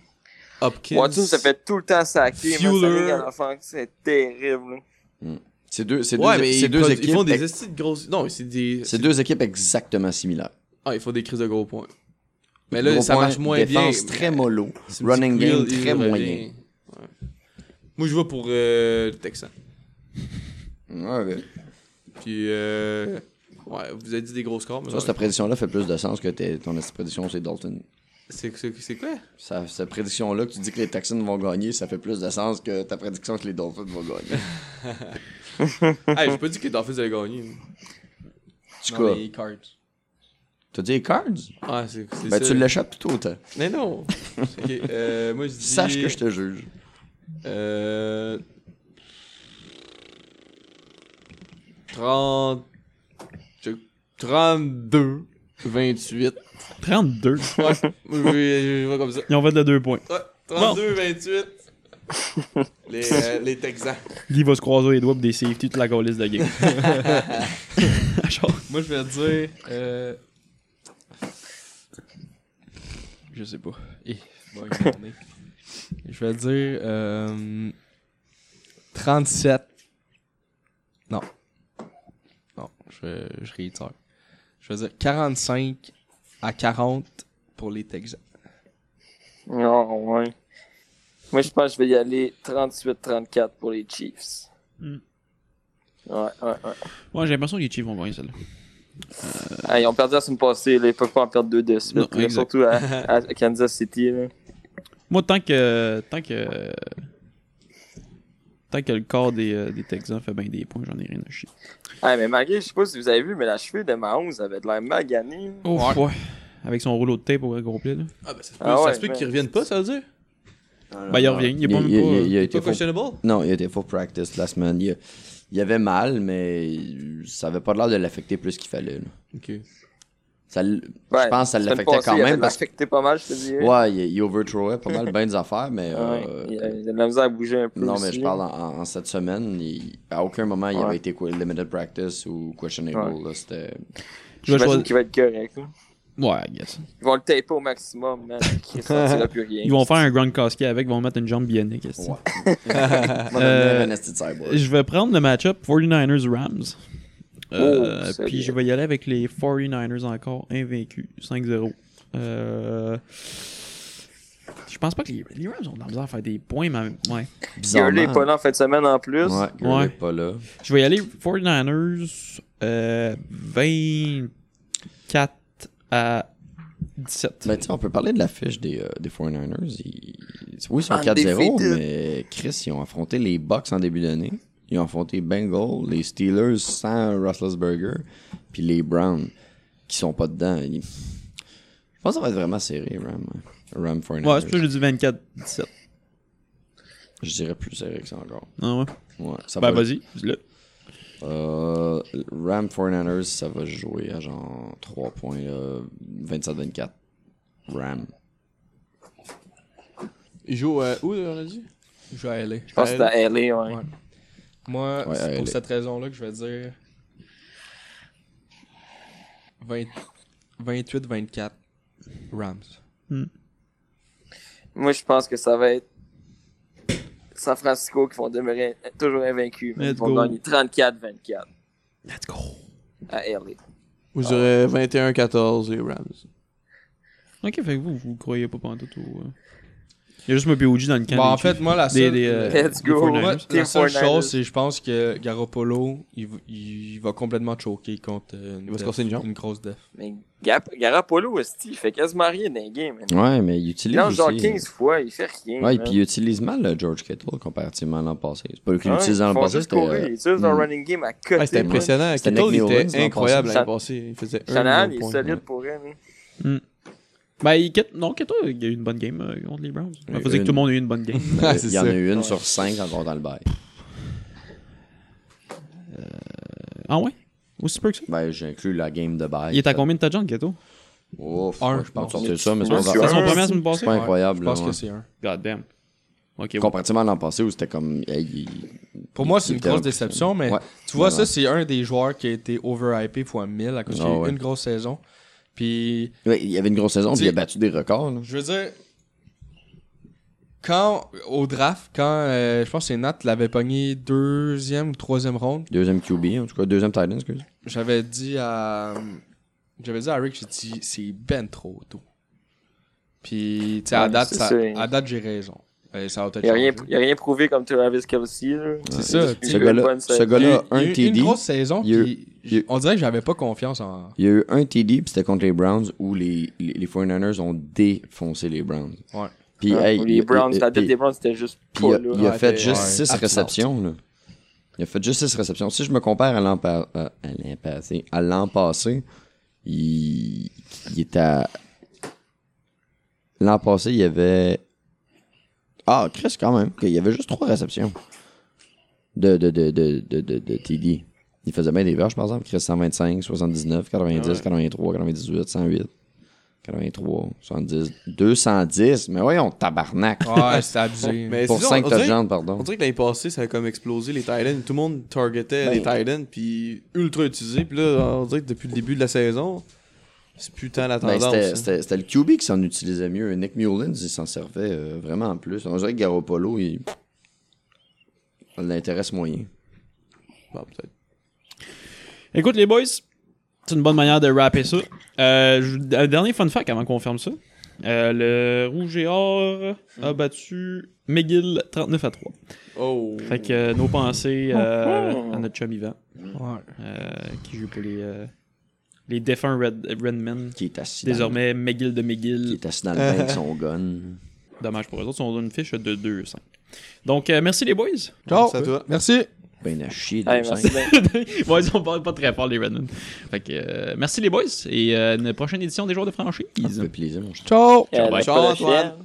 S3: Hopkins.
S7: Watson se fait tout le temps saquer. man,
S3: Fuller.
S7: sa ligne à l'enfant, C'est terrible. là.
S4: C'est deux, c'est
S3: Ouais,
S4: deux,
S3: mais
S4: c'est
S3: ils,
S4: deux
S3: produ- ils
S4: équipes.
S3: font des
S4: ex-
S3: estis de grosses. Non, c'est des.
S4: c'est deux équipes exactement similaires.
S3: Ah, ils font des crises de gros points. Mais là,
S4: Gros
S3: ça
S4: point,
S3: marche moins
S4: défense
S3: bien.
S4: très
S3: mais-
S4: mollo.
S3: C'est
S4: Running
S3: petit
S4: game
S3: Will, il
S4: très
S3: revient.
S4: moyen.
S3: Ouais. Moi, je vais pour euh, le Texan.
S4: Ouais, ouais.
S3: Puis, euh, ouais, vous avez dit des gros scores, mais
S4: Ça,
S3: ouais.
S4: cette prédiction-là fait plus de sens que tes- ton esti de prédiction, c'est Dalton.
S3: c'est c'est- c'est quoi?
S4: Ça- cette prédiction-là que tu dis que les Texans vont gagner, ça fait plus de sens que ta prédiction que les Dolphins vont gagner.
S3: [LAUGHS] hey, j'ai pas dit que les Dolphins allaient gagner.
S4: En tout
S5: Non,
S4: cas,
S5: les Cards.
S4: t'as dit les Cards?
S3: Ah, c'est c'est
S4: Ben,
S3: ça.
S4: tu l'échappes plutôt autant.
S3: Mais non! ok, euh, moi je dis.
S4: [LAUGHS] Sache que je te juge.
S3: Euh. 30. je- 32. 28.
S8: 32.
S3: Ouais, moi, je vais, je vais comme ça.
S8: Ils ont fait de deux points.
S3: Ouais, 32, 28. Les, euh, les Texans.
S8: Guy va se croiser les doigts pour des safety toute la colisse de game. Genre,
S5: Moi, je vais dire. euh, Je sais pas. Eh, bonne journée. je vais dire. euh, 37. Non. Non, je, je réitère. Je vais dire 45 à 40 pour les Texans.
S7: Non, ouais. Moi, je pense que je vais y aller 38-34 pour les Chiefs.
S8: Hmm.
S7: Ouais, ouais, ouais.
S8: [LAUGHS] ouais, j'ai l'impression que les Chiefs vont gagner celle-là.
S7: Ah, ils ont perdu la semaine passée, là. ils peuvent pas en perdre deux de suite.
S8: Non,
S7: là,
S8: exact.
S7: surtout à, à Kansas City. Là.
S8: Moi tant que tant que tant que le corps des, euh, des Texans fait bien des points, j'en ai rien à chier.
S7: Ah, mais malgré, je sais pas si vous avez vu, mais la cheville de Mahomes avait de l'air maganée. là.
S8: Oh ouais. Avec son rouleau de tape au gros pli là.
S3: Ah, ben ça se peut,
S7: Ah
S3: ça
S7: ouais,
S3: se peut
S7: ben-
S3: qu'ils reviennent pas, ça veut dire?
S8: Ben, il revient, il est pas même pas-
S4: il a
S3: Pas
S4: été full-
S3: questionable?
S4: Non, il était full practice la semaine. Il, il avait mal, mais ça avait pas l'air de l'affecter plus qu'il fallait. là.
S3: Ok.
S4: Ça, l- je pense que ça l'affectait quand même.
S7: Ça
S4: Parce... que-
S7: affecté pas mal, je te dirais.
S4: Ouais, il, il overthrowait
S3: [LAUGHS]
S4: pas mal bien des affaires, mais. euh,
S7: Ouais, il, a, il a de la misère à bouger un peu.
S4: Non, mais
S7: aussi.
S4: je parle en, en- en cette semaine, il- à aucun moment il
S7: Ouais.
S4: avait été quoi- limited practice ou questionable.
S7: Ouais.
S4: là, C'était.
S7: J'imagine qu'il va être correct. là.
S8: euh, Ouais, I guess.
S7: Ils vont le taper au maximum,
S4: [LAUGHS]
S7: man. Chris, ça ne plus rien.
S8: Ils vont faire un Gronkowski avec, ils vont mettre une jambe bionique. est-ce que-
S4: Ouais.
S8: Euh,
S4: Un esti de cyborg.
S8: je vais prendre le match-up 49ers-Rams. Euh,
S7: Oh, ça y
S8: puis
S7: est.
S8: je vais y aller avec les 49ers encore invaincus, 5-0. Euh, je pense pas que les, les Rams ont de la misère à faire des points, mais ouais.
S7: Gurley est pas
S4: Bizarrement.
S7: là en fin de semaine en plus.
S4: Ouais, Gurley
S8: Ouais.
S4: est pas là.
S8: Je vais y aller 49ers euh, 24 à 17.
S4: Ben, tu sais, on peut parler de l'affiche des, euh, des 49ers. Ils- Oui, ils sont
S7: Undefeated.
S4: 4-0, mais Chris, ils ont affronté les Bucks en début d'année. Ils ont affronté Bengals, les Steelers sans Roethlisberger, puis les Browns qui sont pas dedans. Ils- Je pense que ça va être vraiment serré, Ram. Ram 49ers.
S8: Ouais, c'est pour ça que j'ai dit 24 17.
S4: Je dirais plus serré que ça encore.
S8: Ah ouais.
S4: Ouais, ça
S8: Ben
S4: va-
S8: vas-y, dis-le.
S4: Euh, Ram 49ers, ça va jouer à genre 3 points, euh, 27-24. Ram.
S3: Il joue euh, où, on a dit
S5: Je vais aller.
S7: Je pense que c'est à LA, ouais.
S5: Ouais. Moi,
S4: Ouais,
S5: c'est
S4: elle
S5: pour
S4: est-
S5: cette raison-là que je vais dire 20 28-24 Rams.
S8: Hmm.
S7: Moi, je pense que ça va être San Francisco qui vont demeurer toujours invaincus. mais
S8: Let's
S7: Ils vont
S8: go.
S7: gagner 34-24
S8: Let's go.
S7: à LA.
S3: Vous aurez 21-14, les Rams.
S8: Ok, fait que vous, vous croyez pas pantoute au. euh, Il y a juste mon POG dans le camp. des
S5: Bon, Bah, en fait,
S8: Chiefs.
S5: moi, la
S8: Des-
S5: seule-
S8: des, euh,
S7: Let's
S8: des
S7: go.
S8: 49ers.
S5: Moi,
S7: Team
S5: la seule
S7: 49ers.
S5: chose, c'est que je pense que Garoppolo, il, va- il va complètement choquer contre euh, une,
S3: Il va se
S5: def-
S3: casser une jambe.
S5: une grosse def.
S7: Mais Gap- Garoppolo, esti, il fait quasiment rien dans les games. man.
S4: Ouais, mais ils utilisent.
S7: Il lance genre
S4: aussi-
S7: 15 fois, il fait rien.
S4: Ouais,
S7: man.
S4: puis euh, il utilise mal le George Kittle comparativement à l'an passé. C'est pas lui qui
S7: Ouais,
S4: l'utilise l'an
S7: ils font
S4: passé,
S7: juste
S4: c'était.
S7: courir,
S4: euh,
S7: Ils utilisent leur
S4: hmm.
S7: running game à côté.
S3: Ouais, c'était
S7: man.
S3: impressionnant.
S4: C'était
S3: Kittle, il
S4: Nick Owens,
S3: était
S4: l'an
S3: incroyable
S7: passé.
S3: l'année passée. Il faisait un
S7: Shanahan,
S3: million de
S7: il est
S3: points.
S7: solide pour elle. man.
S8: Ben, il... quitte- Non, Keto, il y a eu une bonne game euh, contre les Browns. Il faut dire que
S4: Une.
S8: tout le monde a eu une bonne game. [LAUGHS]
S3: Ouais, c'est
S4: Il y en
S3: ça.
S4: a eu une sur cinq encore dans le bail.
S8: ah ouais Aussi peu que ça.
S4: Ben, j'inclus la game de bail.
S8: Il est à combien de touchdowns, Keto
S4: Ouf,
S5: Un,
S4: moi,
S5: je
S4: je pense
S5: pense.
S4: sortir ça, mais c'est
S7: Ouais,
S4: pas
S7: c'est
S8: C'est
S4: grave.
S8: son
S7: un.
S8: premier la semaine passée
S4: C'est pas
S5: Je
S4: incroyable.
S5: pense
S4: là,
S5: que
S4: ouais.
S5: c'est un.
S8: God damn. Ok, ouais.
S4: Comparativement à l'an passé où c'était comme. hey, il-
S5: Pour
S4: il-
S5: moi, c'est
S4: il
S5: une
S4: était
S5: grosse
S4: un-
S5: déception, mais
S4: Ouais,
S5: tu vois,
S4: vraiment.
S5: ça, c'est un des joueurs qui a été overhypé fois 1000 à cause qu'il y a
S4: Ah
S5: eu
S4: ouais.
S5: une grosse saison. Puis,
S4: Ouais, il y avait une grosse saison, puis
S5: Tu-
S4: il a battu des records. là.
S5: je veux dire, quand au draft, quand euh, je pense que c'est Nat l'avait pogné deuxième ou troisième ronde,
S4: Deuxième QB, en tout cas, deuxième Titan, excuse.
S5: j'avais dit à. J'avais dit à Rick, j'ai dit, c'est ben trop tôt. Puis, tu sais, à
S7: Ouais,
S5: date,
S7: c'est
S5: ça-
S7: ça.
S5: à date, j'ai raison. Euh, ça va peut-être
S7: Il a rien-
S5: changer.
S7: il a rien prouvé comme Travis Kelsey. là.
S5: C'est ça. tu
S4: Ce
S5: sais.
S7: eu une
S4: gars-là,
S7: bonne
S4: ce
S7: saison.
S5: Il y a
S4: gars-là,
S5: eu- il y a eu
S4: un TD.
S5: Une grosse saison,
S4: il y a eu-
S5: puis
S4: il y a eu-
S5: on dirait que j'avais pas confiance en.
S4: Il y a eu un TD, puis c'était contre les Browns où les, les, les 49ers ont défoncé les Browns.
S5: Ouais.
S4: Puis,
S7: Ah,
S4: hey,
S7: les
S4: il-
S7: Browns,
S4: il-
S7: la
S4: puis-
S7: tête des Browns, c'était juste
S4: Puis il
S7: pas
S4: a,
S7: là.
S4: il a
S5: Ouais,
S4: fait
S5: t'es-
S4: juste
S5: ouais,
S4: 6
S5: absent.
S4: réceptions. Là. Il a fait juste 6 réceptions. Si je me compare à l'an pa- euh, à l'an passé, à l'an passé, il, il était à... L'an passé, il y avait... Ah, Chris, quand même. Il y avait juste 3 réceptions de, de, de, de, de, de, de TD. Il faisait bien des verges, par exemple. Chris, 125, 79, 90, 83, 98, 108, 83, 70, 210. Mais voyons, tabarnak. [LAUGHS]
S5: Ouais, c'était abusé.
S3: Mais
S4: Pour
S3: c'est ça,
S4: 5
S3: on- on dirait-
S4: touchdowns, pardon.
S3: On dirait que l'année passée, ça a comme explosé les Titans. Tout le monde targetait les
S7: Ben.
S3: Titans, puis ultra utilisé. Puis là, on dirait que depuis le début de la saison, c'est putain la
S4: Ben,
S3: tendance.
S4: c'était-
S3: hein.
S4: c'était c'était le QB qui s'en utilisait mieux. Nick Mullins, il s'en servait euh, vraiment en plus. On dirait que Garoppolo, il ça l'intéresse moyen.
S3: Bon, peut-être.
S8: Écoute, les boys, c'est une bonne manière de rapper ça. Euh, je- un dernier fun fact avant qu'on ferme ça. Euh, le Rouge et Or a battu McGill 39 à 3.
S3: Oh.
S8: Fait que euh, nos pensées euh, à notre chum Yvan,
S5: Ouais.
S8: euh, qui joue pour les, euh, les défunts Red, Redmen.
S4: Qui est assis. dans-
S8: Désormais, McGill de
S4: qui
S8: McGill.
S4: est assis dans le bain avec son gun.
S8: Dommage pour eux autres, ils ont une fiche de 2-5. Donc, euh, merci les boys. [LAUGHS]
S5: Ciao.
S3: Merci à toi.
S5: Merci.
S4: Ben à chier,
S7: Hey,
S4: deux
S7: merci,
S4: cinq.
S7: ben.
S8: bon, ils ont pas, pas très fort, les Redmen. Fait que, euh, merci les boys. Et euh, une prochaine édition des joueurs de franchise.
S4: Ça fait plaisir, mon chum.
S5: Ciao.
S7: Euh,
S8: bye.
S7: Ciao,
S3: Antoine.
S7: Antoine.